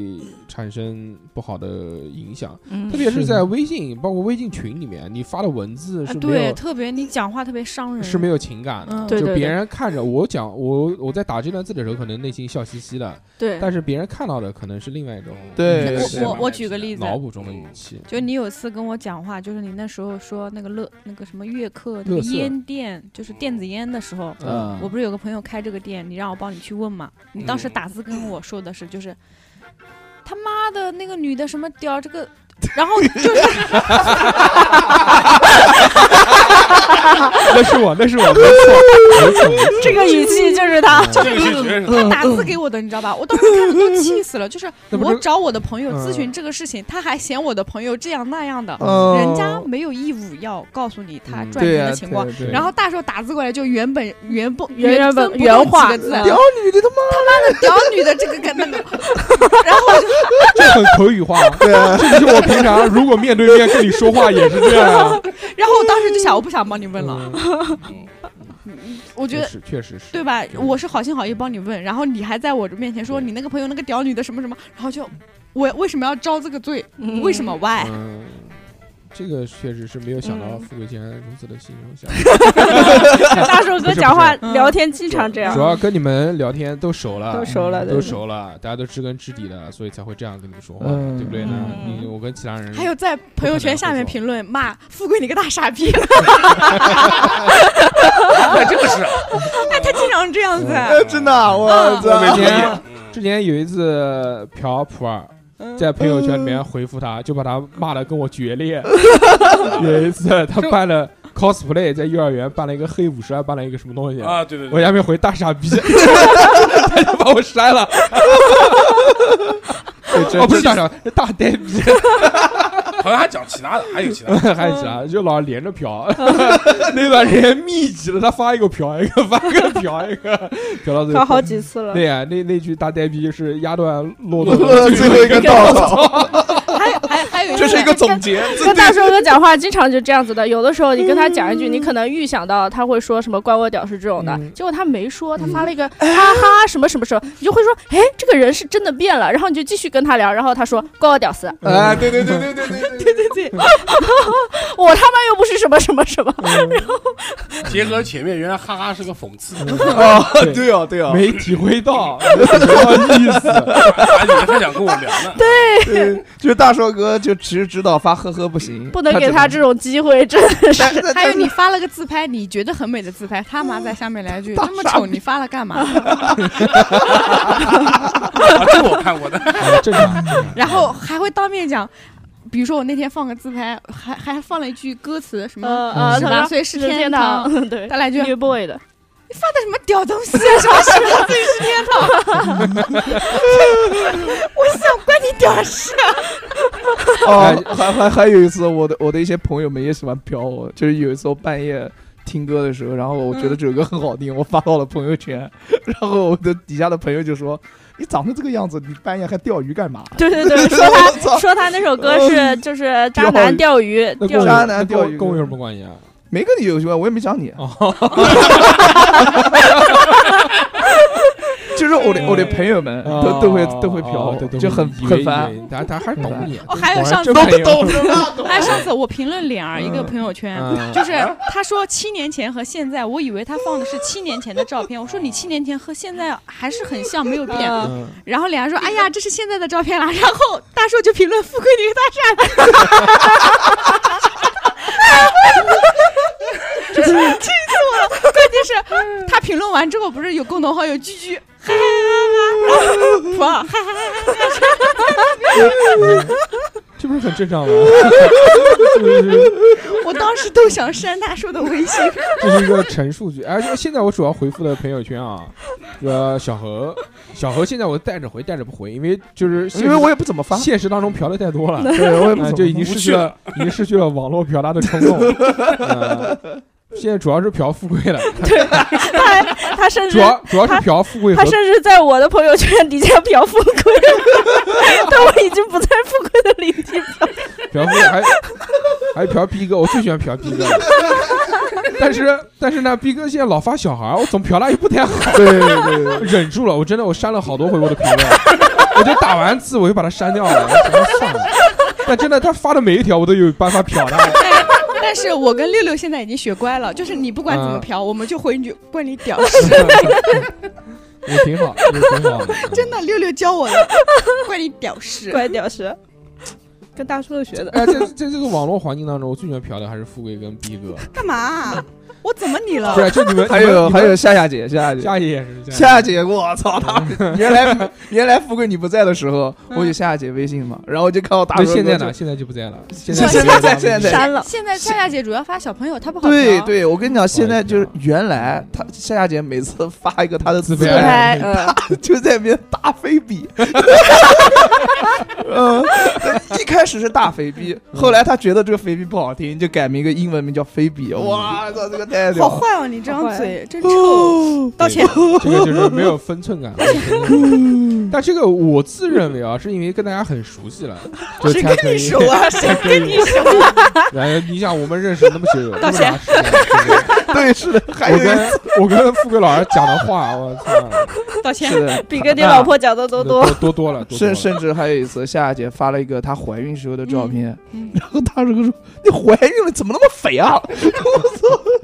S2: 产生不好的影响。
S4: 嗯
S2: 特别是
S3: 是
S2: 在微信，包括微信群里面，你发的文字
S5: 啊
S2: 是没
S5: 对，
S2: 有、
S5: 特别你讲话特别伤人，
S2: 是没有情感的。
S5: 嗯
S4: 对
S2: 就别人看着我讲我我在打这段字的时候，可能内心笑嘻嘻的，
S4: 对，
S2: 但是别人看到的可能是另外一种
S3: 对
S2: 语气
S5: 我我
S6: 是
S5: 我举个例子，
S2: 脑补中的语气。
S5: 就你有一次跟我讲话，就是你那时候说那个乐那个什么乐客那
S2: 乐
S5: 个
S2: 色
S5: 烟店，就是电子烟的时候，
S2: 嗯
S5: 我不是有个朋友开这个店，你让我帮你去问嘛？你当时打字跟我说的是，就是他妈的那个女的什么屌这个，然后就是
S2: 那是我，那是我，没
S5: (laughs)
S2: 错，没错，没错
S4: 这个语气就是他，
S2: 嗯
S6: 这个是 (laughs) 绝对是
S5: 打字给我的，你知道吧？我当时看了都气死了，就是
S2: 那不是
S5: 我找我的朋友
S2: 嗯
S5: 咨询这个事情，他还嫌我的朋友这样那样的，
S3: 嗯
S5: 人家没有义务要告诉你他
S2: 嗯
S5: 赚
S3: 对
S5: 钱
S3: 呀
S5: 的情况。
S2: 对对
S5: 然后大硕打字过来就原本原不
S4: 原原本
S5: 分不动
S4: 原话
S5: 几个字，
S3: (laughs)
S4: 嗯
S3: 屌女的他妈
S5: 屌女的这个跟那个，
S2: 这很口语化，对，这就是我平常如果面对面跟你说话也是这样啊。
S5: 然后我当时就想我不想帮你 (laughs) 问了，
S2: 嗯
S5: (laughs) 我觉
S2: 确
S5: 得
S2: 实确实是，
S5: 对吧？
S2: 对
S5: 我是好心好意帮你问，然后你还在我这面前说
S2: 对
S5: 你那个朋友那个屌女的什么什么，然后就我为什么要招这个罪？
S4: 嗯
S5: 为
S4: (laughs)
S5: 什么 why？
S2: 嗯，这个确实是没有想到
S4: 嗯
S2: 富贵竟然如此的形容。
S5: 嗯
S4: 大寿哥讲话
S2: 不
S5: 不是
S4: 聊天经常这样
S5: 啊
S2: 主，要跟你们聊天都熟了，
S4: 都熟了，
S2: 都
S4: 对
S2: 熟了，大家都知根知底了，所以才会这样跟你们说话，
S3: 嗯
S2: 对不对呢？
S4: 嗯
S2: 你我跟其他人
S5: 还有在朋友圈下面评论骂
S3: 嗯
S5: 富贵你个大
S3: (laughs)
S5: 傻逼，
S6: 这个是
S5: (laughs) 哎，他经常这样子。
S3: 的，真的啊，我操！
S2: 之前
S6: 嗯
S2: 之前有一次朴普洱在朋友圈里面回复他，就把他骂的跟我决裂。有一次他办了 cosplay，在幼儿园办了一个黑武士，还办了一个什么东西，
S6: 啊，对对
S2: 嗯我
S6: 对，
S2: 下面回大傻逼，他就把我删了。哦，不是大傻，是大呆逼，
S6: 好像还讲其他的，还有其他的，
S2: 还有啥？就老连着嫖，那段时间密集了，他发一个嫖一个，发一个嫖一个，嫖到最
S4: 考
S2: 后
S4: 好几次了
S2: 对。呀、那那句大呆逼是压断骆驼的
S3: 最后一个稻草，
S5: 还还还有一
S3: 这是一个总结。
S4: 跟大寿哥讲话经常就这样子的，有的时候你跟他讲一句，你可能预想到他会说什么“关我屌事”这种的
S2: 嗯，
S4: 结果他没说，他发了一个哈哈什么什么什么，你就会说，哎，这个人是真的变了，然后你就继续跟他聊，然后他说“关我屌丝
S3: 哎，对对对对对对对，”，
S4: 我他妈又不是什么什么什么，
S6: (laughs) 结合前面原来哈哈是个讽刺， (laughs) 啊
S5: 嗯
S3: 哦， (laughs) 对哦对哦，
S2: 没体会
S3: (laughs)
S2: 到，没体会到意思。
S6: 啊，你们还想跟我聊
S2: (laughs)
S6: 呢？
S3: 对，就是大硕哥就只知道发呵呵不行，
S4: 不能给他
S3: 他
S4: 这种机会，真的 (laughs) 是。
S3: 只能。
S5: 还
S3: 还
S5: 有你发了个自拍，你觉得很美的自拍，他妈在下面来一句
S3: 大
S5: 这么丑，你发了
S3: (laughs)
S5: 干嘛？
S6: 啊，这我看过的，
S2: 嗯
S3: (laughs)
S2: 正常，正常
S5: 然后还会当面讲，比如说我那天放个自拍，还还放了一句歌词什么
S8: 嗯
S4: 呃呃，
S5: 十
S4: 他
S5: 八
S4: 说
S5: 岁是
S4: 是天
S5: 堂，
S4: 堂
S5: 他，
S4: 对，
S5: 再来一句
S4: New boy (laughs) 的，
S5: 的什么屌东西啊，什
S3: (laughs)
S5: 么十八岁是天堂，我想关你屌事啊！
S3: 哦，还还还有一次，我的我的一些朋友们也喜欢嫖我，就是有一次我半夜听歌的时候，然后我觉得这首歌很好听，我发到了朋友圈，然后我的底下的朋友就说：“你长成这个样子，你半夜还钓鱼干嘛
S4: 对对对，说
S8: (laughs)
S4: 他说他那首歌是就是渣男钓鱼
S2: 那跟我
S4: 钓
S8: (laughs)
S2: 有
S4: 鱼
S3: 渣男
S2: 那跟
S3: 钓
S2: 我
S3: 鱼
S2: 跟我有什么关系啊？？”
S3: 没跟你有关，我也没讲你，
S2: 哦
S3: (laughs) 就是我的我的朋友们 (laughs) 都都会都会嫖
S2: 哦
S3: 我
S2: 都，都
S3: 就很
S2: 以为
S3: 很烦
S2: 以。为大家大家还是懂你，
S5: 哦还有
S2: 果然
S5: 上
S2: 真没
S5: 次
S2: 有
S5: 哎，上次我评论脸儿一个朋友圈，
S2: 嗯
S5: (laughs) 就是他说七年前和现在，我以为他放的是七年前的照片，我说你七年前和现在还是很像，没有变。
S4: 嗯
S2: 嗯
S5: 然后脸儿说，哎呀，这是现在的照片啦。然后大叔就评论富贵女大傻 (laughs) 逼。气死我了！关键是，他评论完之后，不是有共同好友居居，哈哈哈哈，然 (laughs) 后普洱哈哈
S2: 这不是很正常吗？ (laughs)
S5: 我当时都想删大叔的微信。
S2: 这是一个陈述句。而且现在我主要回复的朋友圈啊，呃，小何，小何现在我带着回，带着不回，因为就是现
S3: 因为
S2: 实
S3: 我也不怎
S2: (laughs)
S3: 么发，
S2: 现实当中嫖的太多了，
S3: 对，我
S2: (laughs)
S3: 也不怎
S2: 呃
S3: 么
S2: 就已经
S6: 无
S2: 失
S6: 趣
S2: 去了，已经失去了网络嫖搭的冲动。
S3: (laughs)
S2: 呃现在主要是嫖富贵了，
S4: 他他甚
S2: 主
S4: 至
S2: 要主要是嫖富贵和
S4: 他甚至在我的朋友圈底下嫖富贵，
S8: (laughs)
S4: 但我已经不在富贵的领地。
S2: 嫖富贵，还还有嫖逼哥，我最喜欢嫖逼哥了。但是但是呢，逼哥现在老发小孩儿，我总嫖他也不太好，
S3: 对对对对，
S2: 忍住了，我真的我删了好多回我的评论，我就打完字我就把它删掉了，我想说算了。但真的他发的每一条我都有办法瞟他， (laughs)
S5: 但
S8: (laughs)
S5: 但是我跟六六现在已经学乖了，就是你不管怎么嫖，我们就回
S8: (laughs)
S5: 一句“关你屌事
S2: 也挺好，也挺好的。”，
S5: 真的，六六教我的“关你屌事
S4: 怪屌丝，跟大叔学
S8: (laughs)
S4: 的。
S2: 哎，在在这个网络环境当中，我最喜欢嫖的还是富贵跟逼哥，”，
S5: 干嘛啊？
S8: 我怎么
S4: (laughs)
S8: 你了
S9: 不？是，就你们
S3: 还有还有夏夏姐，夏夏姐，
S2: 夏姐也是这样，
S3: 夏夏姐，我
S2: 嗯
S3: 操她！原来原来富贵你不在的时候，我有夏夏姐微信嘛，然后我就看到大
S2: 那
S3: 叔
S2: 现在呢？？现在就不在了，现在
S3: (laughs) 现在在现在
S4: 删了。
S5: 现在夏夏姐主要发小朋友，她不好
S3: 对
S5: (laughs) 聊，
S3: 对，我跟你讲，现在就是
S2: 不好
S3: 原来她夏夏姐每次发一个她的
S2: 自
S3: 自
S2: 拍
S3: 拍，
S4: 拍，嗯，
S3: 就在那边大
S2: (laughs)
S3: 飞逼，嗯，一开始是大肥逼，
S2: 嗯
S3: 后来他觉得这个肥逼不好听，就改名一个英文名叫菲比。哇操，这个太屌
S8: 好
S3: 了！
S8: 坏哦，你这
S4: 好
S8: 张
S4: 坏
S8: 嘴真臭。道歉，
S2: 这个
S3: (laughs)
S2: 就是没有分寸感。 (laughs) 但这个我自认为啊，是因为跟大家很熟悉了，就
S8: 谁
S2: 才
S8: 跟
S2: 可
S8: 你
S2: 以
S8: 熟啊？谁跟你啊熟？
S2: 然后你想，我们认识那么
S8: (laughs)
S2: 久，
S8: 道歉
S2: 那么长时间对不对
S3: 对，是的，
S8: (laughs)
S3: 还有
S2: 我
S3: 一个
S2: 跟我跟富贵老师讲的话，我操，
S8: 道歉
S3: 是。的，
S4: (laughs) 比跟你老婆讲的都多。
S2: 多多了，多多
S3: 甚
S2: 了。
S3: 甚至还有一次，夏夏姐发了一个她怀孕时候的照片，
S5: 嗯
S3: 然后大叔哥说：“你怀孕了怎么那么肥啊？”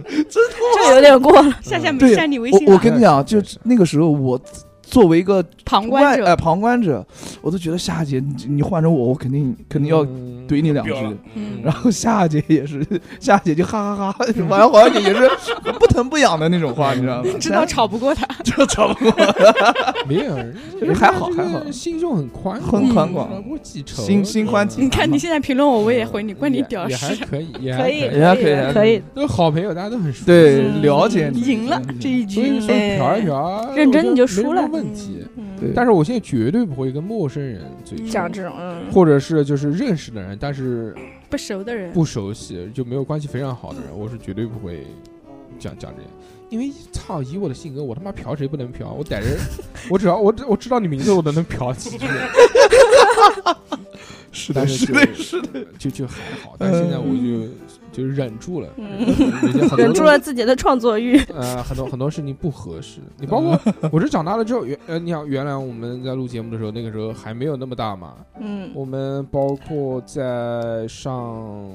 S4: 这有点过
S2: (laughs)
S4: 了。
S8: 夏夏没
S3: 对
S8: 删你微信啊
S3: 我我
S8: 了，
S3: 跟你讲，就那个时候我作为一个
S5: 旁
S3: 外
S5: 观者
S3: 呃旁观者，我都觉得夏夏姐，你你换成我，我肯定肯定要
S2: 嗯
S3: 怼你两
S6: 彪了
S3: 句。
S5: 嗯，
S3: 然后夏姐也是， (laughs) 夏姐就哈哈哈，完了黄小姐也是不疼不痒的那种话，你知道吗？
S8: 知道吵不过他，
S3: (laughs) 就吵不过，
S2: 没有，
S3: 就是 (laughs) 还好还好
S2: 人家这个心胸很宽广，
S3: 很宽广
S2: 嗯不记仇，
S3: 心心宽体
S2: 嗯
S8: 你看你现在评论我，我也回你，关你
S2: 也
S8: 屌
S2: 也还
S8: 事。
S2: 可以，也还
S4: 可以，
S2: 以，
S3: 可以可以
S4: 可以，
S2: 都是好朋友，大家都很熟，
S3: 对
S5: 嗯
S3: 了解你
S8: 赢了这一
S2: 所以
S8: 局，
S4: 嗯
S2: 说
S8: 哎
S2: 嫖一嫖，
S4: 认真你就
S2: 我觉得
S4: 输
S2: 没
S4: 了
S2: 什么问题。
S4: 嗯，
S3: 对，
S2: 但是我现在绝对不会跟陌生人嘴
S8: 嗯
S4: 讲这种，嗯，
S2: 或者是就是认识的人，但是
S8: 不熟的人，
S2: 不熟悉就没有关系非常好的人，我是绝对不会讲讲这些。因为操，以我的性格，我他妈嫖谁不能嫖？我逮人， (laughs) 我只要我只我知道你名字，我都能嫖几 (laughs) 句。
S3: 是
S2: 但
S3: 的，
S2: 是
S3: 是
S2: 就
S3: 的，是的，
S2: 就就还好，嗯但现在我就就忍住了，
S4: 嗯
S2: 有 (laughs) 些很多
S4: 忍住了自己的创作欲。
S2: 呃，很多很多事情不合适。你包括我是长大了之后，原呃，你想原来我们在录节目的时候，那个时候还没有那么大嘛。
S4: 嗯，
S2: 我们包括在上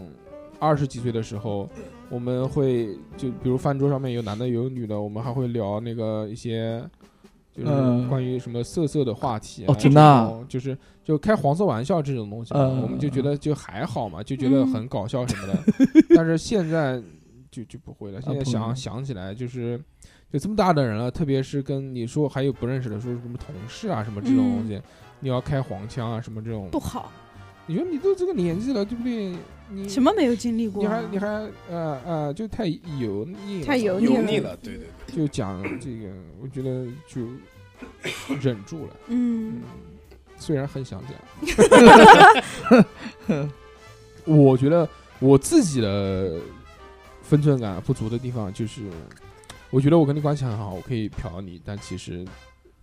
S2: 二十几岁的时候，我们会就比如饭桌上面有男的有女的，我们还会聊那个一些。就是
S3: 嗯
S2: 关于什么色色的话题啊、
S3: 哦真的啊
S2: 这种就是就开黄色玩笑这种东西嘛，
S3: 嗯
S2: 我们就觉得就还好嘛，就觉得很搞笑什么
S3: (laughs)
S2: 的。但是现在就就不会了。现在
S3: 啊不会
S2: 想
S3: 了
S2: 想起来，就是就这么大的人了，特别是跟你说还有不认识的，说什么同事啊什么这种东西，你要开黄腔啊什么这种，
S8: 不好，
S2: 你说你都这个年纪了，对不对？你
S8: 什么没有经历过
S2: 你还
S8: 啊？
S2: 你还呃呃，就太油腻了，
S8: 太油
S6: 油
S8: 腻
S6: 腻
S8: 了
S6: 了，对对对，
S2: 就讲这个，我觉得就忍住了。
S8: 嗯，
S2: 虽然很
S8: (laughs)
S2: 想讲，我觉得我自己的分寸感啊不足的地方就是，我觉得我跟你关系很好，我可以嫖你，但其实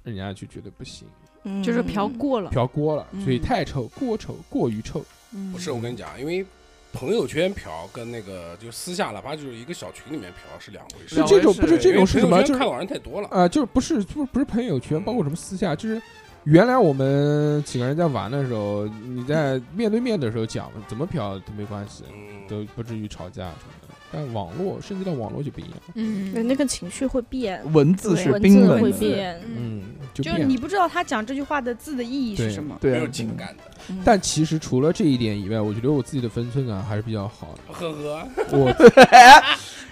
S2: 人家就觉得不行，
S4: 嗯
S5: 就是嫖过了，
S2: 嫖锅了，所以
S5: 嗯
S2: 太臭，过臭，过于臭。
S5: 嗯
S6: 不是我跟你讲，因为朋友圈嫖跟那个就私下哪怕就是一个小群里面嫖是两回事
S2: 就
S3: 两。回
S2: 这种
S3: 事
S2: 不是这
S6: 因
S2: 种
S6: 为
S2: 是什
S6: 朋友
S2: 么？
S6: 圈
S2: 就是
S6: 看老人太多了，
S2: 呃，就是不是不不是朋友圈，包括什么私下，就是原来我们几个人在玩的时候，你在面对面的时候讲怎么嫖都没关系，
S6: 嗯，
S2: 都不至于吵架什么的。但网络升级到网络就不一样，
S5: 嗯，
S4: 那个情绪会变，
S3: 文字是
S4: 文
S3: 冰
S4: 字
S3: 冷
S4: 会
S3: 的，
S4: 变。
S2: 嗯，就
S8: 就
S2: 变
S8: 是
S2: 了。
S8: 你不知道他讲这句话的字的意义是什么。
S6: 没
S3: 对
S6: 有
S3: 啊，
S6: 情感的，
S2: 但其实除了这一点以外，我觉得我自己的分寸感还是比较好的。
S6: 呵呵，
S3: (laughs)
S2: 我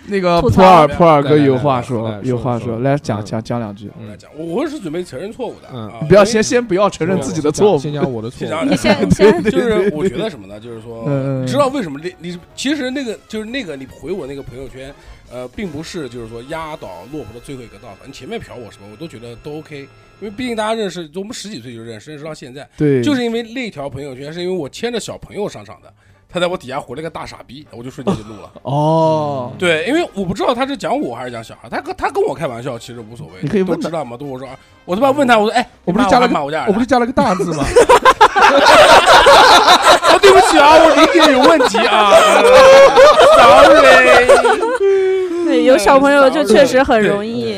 S3: 那个啊
S4: 吐
S3: 普
S4: 槽
S3: 尔普尔哥
S2: 来来
S3: 有
S2: 来
S3: 话
S2: 来
S3: 说
S2: 来，
S3: 有
S2: 说
S3: 话
S2: 说
S3: 说，来讲
S2: 嗯
S3: 讲讲两句，
S6: 我来
S2: 嗯，
S6: 讲，我是准备承认错误的，
S2: 嗯
S6: 啊
S3: 你不要
S6: 因为
S3: 先先不要承认自己的错误，
S2: 先讲我的错
S6: 先
S2: 误
S6: 讲。
S4: 你先，你先，
S6: 就是我觉得什么呢？就是说，
S3: 嗯
S6: 知道为什么这你其实那个就是那个你回我那个朋友圈，呃，并不是就是说压倒骆驼的最后一个稻草。你前面瞟我什么，我都觉得都 OK，因为毕竟大家认识，我们十几岁就认识，认识到现在，
S3: 对，
S6: 就是因为那条朋友圈，是因为我牵着小朋友上场的，他在我底下回了个大傻逼，我就瞬间就怒了。
S3: 哦，
S6: 对，因为我不知道他是讲我还是讲小孩，他跟他跟我开玩笑其实无所谓，
S3: 你可以问
S6: 都
S3: 他
S6: 知道嘛。都我说，啊我他妈问他，我说，哎，
S2: 我不是
S6: 你骂
S2: 加了
S6: 还
S2: 个
S6: 骂我家人啊，
S2: 我不是加了个大字
S3: (laughs)
S2: 吗？
S6: 啊，对不起啊，我理解有问题啊，sorry。
S4: 对，有小朋友就确实很容易。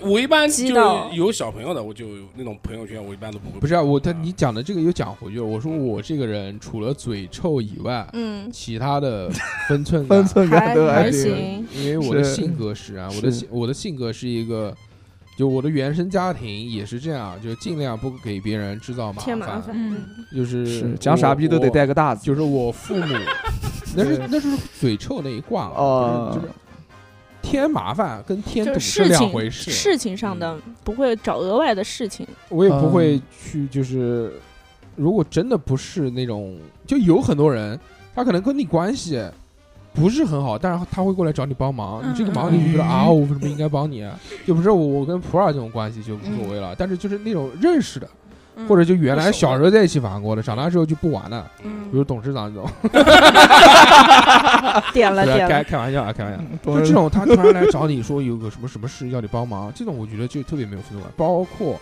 S6: 我一般
S4: 激
S6: 就是
S4: 到
S6: 有小朋友的，我就那种朋友圈，我一般都不会。
S2: 不是啊，我他你讲的这个又讲回去了。我说我这个人除了嘴臭以外，
S4: 嗯，
S2: 其他的分寸感
S3: 分寸感都
S4: 还
S3: 挺
S4: 行，
S2: 因为我的
S3: 是
S2: 性格使然，我的
S3: 是
S2: 性我的性格是一个，就我的原生家庭也是这样，就尽量不给别人制造麻
S4: 添麻
S2: 烦，
S4: 烦。
S5: 嗯
S2: 就是
S3: 是
S2: 我
S3: 讲傻逼都得，带个大
S2: 我
S3: 字，
S2: 就是
S3: (laughs)
S2: 我父母，那是那是嘴臭那一挂嘛，
S3: 哦
S2: 就是就是添麻烦跟添
S4: 就
S2: 堵
S4: 是
S2: 嗯是
S4: 事
S2: 两
S4: 情
S2: 回事。嗯
S4: 事情上的不会找额外的事情，
S2: 我也不
S3: 嗯
S2: 会去，就是如果真的不是那种，就有很多人，他可能跟你关系不是很好，但是他会过来找你帮忙，你这个
S4: 嗯
S2: 忙你就觉得啊，我为什么应该帮你啊？就不是我我跟普洱这种关系就无所谓
S4: 嗯
S2: 了，但是就是那种认识的。或者就原来小时候在一起玩过的，长大之后就不玩了，
S5: 嗯
S2: 比
S4: 嗯
S2: 如董事长这种，
S4: (laughs) 点了
S2: 不是
S4: 点
S2: (laughs) 开
S4: 了，
S2: 开玩笑啊，开玩笑。
S3: 就
S2: 就这种他突然来找你说有个什么什么事要你帮忙，这种我觉得就特别没有分寸感。包括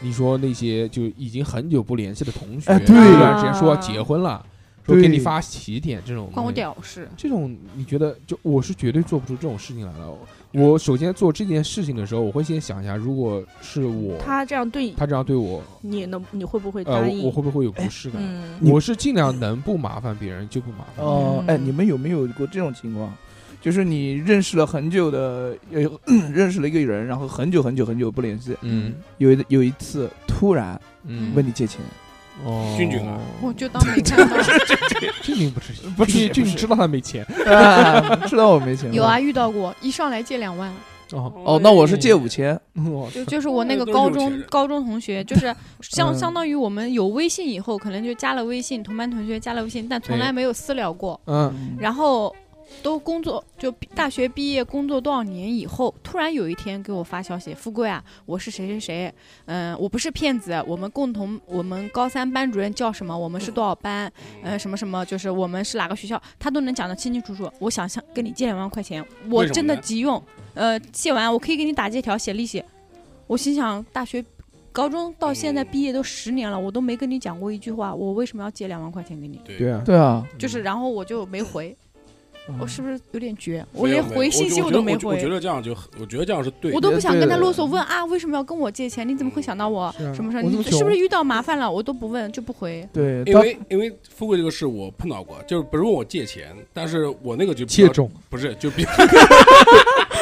S2: 你说那些就已经很久不联系的同学，
S3: 哎对
S2: 这段时间说要结婚了，说给你
S3: 对
S2: 发喜帖这种，
S5: 关我。屌事。
S2: 这种你觉得就我是绝对做不出这种事情来的。
S3: 嗯
S2: 我首先做这件事情的时候，我会先想一下，如果是我
S4: 他这样对
S2: 他这样对我，
S4: 你能你会不会
S2: 呃，
S4: 答
S2: 我我
S4: 应？
S2: 会不会有不适感？
S4: 嗯，
S2: 我是尽量能不麻烦别人就不麻烦。
S3: 哦、哎，
S4: 嗯
S3: 你们有没有过这种情况？就是你认识了很久的，呃， (clears throat) 认识了一个人，然后很久很久很久不联系，
S2: 嗯
S3: 有一有一次突然
S2: 嗯，
S3: 问你借钱，
S2: 哦，
S6: 俊俊啊
S5: 我就当没看到。
S2: 俊俊不
S6: (laughs)
S2: 是
S3: 不是
S2: 俊俊
S3: 不
S2: 俊
S3: 是
S2: 知道他没钱
S3: 啊
S6: 嗯
S3: (laughs) 知道我没钱吗
S5: 有啊，，遇到过，一上来借两万，
S2: 哦。
S3: 哦，那我是借五千，
S2: 我
S5: 就就是我那
S6: 那
S5: 个
S6: 都
S5: 高
S6: 是有钱
S5: 中
S6: 人
S5: 高中同学，就是相
S3: 嗯
S5: 相当于我们有微信以后，可能就加了微信，同班同学加了微信，但从
S2: 对
S5: 来没有私聊过。
S2: 嗯，
S5: 然后都工作，就毕大学毕业工作多少年以后，突然有一天给我发消息：“富贵啊，我是谁谁谁，嗯、我不是骗子，我们共同，我们高三班主任叫什么，我们是多少班，呃，什么什么，就是我们是哪个学校，他都能讲得清清楚楚。我想想跟你借两万块钱，我
S6: 为什么
S5: 真的
S6: 呢
S5: 急用，呃，借完我可以给你打借条写利息。我心想，大学。”高中到现在
S6: 嗯
S5: 毕业都十年了，我都没跟你讲过一句话，我为什么要借两万块钱给你？
S6: 对
S2: 对啊，
S3: 对啊，
S5: 就是，然后我就没回，我
S3: 嗯
S5: 是不是有点绝？
S6: 没有
S5: 连
S6: 没有
S5: 回信息
S6: 我
S5: 都
S6: 觉得
S5: 没
S6: 我觉我觉
S5: 回，
S6: 得这样就很，我觉得这样是对
S5: 我
S6: 的。
S5: 都不想跟他
S3: 对
S5: 啰嗦，问啊为什么要跟我借钱？你怎么会想到我
S2: 是啊？
S5: 什么事儿？
S2: 我这
S5: 你
S2: 么
S5: 是不
S2: 穷
S5: 是遇到麻烦了？我都不问就不回。
S3: 对，
S6: 因
S3: 当
S6: 为因为富贵这个事我碰到过，就是不是问我借钱，但是我那个就比
S2: 切
S6: 较
S2: 中，
S6: 不是就比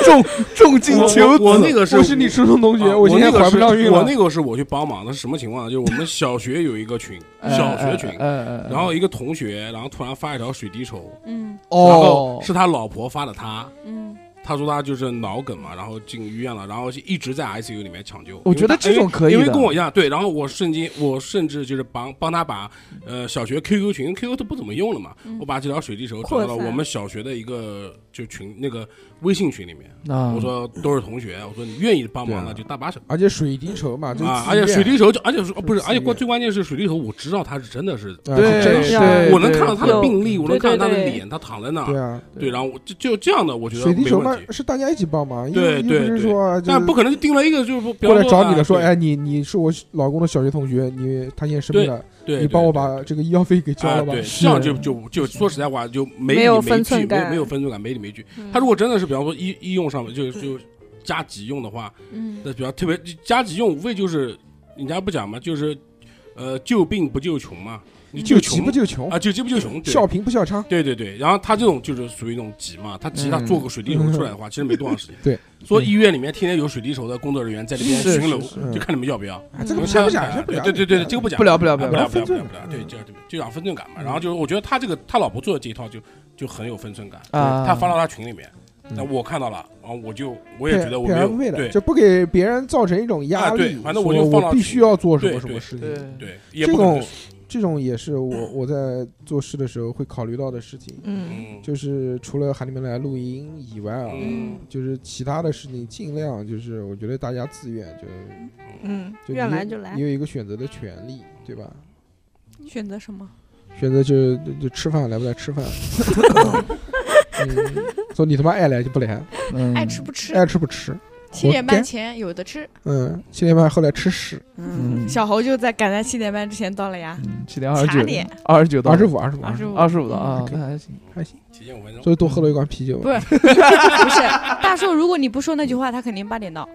S3: 重重金
S6: 我
S3: 求
S6: 我我
S3: 子，
S6: 那个是
S2: 我是你初中同学，
S6: 啊
S2: 现在
S6: 那个
S2: 怀不
S6: 是
S2: 上孕
S6: 我
S2: 了。
S6: 那个是我去帮忙的，是什么情况呢？就是我们小学有一个群
S3: 哎
S6: 小学
S3: 哎
S6: 群
S3: 哎，哎哎
S6: 然后一个同学，然后突然发一条水滴筹，
S5: 嗯
S6: 然后
S3: 哦，
S6: 是他老婆发的他，
S5: 嗯，
S6: 他说他就是脑梗嘛，然后进医院了，然后一直在 ICU 里面抢救。
S3: 我觉得
S6: 因为他
S3: 这种可以
S6: 因为，因
S3: 的
S6: 为跟我一样，对。然后我瞬间，我甚至就是帮帮他把呃小学 QQ 群，QQ 都不怎么用了嘛，
S5: 嗯
S6: 我把这条水滴筹
S4: 扩
S6: 转到了
S4: 散
S6: 我们小学的一个就群那个微信群里面。
S3: 啊
S6: 我说都是同学，我说你愿意帮忙
S2: 对啊
S6: 那就搭把手。
S2: 而且水滴筹嘛，这
S6: 啊，
S2: 是
S6: 而且
S2: 自
S6: 水
S2: 愿
S6: 滴筹就，而且说不是，
S2: 是
S6: 而且
S2: 自
S6: 关
S2: 愿
S6: 最关键是水滴筹，我知道他是真的是，
S2: 啊
S3: 对
S2: 是真的
S3: 对
S2: 是
S3: 对
S6: 我能看到他的
S4: 有
S6: 病历，我能
S4: 对
S6: 看到他的
S4: 对
S6: 脸，他躺在那
S2: 对
S6: 儿，
S2: 啊，
S6: 对，然后我就就这样的，我觉得
S2: 水滴
S6: 没
S2: 筹嘛
S6: 问题。
S2: 是大家一起帮忙，又
S6: 对
S2: 又
S6: 对
S2: 不是
S6: 对
S2: 说啊就
S6: 但
S2: 是
S6: 不可能就定了一个，就是
S2: 过来找你了，说
S6: 哎，
S2: 哎你你是我老公的小学同学，你他现在生病了，
S6: 对，
S2: 你
S6: 对
S2: 帮我把
S6: 对
S2: 这个医药费给交
S6: 啊，
S2: 了吧
S6: 对，。
S3: 是
S6: 这
S2: 嗯
S6: 样就就就说实在话，就
S4: 没
S6: 没理
S4: 有
S6: 没
S4: 分
S6: 据
S4: 寸
S6: 没有
S4: 感嗯
S6: 没有分寸感，没理没据。他如果真的是，比方说医医用上面，就就加急用的话，
S5: 嗯，
S6: 那比方特别加急用，无非就是人家不讲嘛，就是呃救病不救穷嘛，你
S2: 救嗯急
S6: 穷
S2: 不救穷
S6: 啊，，救急不救穷，对
S2: 笑贫不笑娼，
S6: 对对对，然后他这种就是属于那种急嘛，他急他
S2: 嗯
S6: 做个水滴筹出来的话，其实没多长时间。
S2: (laughs) 对，嗯
S6: 所以医院里面天天有水滴筹的工作人员在这边
S3: 是
S6: 巡
S3: 是
S6: 逻
S3: 是，
S6: 就看你们要不要。
S2: 哎这个不
S6: 我现
S2: 讲不
S6: 在
S2: 讲，先不讲，
S6: 嗯对对对对，这个不讲，
S3: 不聊不聊
S6: 不
S3: 不
S6: 聊，
S3: 聊
S6: 不
S2: 聊分
S6: 聊，不聊，不
S2: 寸嗯
S6: 聊，
S2: 感
S6: 不聊对，就就讲分寸感嘛。然后就是我觉得他这个他老婆做的这一套就就很有分寸感，
S3: 啊，
S6: 他发到他群里面，
S2: 嗯
S6: 那我看到了，然后我就我也
S2: 对
S6: 觉得我
S2: 对啊
S6: 没
S2: 而
S6: 有
S2: 不费的，
S6: 对
S2: 就不给别人造成一种
S6: 啊
S2: 压
S6: 对
S2: 力。
S6: 反正
S2: 说
S6: 我就放到
S2: 必
S6: 群
S2: 须要做什么
S6: 对
S2: 什么
S6: 对
S2: 事情，
S3: 对，
S6: 对，也
S2: 这
S6: 不可能
S2: 种
S6: 是
S2: 这种也是我我在做事的时候会考虑到的事情。
S4: 嗯，
S6: 嗯
S2: 就是除了喊你们来录音以外啊，
S6: 嗯
S2: 就是其他的事情尽量就是我觉得大家自愿，就
S4: 嗯，
S2: 就你
S4: 愿
S2: 有
S4: 来就来
S2: 你，有一个选择的权利，对吧？
S5: 选择什么？
S2: 选择就就就吃饭来不来吃
S6: (laughs)
S2: 饭，啊嗯，说你他妈爱来就不来，
S3: 嗯
S5: 爱吃不吃？
S2: 爱吃不吃，
S5: 七点
S2: 活
S5: 半
S2: 该
S5: 前有的吃。
S2: 嗯，七点半后来吃屎，
S3: 嗯
S5: 小猴就在赶在七点半之前到了呀。
S3: 嗯七点二十
S5: 茶点
S3: 九，二十九到
S2: 二十五，二十五，
S5: 二十五，
S3: 二十五的
S2: 嗯
S3: 啊，
S2: 可以
S3: 那还行，
S2: 还行，
S6: 提前五分钟，
S3: 嗯
S2: 所以多喝了一罐啤酒
S5: 不，是不是，大叔，如果你不说那句话，他肯定八点到。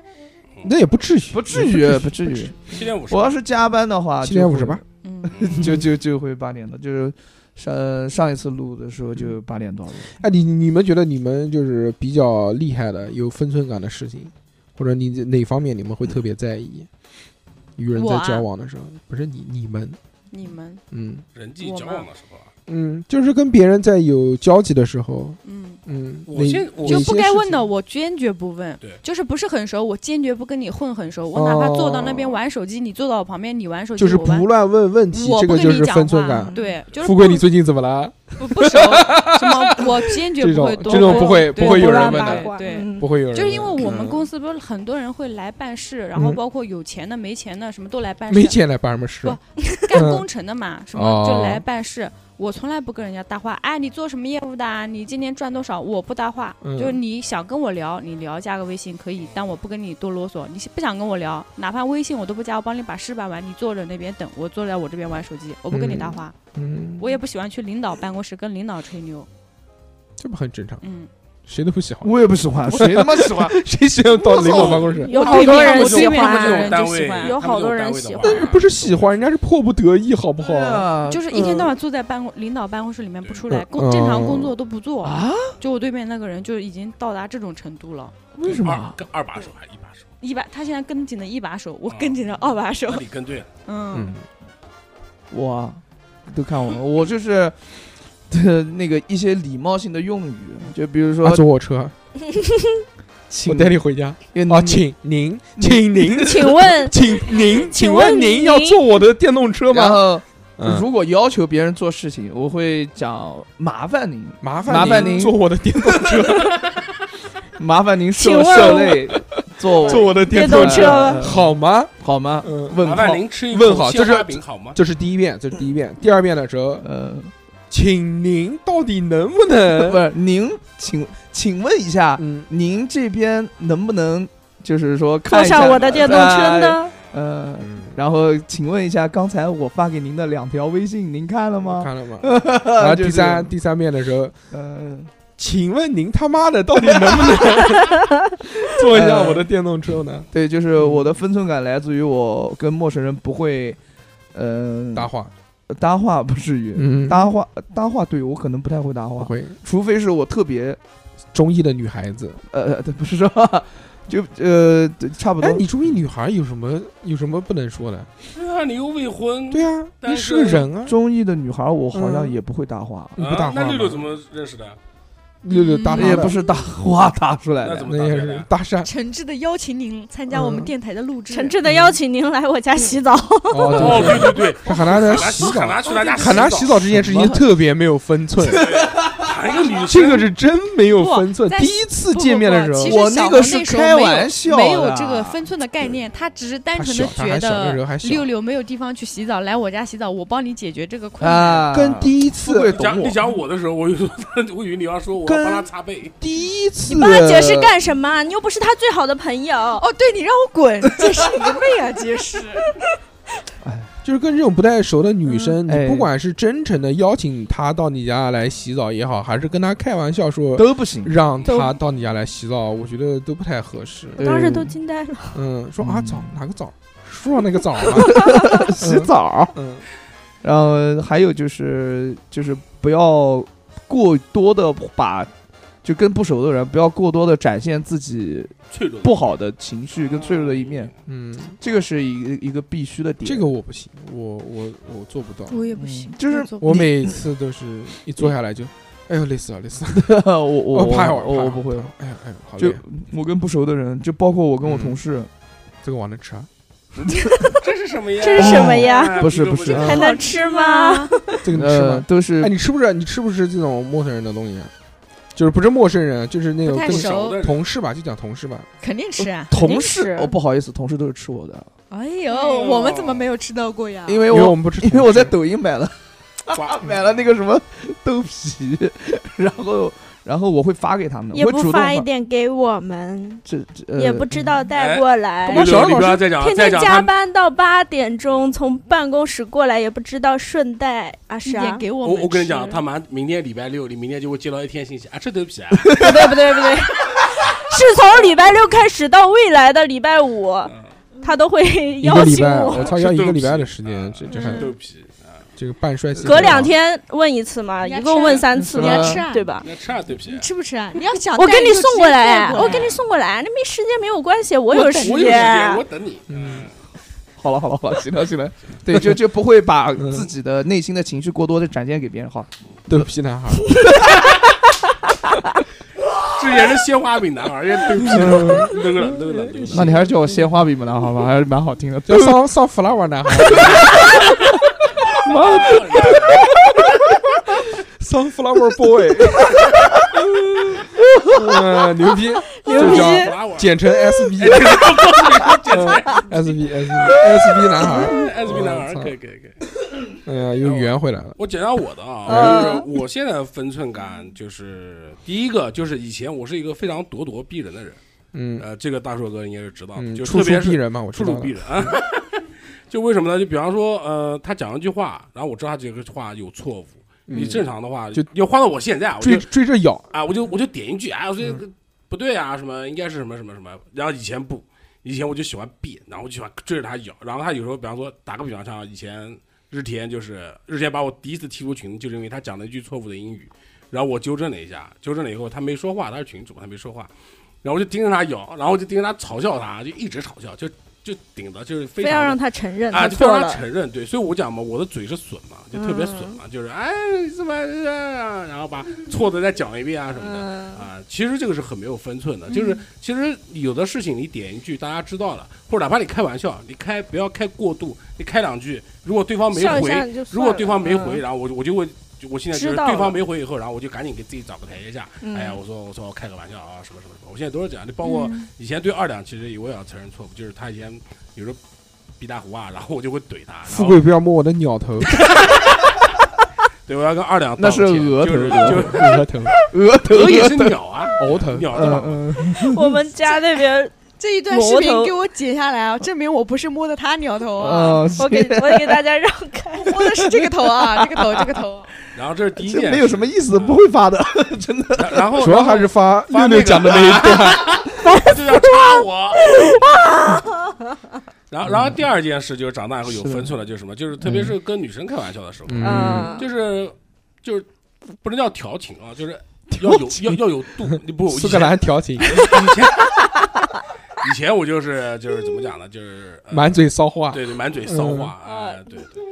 S2: 那也不至于，
S3: 不至
S2: 也
S3: 于
S2: 不
S3: 不至
S2: 不
S3: 于。
S6: 嗯七点五十
S3: 我，要是加班的话，
S2: 七点
S3: 就会
S2: 五十八，
S5: 嗯，
S2: (laughs)
S3: 就就就会八点的，就是上上一次录的时候就八点多了。
S2: 哎，你你们觉得你们就是比较厉害的、有分寸感的事情，或者你哪方面你们会特别在意？与人
S5: 我
S2: 在
S5: 啊
S2: 交往的时候，不是你你们，
S5: 你们
S2: 嗯，
S6: 人际
S5: 我
S6: 交
S5: 吗
S6: 往的时候啊，
S2: 嗯，就是跟别人在有交集的时候，
S5: 嗯，
S2: 嗯，
S6: 我
S2: 哪
S6: 先我
S5: 就
S2: 哪
S5: 不
S2: 些
S5: 该
S2: 事
S5: 问的，
S2: 情
S5: 我坚决不问
S6: 对。
S5: 就是不是很熟，我坚决不跟你混很熟。我哪怕坐到那边
S2: 哦
S5: 玩手机，你坐到我旁边，你玩手机，
S2: 就是
S5: 我玩
S2: 不。乱问问题，
S5: 我
S2: 这
S5: 不
S2: 个
S5: 跟
S2: 就
S5: 你
S2: 是
S5: 讲
S2: 分寸
S5: 话
S2: 感。
S5: 对，就是
S2: 富贵，你最近怎么了？
S5: 不不熟，什么我坚决
S2: 这
S5: 不
S2: 种
S5: 会多
S2: 这种不会
S5: 对
S2: 不会有人
S5: 乱
S2: 问
S5: 八
S2: 的
S5: 卦对。
S4: 嗯
S2: 不会有人
S5: 就是因
S2: 问
S5: 为我们
S2: 嗯
S5: 公司不是很多人会来办事，然后
S2: 嗯
S5: 包括有钱的、没钱的，什么都来办事。啊
S2: 没钱来办什么事，
S5: 干
S2: 嗯
S5: 工程的嘛，什么就
S2: 哦
S5: 来办事。我从来不跟人家搭话，哎，你做什么业务的啊？你今年赚多少？我不搭话，
S2: 嗯
S5: 就是你想跟我聊，你聊加个微信可以，但我不跟你多啰嗦。你不想跟我聊，哪怕微信我都不加，我帮你把事办完，你坐着那边等，我坐在我这边玩手机，我不跟你搭话。
S2: 嗯，
S5: 我也不喜欢去领导办公室跟领导吹牛，
S2: 这不很正常，
S5: 嗯，
S2: 谁都不喜欢，
S3: 我也不喜欢，谁他妈喜欢？
S2: 谁喜欢到领导办公室？
S4: 有好
S5: 对
S4: 多
S5: 面
S4: 人
S5: 我
S4: 喜
S5: 对面
S6: 这
S5: 的
S4: 欢，
S6: 种
S5: 人
S6: 单
S5: 就喜
S6: 位
S5: 欢，
S4: 有好多哎人喜
S6: 喜
S4: 欢
S6: 欢，
S4: 但
S2: 不是喜欢，人家是迫不得已，好不好
S3: 对？啊
S5: 就是一天到晚坐在办公领导办公室里面不出来，
S2: 嗯
S5: 工正常工作都不做。
S3: 啊，
S5: 就我对面那个人就已经到达这种程度了。
S3: 为什
S6: 二
S3: 么？
S6: 跟二把手还是一把手？
S5: 一把，他现在跟紧的一把手，我
S6: 啊
S5: 跟紧的二把手
S6: 那。你跟对了，
S5: 嗯
S2: 嗯，
S3: 哇，啊都看我了，我就是。 (laughs) 的那个一些礼貌性的用语，就比如说
S2: 啊，，坐我车，我
S3: 请
S2: 带你回家。
S3: 因为
S2: 啊，
S3: 你
S2: 请您，请您，
S4: 请问
S2: 请您，请问您要坐我的电动车吗？
S3: 然后
S2: 嗯
S3: 如果要求别人做事情，我会讲麻烦您，
S2: 麻烦
S3: 麻烦您哦
S2: 坐我的电动车，
S3: 麻烦您
S4: 请
S3: 受
S4: 问
S3: 受累，做
S2: 坐我的电
S3: 动
S2: 动
S3: 车
S2: 车，好吗？
S3: 好吗？
S2: 嗯，
S3: 问
S6: 麻
S3: 号
S6: 烦，您吃一
S2: 问
S6: 口
S2: 好
S6: 鲜
S2: 就是
S6: 花饼好吗？
S2: 这是第一遍，这是第一遍。第二遍的时候，
S3: 呃，
S2: 请您到底能不
S3: (laughs) 不
S2: 能？
S3: 是您，请请问一下，
S2: 嗯，
S3: 您这边能不能就是说看
S4: 坐
S3: 一下
S4: 上我的电动车？呢？
S3: 呃，呃然后请问一下，刚才我发给您的两条微信，您看了吗？
S2: 看了吗？然后
S3: (laughs)
S2: 第
S3: 就是
S2: 三，第三遍的时候，
S3: 呃，
S2: 请问您他妈的到底能不能 (laughs) 坐一下我的电动车呢？
S3: 对，就是我的分寸感来自于我跟陌生人不会，呃，
S2: 搭话，
S3: 搭话不至于，
S2: 嗯，
S3: 搭话搭话，对我可能不太会搭话，
S2: 会
S3: 除非是我特别
S2: 中意的女孩子。
S3: 呃，呃对，不是说 (laughs) 就呃对差不多
S2: 哎，，你中意女孩有什么有什么不能说的？
S6: 是啊，你又未婚，
S2: 对啊，
S6: 但
S2: 你
S6: 是
S2: 是个人啊，
S3: 中意的女孩我好像
S2: 嗯
S3: 也不会搭话，
S2: 你不搭
S6: 啊
S2: 话
S6: 那
S2: 吗
S6: 六六怎么认识的？
S2: 六六搭
S5: 嗯
S2: 他
S3: 也
S2: 的
S3: 不是搭话搭出来
S6: 那怎
S3: 的。
S6: 么
S2: 那
S6: 搭
S2: 也
S6: 出来
S2: 是
S6: 的？
S2: 搭讪
S5: 诚挚的邀请您参加我们电台的录制。
S4: 诚挚的邀请您来我家洗澡，
S6: 哦，
S2: 哦，
S6: 对对对，
S2: 对，喊他在
S6: 喊他
S2: 洗
S6: 洗喊
S2: 澡，
S6: 他去他家
S2: 喊他洗澡这件事情特别没有分 (laughs) 寸，
S6: 喊一个女生，
S2: 这个是真没有分寸。
S5: 不
S2: 第一次
S5: 不
S2: 见面的时
S5: 不不
S2: 候
S5: 其，实
S3: 我
S5: 小
S3: 那
S5: 黄
S3: 个
S5: 那
S3: 是
S5: 时候
S3: 开
S5: 没有
S3: 玩笑
S5: 没有
S3: 的
S5: 这个分寸的概念，他只是单
S2: 他
S5: 纯
S2: 小
S5: 的
S2: 他还
S5: 觉
S2: 小那时
S5: 得
S2: 候还小，
S5: 六六没有地方去洗澡，来我家洗澡，我帮你解决这个困难。
S3: 啊，
S2: 跟第一
S3: 不会
S2: 次
S3: 懂
S6: 讲
S3: 我
S6: 你，讲我的时候，我以为 (laughs) 我以为你要说我要
S2: 跟
S6: 帮他擦背，
S2: 第一次
S4: 你帮他解释干什么？啊你又不是他最好的朋
S5: (laughs)
S4: 友。
S5: 哦，对你让我滚，解释你个妹啊！解释，
S2: 就是跟这种不太熟的女生，
S3: 哎
S2: 你不管是真诚的邀请她到你家来洗澡也好，还是跟她开玩笑说
S3: 都不行。
S2: 让她到你家来洗澡，我觉得都不太合适。
S4: 我当时都惊呆了，
S2: 嗯，说
S3: 嗯
S2: 啊澡哪个澡？树上那个澡
S3: (laughs)
S2: 啊？
S3: 洗澡，
S2: 嗯，
S3: 然后还有就是就是不要过多的把。就跟不熟的人不要过多的展现自己
S6: 脆弱的
S3: 不好的情绪跟脆弱的一面， (laughs)
S2: 嗯，
S3: 这个是一个一个必须的点。
S2: 这个我不行，我我我做不到。
S5: 我也
S3: 嗯
S5: 不行，
S3: 就是
S2: 我
S3: 你
S2: 每次都是一坐下来就，哎呦累死了累死了，
S3: 我 (laughs) 我
S2: 我怕一会儿
S3: 我我
S2: 怕
S3: 不
S2: 一儿，怕一会
S3: 会
S2: 儿哎呀哎呀好
S3: 嗯就
S2: 累啊，
S3: 我跟不熟的人，就包括我跟我
S2: 嗯
S3: 同事，
S2: 这个我能吃啊，
S6: 这是什么呀？
S4: 这是什么呀？
S6: 哎
S3: 不是
S6: 你都
S3: 不是啊
S6: 知道
S4: 还能吃吗？
S2: 这个能吃
S3: 呃
S2: 吗，？
S3: 都是
S2: 哎，你吃不吃？你吃不吃这种陌生人的东西啊？就是不是陌生人，啊就是那
S5: 不
S2: 种
S5: 太
S2: 跟你
S5: 熟
S6: 熟的人
S2: 同事吧，就讲同事吧。
S5: 肯定吃啊！
S3: 同
S4: 肯
S3: 事
S4: 定，是
S3: 哦，不好意思，同事都是吃我的，
S5: (laughs) 哎呦，我们怎么没有吃到过呀？
S3: 因为
S2: 因为我
S3: 我
S2: 们不吃同
S3: 因
S2: 事，
S3: 为我在抖音买了
S6: 哇
S3: 买了那个什么豆皮，然后然后我会发给他们，
S4: 也
S3: 我会
S4: 不
S3: 主动
S4: 发一
S3: 发，
S4: 点给我们，
S3: 这这呃
S4: 也不知道带过来。
S6: 六
S3: 小
S6: 六，
S3: 二
S6: 你
S3: 老
S6: 不
S3: 师
S6: 要再讲，
S4: 天
S6: 再
S4: 天
S6: 讲
S4: 加
S6: 他。
S4: 班到八点钟，从办公室过来也不知道顺带啊
S5: 也
S4: 啥，
S5: 给我
S6: 我
S5: 们吃，
S6: 我跟你讲，他马上明天礼拜六，你明天就会接到一天信息啊，这都皮
S3: (laughs)
S6: 啊，
S4: 不对不
S2: (laughs)
S4: 对不对，是从礼拜六开始到未来的礼拜五，他都会
S2: 一
S4: 邀
S2: 个礼
S4: 请
S2: 拜，
S4: 我，
S2: 我操，
S6: 是
S2: 要一
S6: 对
S2: 个
S6: 不
S2: 礼
S6: 起
S2: 拜的时间，这这还
S4: 嗯
S6: 豆皮啊，
S2: 这个半衰期。
S4: 隔两，天问一次嘛，
S5: 人家
S4: 一共问三次
S3: 吃啊
S4: 嘛
S3: 人家吃
S5: 啊，
S4: 对吧？
S6: 你吃啊，豆皮
S5: 你。吃不吃啊？你要想带
S4: 我给你
S5: 就
S4: 送
S5: 直接
S4: 过来，
S5: 带过
S4: 我给你送过来，那没时间没有关系，我
S6: 我
S4: 有
S6: 等
S4: 时
S6: 我有时间，
S4: 间
S6: 我。等你。
S2: 嗯，
S3: 好了好了好了，行了行了，对，就就不会把自己的内心的情绪过多的展现给别人。好，
S2: 都是屁男孩。
S6: 这也是鲜花饼男孩，也对不起，扔了扔了扔了。
S3: 那你还是叫我鲜花饼吧，好吧，还是蛮好听的。
S2: 叫上上 flower 男孩，
S6: (laughs)
S2: 嗯上 flower
S4: (laughs)
S2: boy，嗯，牛逼，
S4: (laughs) 牛
S2: 就
S4: 逼
S2: 叫简称
S6: (laughs)
S2: SB，SB
S6: 逼
S4: (laughs)
S2: SB 男孩，
S6: (laughs) S B 男孩，可以可以可以。
S2: 哎呀，又圆回来了。
S6: 我讲讲我的啊，
S4: 嗯
S6: 就是我现在的分寸感就是第一个，就是以前我是一个非常咄咄逼人的人，
S2: 嗯
S6: 呃，这个大硕哥应该是知道的，
S2: 嗯，
S6: 就
S2: 处
S6: 特
S2: 处
S6: 别
S2: 避
S6: 是
S2: 人嘛，我
S6: 处
S2: 知
S6: 处
S2: 道
S6: 逼
S2: 了。嗯
S6: 人。 (laughs) 就为什么呢？就比方说，呃，他讲一句话，然后我知道他这个话有错误，你正常的话，
S2: 嗯就
S6: 要换到我现在，我就
S2: 追追着咬，
S6: 啊，我就我就点一句，哎，我这个不对啊，什么应该是什么什么什么。然后以前不，以前我就喜欢变，然后我就喜呃欢追着他咬。然后他有时候，比方说打个比方，像以前日田就是日田把我第一次踢出群，就是因为他讲了一句错误的英语，然后我纠正了一下，纠正了以后他没说话，他是群主，他没说话，然后我就盯着他咬，然后我就盯着他嘲笑他，就一直嘲笑，就就顶着就是非
S4: 非要
S6: 常
S4: 让他承认
S6: 啊，
S4: 他
S6: 就非
S4: 错
S6: 让他
S4: 了，嗯
S6: 承认，对，所以我讲嘛，我的嘴是损嘛，就特别损嘛，就是哎怎么、啊，然后把错的再讲一遍啊什么的。
S4: 嗯，
S6: 啊，其实这个是很没有分寸的，就是其实有的事情你点一句大家知道了，或者哪怕你开玩笑，你开不要开过度，你开两句，如果对方没
S4: 笑一下
S6: 回，
S4: 你就
S6: 如
S4: 算
S6: 果
S4: 了
S6: 对方没回，
S4: 嗯
S6: 然后我就我就会。就我现在就是
S4: 知道了
S6: 对方没回以后，然后我就赶紧给自己找个台阶下。
S4: 嗯
S6: 哎呀，我说我说我开个玩笑啊，什么什么 (laughs) 什么。我现在都是这样，你包括以前对二两，其实我也要承认错误，就是他以前有时候逼大胡啊，然后我就会怼他。然后
S2: 富贵不要摸我的鸟头，
S6: 对，我要跟二两
S3: 那是
S6: 道歉
S3: 额
S6: 就是
S3: 头
S6: 就
S2: 额
S6: (laughs)
S2: 头，
S3: 额头
S6: 是鹅也是鸟啊，
S2: 鳌头，
S6: 鸟对吧？
S3: 嗯
S4: 我们家那边，
S5: 这一段视频
S4: 魔头
S5: 给我截下来啊，证明我不是摸的他鸟头
S2: 哦
S5: 啊，
S3: 嗯，
S4: 我给我给大家让开，
S5: 摸的是这个头啊，这个头，这个头。
S6: 然后这是第一
S3: 这
S6: 件，
S3: 没有什么意思，不会发的，真的。
S6: 然。然后
S2: 主要还是发
S6: 发
S2: 六六讲的那一段，
S6: 就要抓我。然后，然后第二件事就是长大以后有分寸了，就是什么，就是特别是跟女生开玩笑的时候，
S2: 嗯，
S4: 嗯，
S6: 就是就是不能叫调情啊，就是要有要要有度。你 (laughs) 不，
S2: 苏格兰调情，
S6: 以前 (laughs) 以前以前我就是就是怎么讲呢，就是呃
S2: 满嗯嘴骚话，
S6: 对对满嘴骚话啊，哎对对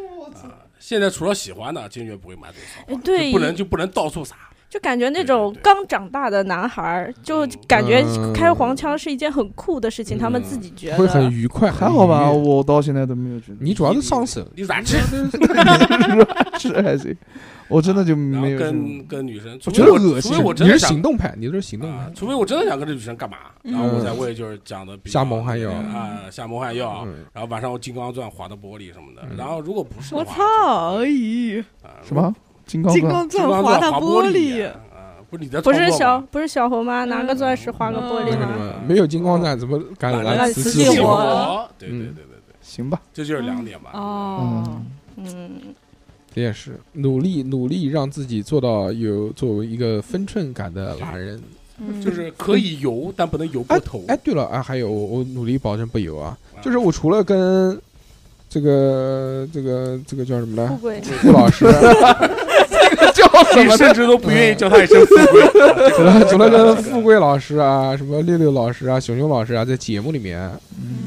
S6: 啊。现在除了喜欢的，坚决不会满嘴骚话，
S4: 哎对
S6: 就不能就不能到处撒。
S4: 就感觉那
S6: 对
S4: 种
S6: 对对
S4: 刚长大的男孩儿，就感觉
S2: 嗯
S4: 开黄腔是一件很酷的事情，
S6: 嗯
S4: 他们自己觉
S2: 会很
S4: 得。
S2: 愉快，
S3: 还好吧，
S2: 很愉悦
S3: 我到现在都没有觉得
S2: 你主要是上手，
S6: 你咋吃？
S3: (laughs)
S2: 嗯
S3: 是还行，我真的就
S6: 然
S3: 没
S6: 后
S3: 有这种。
S6: 跟跟女生，除
S2: 我
S6: 非
S2: 觉得恶
S6: 除
S2: 心
S6: 非我。
S2: 你
S6: 真的
S2: 是
S6: 想
S2: 行动派，你是行动
S6: 啊
S2: 派，，
S6: 除非我真的想跟这女生干嘛，然后我才会就是讲的
S2: 下蒙汗药
S6: 啊，下蒙汗药
S2: 嗯，
S6: 然后晚上我金刚钻划到玻璃什么的。然后如果不是的
S5: 我
S6: 话
S5: 操！哎咦，
S6: 啊
S3: 什么金刚
S5: 金
S3: 钻？
S5: 刚
S6: 金
S5: 钻
S6: 刚
S5: 划
S6: 钻
S5: 到
S6: 划
S5: 玻
S6: 璃
S5: 璃，
S6: 啊，不是你在
S4: 不是
S6: 操作
S4: 小
S6: 吗
S4: 不是小红吗？拿
S5: 嗯
S4: 个钻石划个玻
S2: 那
S4: 璃
S2: 个什
S6: 啊
S4: 吗？
S2: 么没有金光钻怎么敢
S6: 懒
S2: 来
S4: 得
S2: 瓷
S4: 瓷
S2: 器
S4: 器
S2: 活？
S6: 活，哦对对对
S2: 嗯
S6: 对对，
S3: 行吧，
S6: 这就是两点吧。
S5: 哦，
S3: (laughs)
S4: 嗯，
S2: 这也是努力努力让自己做到有作为一个分寸感的男人。
S5: 嗯
S6: 就是可以游，但不能游过头。
S2: 哎，对了啊，还有我我努力保证不游啊，
S6: 啊
S2: 就是我除了跟这个这个这个叫什么
S4: 富
S6: (laughs)
S2: 呢？
S4: 贵，
S2: 顾老师，
S3: 叫什
S6: 你
S3: 么
S6: 甚至都不愿意叫他一声富
S4: (laughs)
S6: 贵。
S2: 除了除了跟富贵老师啊，什么六六老师啊，熊熊老师啊，在节目里面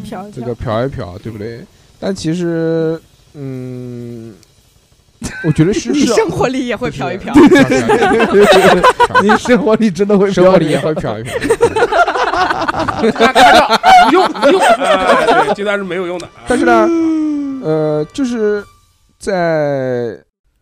S4: 瞟一
S2: 这
S4: 瞟
S2: 个瞟一瞟，对不对？但其实，嗯，我觉得是啊
S5: 你
S2: 是
S5: 生活里也会瞟一瞟。
S2: 瞟，
S3: (laughs) 你生活里真的会
S2: 生活里也
S3: 也
S2: 会瞟一瞟。
S6: 你用你用， (laughs) 啊对，这段是没有用的。啊
S2: 但是呢，呃，就是在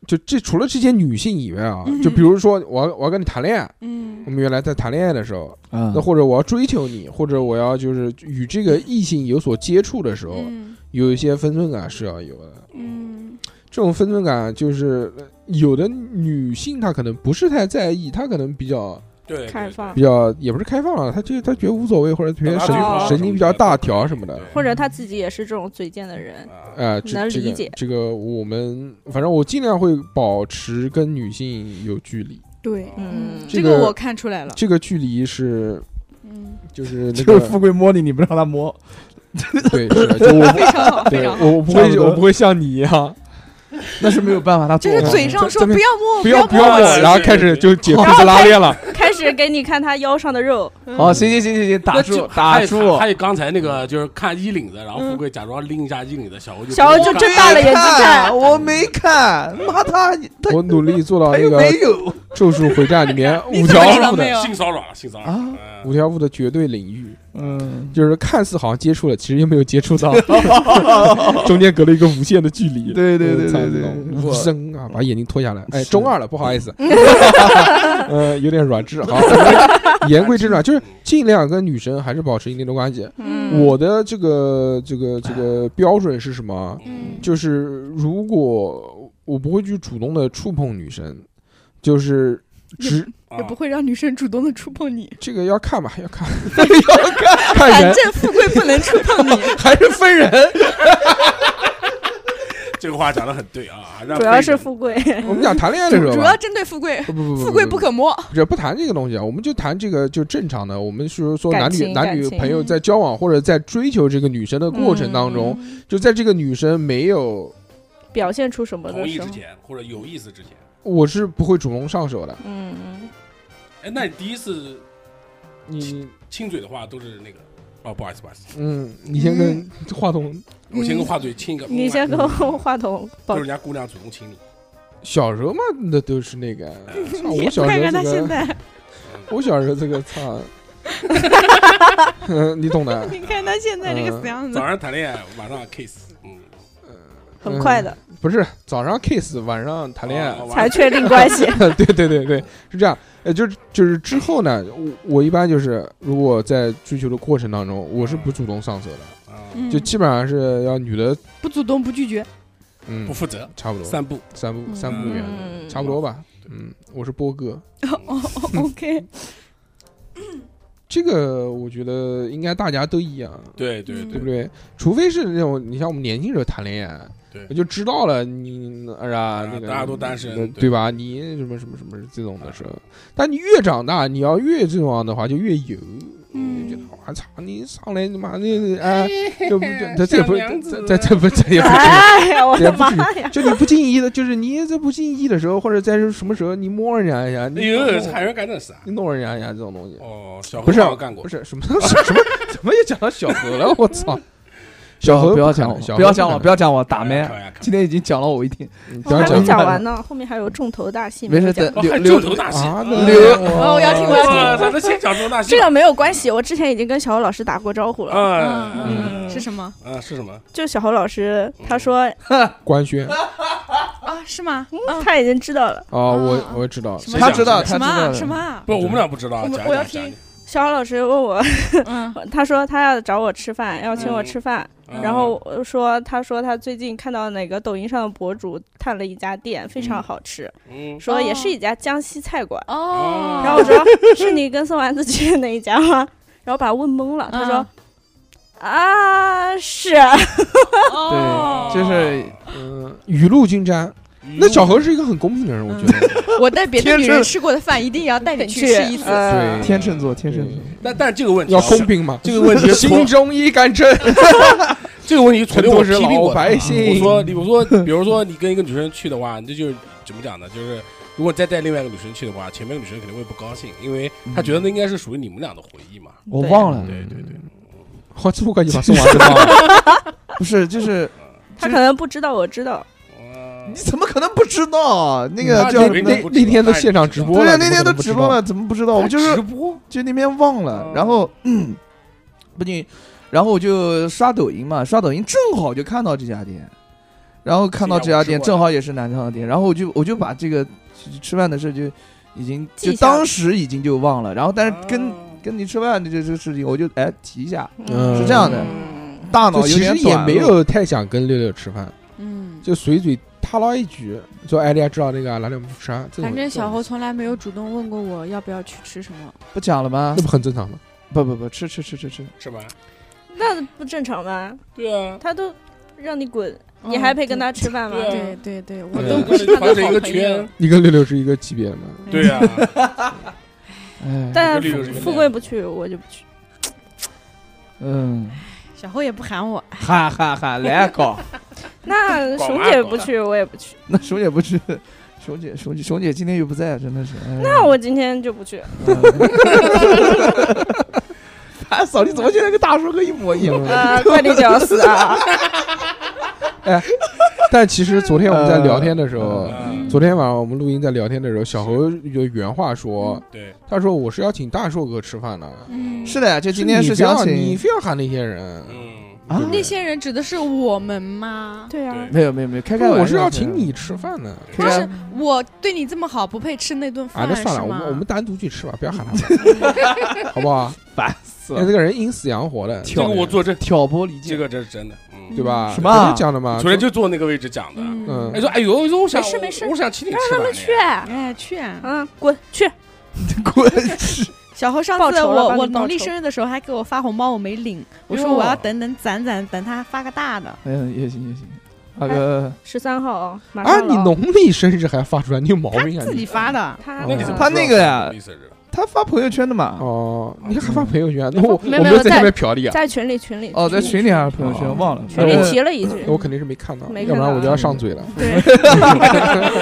S2: 就这除了这些女性以外啊，就比如说我要我要跟你谈恋爱，我
S5: 嗯，
S2: 们原来在谈恋爱的时候，
S3: 啊
S2: 那或者我要追求你，或者我要就是与这个异性有所接触的时候，
S5: 嗯
S2: 有一些分寸感是要有的。
S5: 嗯
S2: 这种分寸感就是呃有的女性她可能不是太在意，她可能比较
S6: 对对
S4: 开
S6: 对
S4: 放
S2: 比，较也不是开放了，她就她觉得无所谓，或者特别
S6: 大啊
S2: 神
S6: 嘴巴
S2: 神
S6: 什么
S2: 经比较
S6: 的
S2: 大条什么的。
S4: 或者他自己也是这种嘴贱的人。
S6: 啊
S2: 啊，这
S4: 能
S2: 这
S4: 理
S2: 个
S4: 解
S2: 这个我们反正我尽量会保持跟女性有距离，
S5: 对，
S4: 嗯，
S5: 这
S2: 这个
S5: 个我看出来了。
S2: 这个距离是
S5: 嗯，
S2: 就是那
S3: (laughs) 就是
S2: 个
S3: 富贵摸你，你不让他摸，
S2: 对，是的就我
S5: (laughs) 非常好，非
S2: 对
S5: 常好。
S2: 我不
S3: 差不
S2: 会
S3: 多
S2: 我不会像你一样， (laughs)
S3: 那是没有办法，他
S5: 就是
S3: 做不到
S5: 嘴上说
S2: 咱们
S5: 不要摸我，
S2: 不要
S5: 不
S2: 不要
S5: 摸
S2: 我，
S5: 我，
S2: 然后开始就解裤子拉链了，
S4: 开始是给你看他腰上的肉，
S3: 好，行行行行行，打
S6: 那就
S3: 住打
S6: 还有
S3: 住
S6: 还，有刚才那个就是看衣领子，然后富贵假装拎一下衣领子，小欧就
S4: 小欧就
S6: 不
S4: 睁大了眼睛看，
S3: 我没看，妈他他
S2: 我努力做到
S3: 他
S2: 那
S3: 又
S2: 个
S3: 没
S2: 《
S3: 有
S2: 咒术回战》里面五
S6: 性
S2: 条
S6: 骚扰
S2: 悟的
S6: 性骚扰了，性骚扰
S3: 啊
S6: 了。嗯
S2: 五条悟的绝对领域，
S3: 嗯，
S2: 就是看似好像接触了，其实又没有接触到， (laughs) 中间隔了一个无限的距离。
S3: 对对对
S2: 我操
S3: 对对
S2: 那
S3: 我
S2: 种深啊，把眼睛脱下来。哎，中二了，不好意思，
S5: 嗯
S2: (laughs) 呃，有点软质
S5: (laughs)
S2: 啊。言归正传，
S6: 嗯
S2: 就是尽量跟女生还是保持一定的关系。
S4: 嗯，
S2: 我的这个这个这个标准是什么？
S5: 嗯
S2: 就是如果我不会去主动的触碰女生，就是只
S6: 啊
S5: 也不会让女生主动的触碰你，
S2: 这个要看吧，要
S5: (laughs)
S2: 看要 (laughs) 看看
S5: 反
S2: 人，
S5: 正富贵不能触碰你。
S3: 还是分人，
S6: 这个话讲的很对啊，让
S4: 主要是
S6: 被
S4: 富贵， (laughs)
S2: 我们讲谈恋爱的时候
S5: 主
S2: 吧
S5: 要，针对富贵，
S2: 不不不，
S5: 富贵不可摸。
S2: 不是不谈这个东西啊，我们就谈这个就正常的，我们是说男
S4: 感
S2: 女
S4: 情
S2: 男女
S4: 感情嗯
S2: 朋友在交往或者在追求这个女生的过程当中，
S4: 嗯
S2: 就在这个女生没有，
S4: 表现出什么
S6: 同
S4: 的
S6: 意
S4: 时候
S6: 之，前或者有意思之前，
S2: 我是不会主动上手的。
S4: 嗯嗯，
S6: 哎，那你第一次
S2: 你
S6: 亲嘴的话都是那个哦，不好意思，不好意思，
S2: 嗯，你先跟 (laughs) 话筒。
S5: 嗯
S6: 我先跟话嘴亲一个，
S4: 你先跟
S6: (laughs)
S4: 我话筒
S6: 就
S4: 保
S6: 嗯是人家姑娘主动亲你，
S2: 小时候嘛，那都是那个。啊
S4: (laughs)
S2: 操我小
S4: 看
S2: 时候
S4: 看他
S2: 这
S4: 现
S2: 个，
S4: 在，
S2: 我小时候这个
S4: (laughs)
S2: 操， (laughs) 嗯，你懂的。
S5: 你看他现在这个死样子
S6: 早，上谈恋爱，晚上 kiss，嗯，
S4: 很快的
S2: 不是早上 kiss，晚上谈恋爱
S6: 哦。晚
S4: 才
S6: 上
S4: 确定关系，
S2: (laughs) 对对对对，是这样。呃，就是就是之后呢，我我一般就是如果在追求的过程当中，我是不主动上手的，
S6: 啊
S5: 嗯
S2: 就基本上是要女的，
S5: 不主动不拒绝，
S2: 嗯
S6: 不，负责，
S2: 差不多
S6: 散步，
S2: 三步三步远，
S4: 嗯，
S2: 差不多吧。嗯，我是波哥，嗯
S5: 哦 OK，
S2: 这个我觉得应该大家都一样，
S6: 对对
S5: 嗯
S2: 对
S6: 对
S2: 不，对？除非是那种你像我们年轻时候谈恋爱，
S6: 对啊
S2: 我就知道了你哎呀，那个
S6: 大家都单身
S2: 呃
S6: 对啊
S2: 对吧？你什么什么什么这种的时候，但你越长大，你要越这样的话，就越油。
S5: 嗯
S2: 你就觉得我操，你上来你妈那啊，这不这这也不这这这不这也不
S4: 哎呀，我
S2: 也
S4: 的
S2: 不
S4: 妈
S2: 至
S4: 呀！
S2: 就你不经意的，就是你这不经意的时候，或者在什么时候你摸人家一下，
S6: 哎
S2: 你
S6: 呦，
S2: 弄
S6: 还有人干这事啊？
S2: 你弄人家一下这种东西，
S6: 哦，小
S2: 不是
S6: 何我干过
S2: 不，是什么什么怎么又讲到小
S3: (laughs)
S2: 何了？我
S6: (laughs)
S2: 操！小何
S3: 不要
S2: 可
S3: 讲
S2: 能
S3: 我，
S2: 小何
S3: 不要讲
S2: 可
S3: 我，
S2: 能
S3: 不要讲我，打
S6: 没
S3: 咩？ (laughs) 今天已经讲了我一天，
S2: 嗯
S4: 我
S2: 讲
S4: 哦还没
S2: 讲
S4: 讲完呢，后面还有重头大戏
S3: 没事，
S4: 讲
S3: 等
S6: 哦，
S3: 留
S5: (laughs)
S6: 还
S3: 留
S6: 重头大戏
S2: 啊，
S3: 刘
S5: 哦我要听我要听
S6: 哇，咱这先讲重头大戏
S4: 这个没有关系，我之前已经跟小侯老师打过招呼了。
S6: 啊
S5: 嗯，是什么
S6: 啊是什么？
S4: 就小侯老师，他说
S2: 官宣
S5: 啊？是吗？
S4: 他已经知道了。
S2: 啊，我我嗯知道，
S5: 什么
S6: 谁
S3: 他知道，他
S5: 什
S3: 知
S5: 么
S3: 道
S5: 啊
S3: 的
S5: 什么啊？
S6: 不，我们俩不知道
S5: 我，们
S6: 讲
S5: 我要
S6: 讲讲
S5: 听。
S4: 小侯老师问我，
S5: 嗯，
S4: 他说他要找我吃饭，要请我吃饭，
S6: 嗯
S4: 然后我说他说他最近看到哪个抖音上的博主探了一家店，非常好吃，
S6: 嗯，
S4: 说也是一家江西菜馆。
S5: 哦，
S4: 然后我说是你跟宋丸子去的那一家吗？然后把他问懵了，他说、
S5: 嗯
S4: 啊是啊，
S5: 哦，
S3: 就是
S2: 嗯，雨露均沾。那小何是一个很公平的人，我觉
S3: 嗯
S2: 得。
S5: 我带别的
S3: 天
S5: 女
S3: 生
S5: 人吃过的饭，一定要带你去吃一次。
S4: 呃
S2: 对
S3: 天秤座，天秤座，
S6: 但嗯但这个问
S2: (laughs)
S6: 题啊
S2: 要公，平嘛？
S6: 这个问题
S2: (laughs) 心中一杆秤，
S6: 这个问题曾经我
S2: 都
S6: 批
S2: 是
S6: 评过
S2: 老
S6: 的啊。
S2: 百
S6: 我
S2: 姓。
S6: 说，你我说，比如说你跟一个女生去的话，你这就是怎么讲呢？就是如果再带另外一个女生去的话，前面的女生肯定会不高兴，因为她觉得那应该是属于你们俩的回忆嘛。
S3: (laughs) 我忘了，
S6: 对对对，
S2: 好，这么快就把宋娃知道
S6: (laughs)
S2: 了？
S3: 不是，就是
S4: 他可能不知道我知道，
S6: 哇
S3: 你怎么可能不知道？ (laughs) 啊那
S6: 那
S3: 个叫
S6: 以为
S2: 那
S3: 那
S6: 你不知
S2: 那
S6: 道
S2: 天都
S6: 那你
S2: 现场直
S6: 知道
S2: 播
S3: 对
S2: 了，
S3: 啊，那天都直播
S2: 了。
S3: 了，怎么不知道？我就是
S6: 直播，
S3: 就那边忘了
S6: 哦，
S3: 然后嗯，不仅，然后我就刷抖音嘛，刷抖音正好就看到这家店，然后看到这家店
S6: 这家我吃过
S3: 正好也是南昌的店，然后我就我就把这个吃吃饭的事就已经
S4: 记
S3: 就
S4: 下了
S3: 当时已经就忘了，然后但是跟
S6: 啊
S3: 跟你吃饭的这这事情，我就哎提一下，
S2: 嗯
S3: 是这样的
S4: 嗯
S3: 大脑
S2: 就
S3: 有
S2: 其
S3: 点
S2: 实也
S3: 短
S2: 没
S3: 路
S2: 有太想跟六六吃饭，
S5: 嗯，
S2: 就随嘴踏唠一句，就哎，大家知道那个哪里我们吃啊？这种
S5: 反正小侯
S2: 这种
S5: 从来没有主动问过我要不要去吃什么。
S3: 不讲了吗
S2: (laughs) 那？不很正常吗？
S3: 不不不，吃吃吃吃吃，
S6: 是吧？
S4: 那不正常吗？
S6: 对
S4: (laughs)
S6: 啊，
S4: 他都让你滚，你还配跟他吃饭吗？
S6: 对
S5: 嗯对对对，我
S2: 对
S5: 都
S2: 啊
S5: (laughs) 不是他
S6: 团
S5: 的
S6: 成
S5: 好
S6: 一个
S5: 朋
S6: 圈
S5: 友。，
S2: 你跟六六是一个级别的吗？
S6: 对
S5: (laughs)
S6: 啊，
S3: 哎，
S4: 但
S6: 这个理由是这个
S4: 富贵不去，我就不去。
S3: 嗯，
S5: 小侯也不喊我，
S3: 哈哈哈，来啊搞， (laughs)
S4: 那
S6: 搞
S4: 熊
S6: 啊
S4: 姐
S6: 搞
S4: 不
S6: 啊
S4: 去，我也不去。
S3: 那什么也不吃，熊姐，熊姐，熊姐今天又不在，真的是。
S4: 那我今天就不去。
S3: (laughs) 哎，嫂，你怎么现在跟大叔哥一模一样？
S4: (laughs) 啊，怪你屌丝
S3: (laughs)
S4: 啊！
S2: 但其实昨天我们
S3: 呃
S2: 在聊天的时候，
S6: 嗯
S2: 昨天晚上我们录音在聊天的时候，小侯有原话说，
S6: 对，
S2: 他说我是要请大硕哥吃饭的，
S5: 嗯，
S3: 是的呀，就今天
S2: 你
S3: 是
S2: 非要
S3: 想
S2: 你
S3: 请，
S2: 非要喊那些人，
S6: 嗯，
S3: 啊
S5: 那些人指的是我们吗？
S4: 对啊
S6: 对，
S3: 没有没有没有，开开玩笑，
S2: 我是要请你吃饭的。
S3: 开
S5: 就
S3: 开，
S5: 是我对你这么好，不配吃那顿
S2: 啊，
S5: 饭
S2: 那算了，
S5: 是
S2: 我们
S5: 吗
S2: 我们单独去吃吧，不要喊他们，好不好？
S3: 死
S2: 那这个人阴死阳活的，
S6: 这个我作证，
S3: (laughs) 挑拨离
S6: 这
S3: 间，
S6: 个这是真的，嗯，
S2: 对吧？
S3: 什么啊
S2: 不是讲的吗？
S6: 昨天就坐那个位置讲的。
S2: 嗯
S6: 哎，说哎呦，我说我想，
S4: 没事没事
S6: 我我想请你吃
S4: 让他们去。
S5: 哎，去啊！
S4: 嗯，滚去！
S3: 滚！ (laughs)
S5: 小侯上
S4: 报
S5: 次
S4: 仇了
S5: 我
S4: 帮
S5: 我
S4: 你报
S5: 农历
S4: 仇
S5: 生日的时候还给我发红包，我没领，我说
S6: 哟
S5: 我要等等攒攒，等他发个大的。
S3: 嗯，也行也行，那个
S4: 十三号哦，马
S2: 啊，
S4: 上了
S2: 你
S4: 哦。
S2: 农历生日还发出来，你有毛病啊
S5: 自
S2: 你！
S5: 己发的，
S4: 他
S2: 那
S4: 嗯
S6: 那
S2: 你
S6: 你
S2: 怎
S6: 怎
S2: 么
S6: 么
S3: 知道他发朋友圈的嘛，
S2: 哦，你还发朋友圈？那我我
S4: 没有没
S2: 没
S4: 有
S2: 有在
S4: 在
S2: 下面瞟了一啊眼，
S4: 在群里群里
S3: 哦，在群里还是朋友
S2: 哦
S3: 圈，忘了，
S4: 群
S3: 反
S4: 里
S3: 正
S4: 提了一句，
S2: 我肯定是没看到，
S4: 没
S2: 要
S4: 看
S2: 不
S4: 到
S2: 然我就要上嘴了。
S4: 对，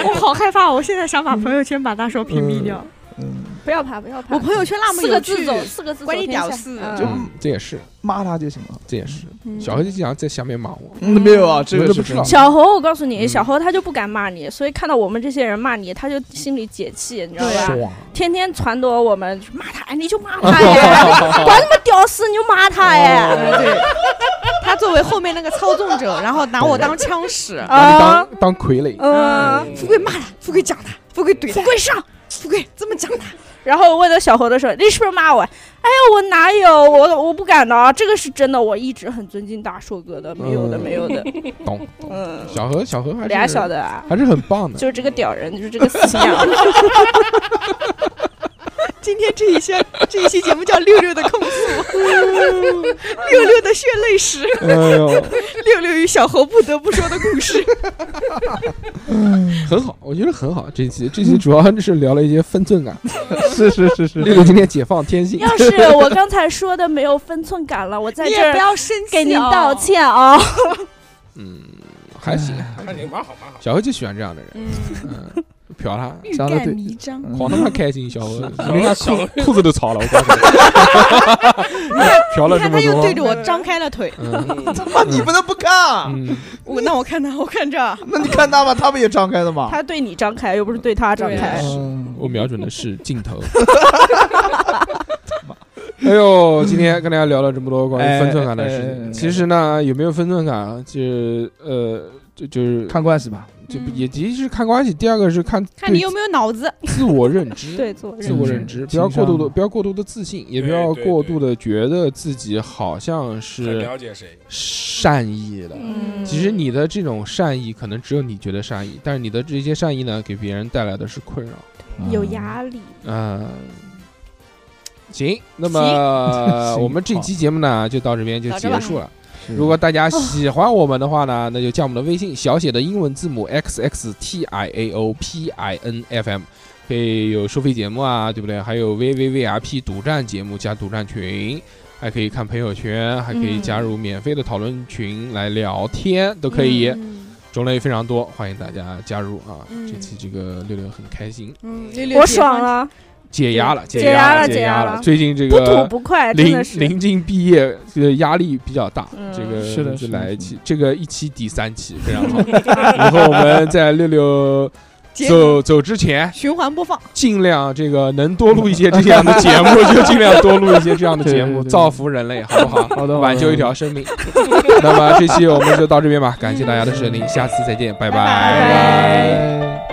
S8: 我好害怕，我现在想把朋友圈把大硕屏蔽掉。
S3: 嗯，
S4: (laughs) 不要怕不要怕。
S5: 我朋友圈那么
S4: 四
S5: 有
S4: 个
S5: 趣
S4: 字，走，四个字走
S5: 关你
S4: 天下，
S5: 屌事
S4: 嗯
S3: 就
S2: 嗯，这也是，
S3: 骂他就行了。
S2: 这也是。
S5: 嗯
S2: 小黑就经常在下面骂我，
S3: 嗯，没有啊，这
S2: 我
S3: 个
S2: 都
S3: 是
S2: 不知道
S3: 真的
S4: 小猴，我告诉你，
S2: 嗯
S4: 小猴他就不敢骂你，所以看到我们这些人骂你，他就心里解气，你知道吧？
S2: 爽。
S4: 天天撺掇我们骂他，哎你就骂他
S2: (laughs)
S4: 呀，管什么屌丝你就骂他呀，
S5: 对，他作为后面那个操纵者，然后拿我当枪
S4: (laughs)
S5: 使。呃
S2: 把你
S4: 啊，
S2: 哦当当傀儡，
S4: 嗯。
S5: 富贵骂他，富贵讲他，富贵怼他，富贵上，富贵这么讲他。
S4: 然后问到小猴的时候，你是不是骂我？哎呀，我哪有，我我不敢的啊，这个是真的，我一直很尊敬大硕哥的，没有的，
S2: 嗯
S4: 没
S2: (laughs)
S4: 有的，
S2: 懂？懂
S4: 嗯，
S2: 小何，小何还是
S4: 俩小的啊，
S2: 还是很棒的。
S4: 就是这个屌人，就是这个死
S2: (laughs)
S4: 样。
S5: 今天这一期 (laughs) 这一期节目叫六六的控诉，
S4: 嗯
S5: 六六的血泪史，
S2: 哎呦，
S3: (laughs)
S5: 六六与小猴不得不说的故事。
S2: 很好，我觉得很好。这期这期主要是聊了一些分寸感。
S3: 是是是是，
S2: (laughs) 六六今天解放天性，
S4: 嗯要是我刚才说的没有分寸感了，我在
S5: 你
S4: 这
S5: 也
S4: 儿
S5: 不要生气、哦
S4: 给您道。歉啊。
S2: 嗯，还行。
S6: 看你蛮好蛮好。
S2: 小何就喜欢这样的人，
S5: 嗯，
S2: 嗯，嫖他，
S5: 欲
S3: 讲得对
S5: 盖弥彰。
S3: 嗯
S2: 狂他妈开心。小何，
S6: 小
S2: 你
S6: 何
S2: 看
S6: 小何
S2: 裤裤子都潮了，我告诉
S4: (laughs)
S2: (laughs) 你，嫖了
S5: 你
S2: 这
S5: 看
S2: 么
S5: 他又对着
S2: 多。
S5: 我张开了腿，
S2: 嗯
S3: 他妈你们都不看啊，
S2: 嗯，
S5: 我那我看他，我看这儿，
S3: 那你看他吧，他们也张开的嘛。
S4: 他对你张开，又不是对他张开。
S3: 嗯
S2: 我瞄准的是镜头。 (laughs) 哎呦，今天跟大家聊了这么多关于分寸感的事
S3: 哎哎哎
S2: 情。
S3: 哎
S2: 其实呢，有没有分寸感啊，就是呃，就就是
S3: 看关系吧，
S2: 就也第一是看关系，第二个是看
S5: 看你
S2: 对
S5: 有没有脑子。
S2: 自我认知。
S4: (laughs) 对，自我
S2: 自
S4: 认
S2: 我
S4: 识。
S2: 认知，
S3: 嗯
S2: 不要过度的，
S3: 情商
S2: 不要过度的自信，也不
S6: 对
S2: 要
S6: 对
S2: 过度的觉得自己好像
S6: 很
S2: 是
S6: 了解谁？
S2: 善意的。
S4: 嗯
S2: 其实你的这种善意，可能只有你觉得善意，但是你的这些善意呢，给别人带来的是困扰。
S4: 有
S3: 嗯
S4: 压力，
S2: 嗯，行，那么
S3: 行
S2: 我们这期节目呢就到这边就
S5: 到
S2: 结
S5: 这吧
S2: 束了。
S3: 是 (laughs)
S2: 如果大家喜欢我们的话呢，那就加我们的微信小写的英文字母 x x t i a o p i n f m，可以有收费节目啊，对不对？还有 v v v r p 独占节目加独占群。还可以看朋友圈，还可以加入免费的讨论群来聊天，都可以，
S4: 嗯
S2: 种类非常多，欢迎大家加入啊！
S5: 嗯
S2: 这期这个六六很开心，
S5: 嗯，
S4: 我爽。了，
S2: 解压了，
S4: 解
S2: 压
S4: 压了
S2: 解
S4: 解压
S2: 了。
S4: 了
S2: 最近这
S4: 不吐
S2: 个
S4: 不快，真
S2: 临
S4: 的是。
S2: 临近毕业，这个压力比较大
S4: 嗯。
S2: 这个
S3: 是的
S2: 就是
S3: 的
S2: 来一
S3: 是的
S2: 期，这个一期抵三期，非
S4: (laughs)
S2: 常好。以后我们在六六
S5: 结
S2: 走走之前，
S5: 循环播放，
S2: 尽量这个能多录一些这样的节
S4: (laughs)
S2: 目，就尽量多录一些这样的节
S3: 对对
S2: 目，
S3: 对
S2: 造福人类，好不好？
S3: 好的，
S2: 挽救一条生命。那么这期我们就到这边吧，感谢大家的收听，下次再见，拜拜
S5: 拜
S3: 拜拜。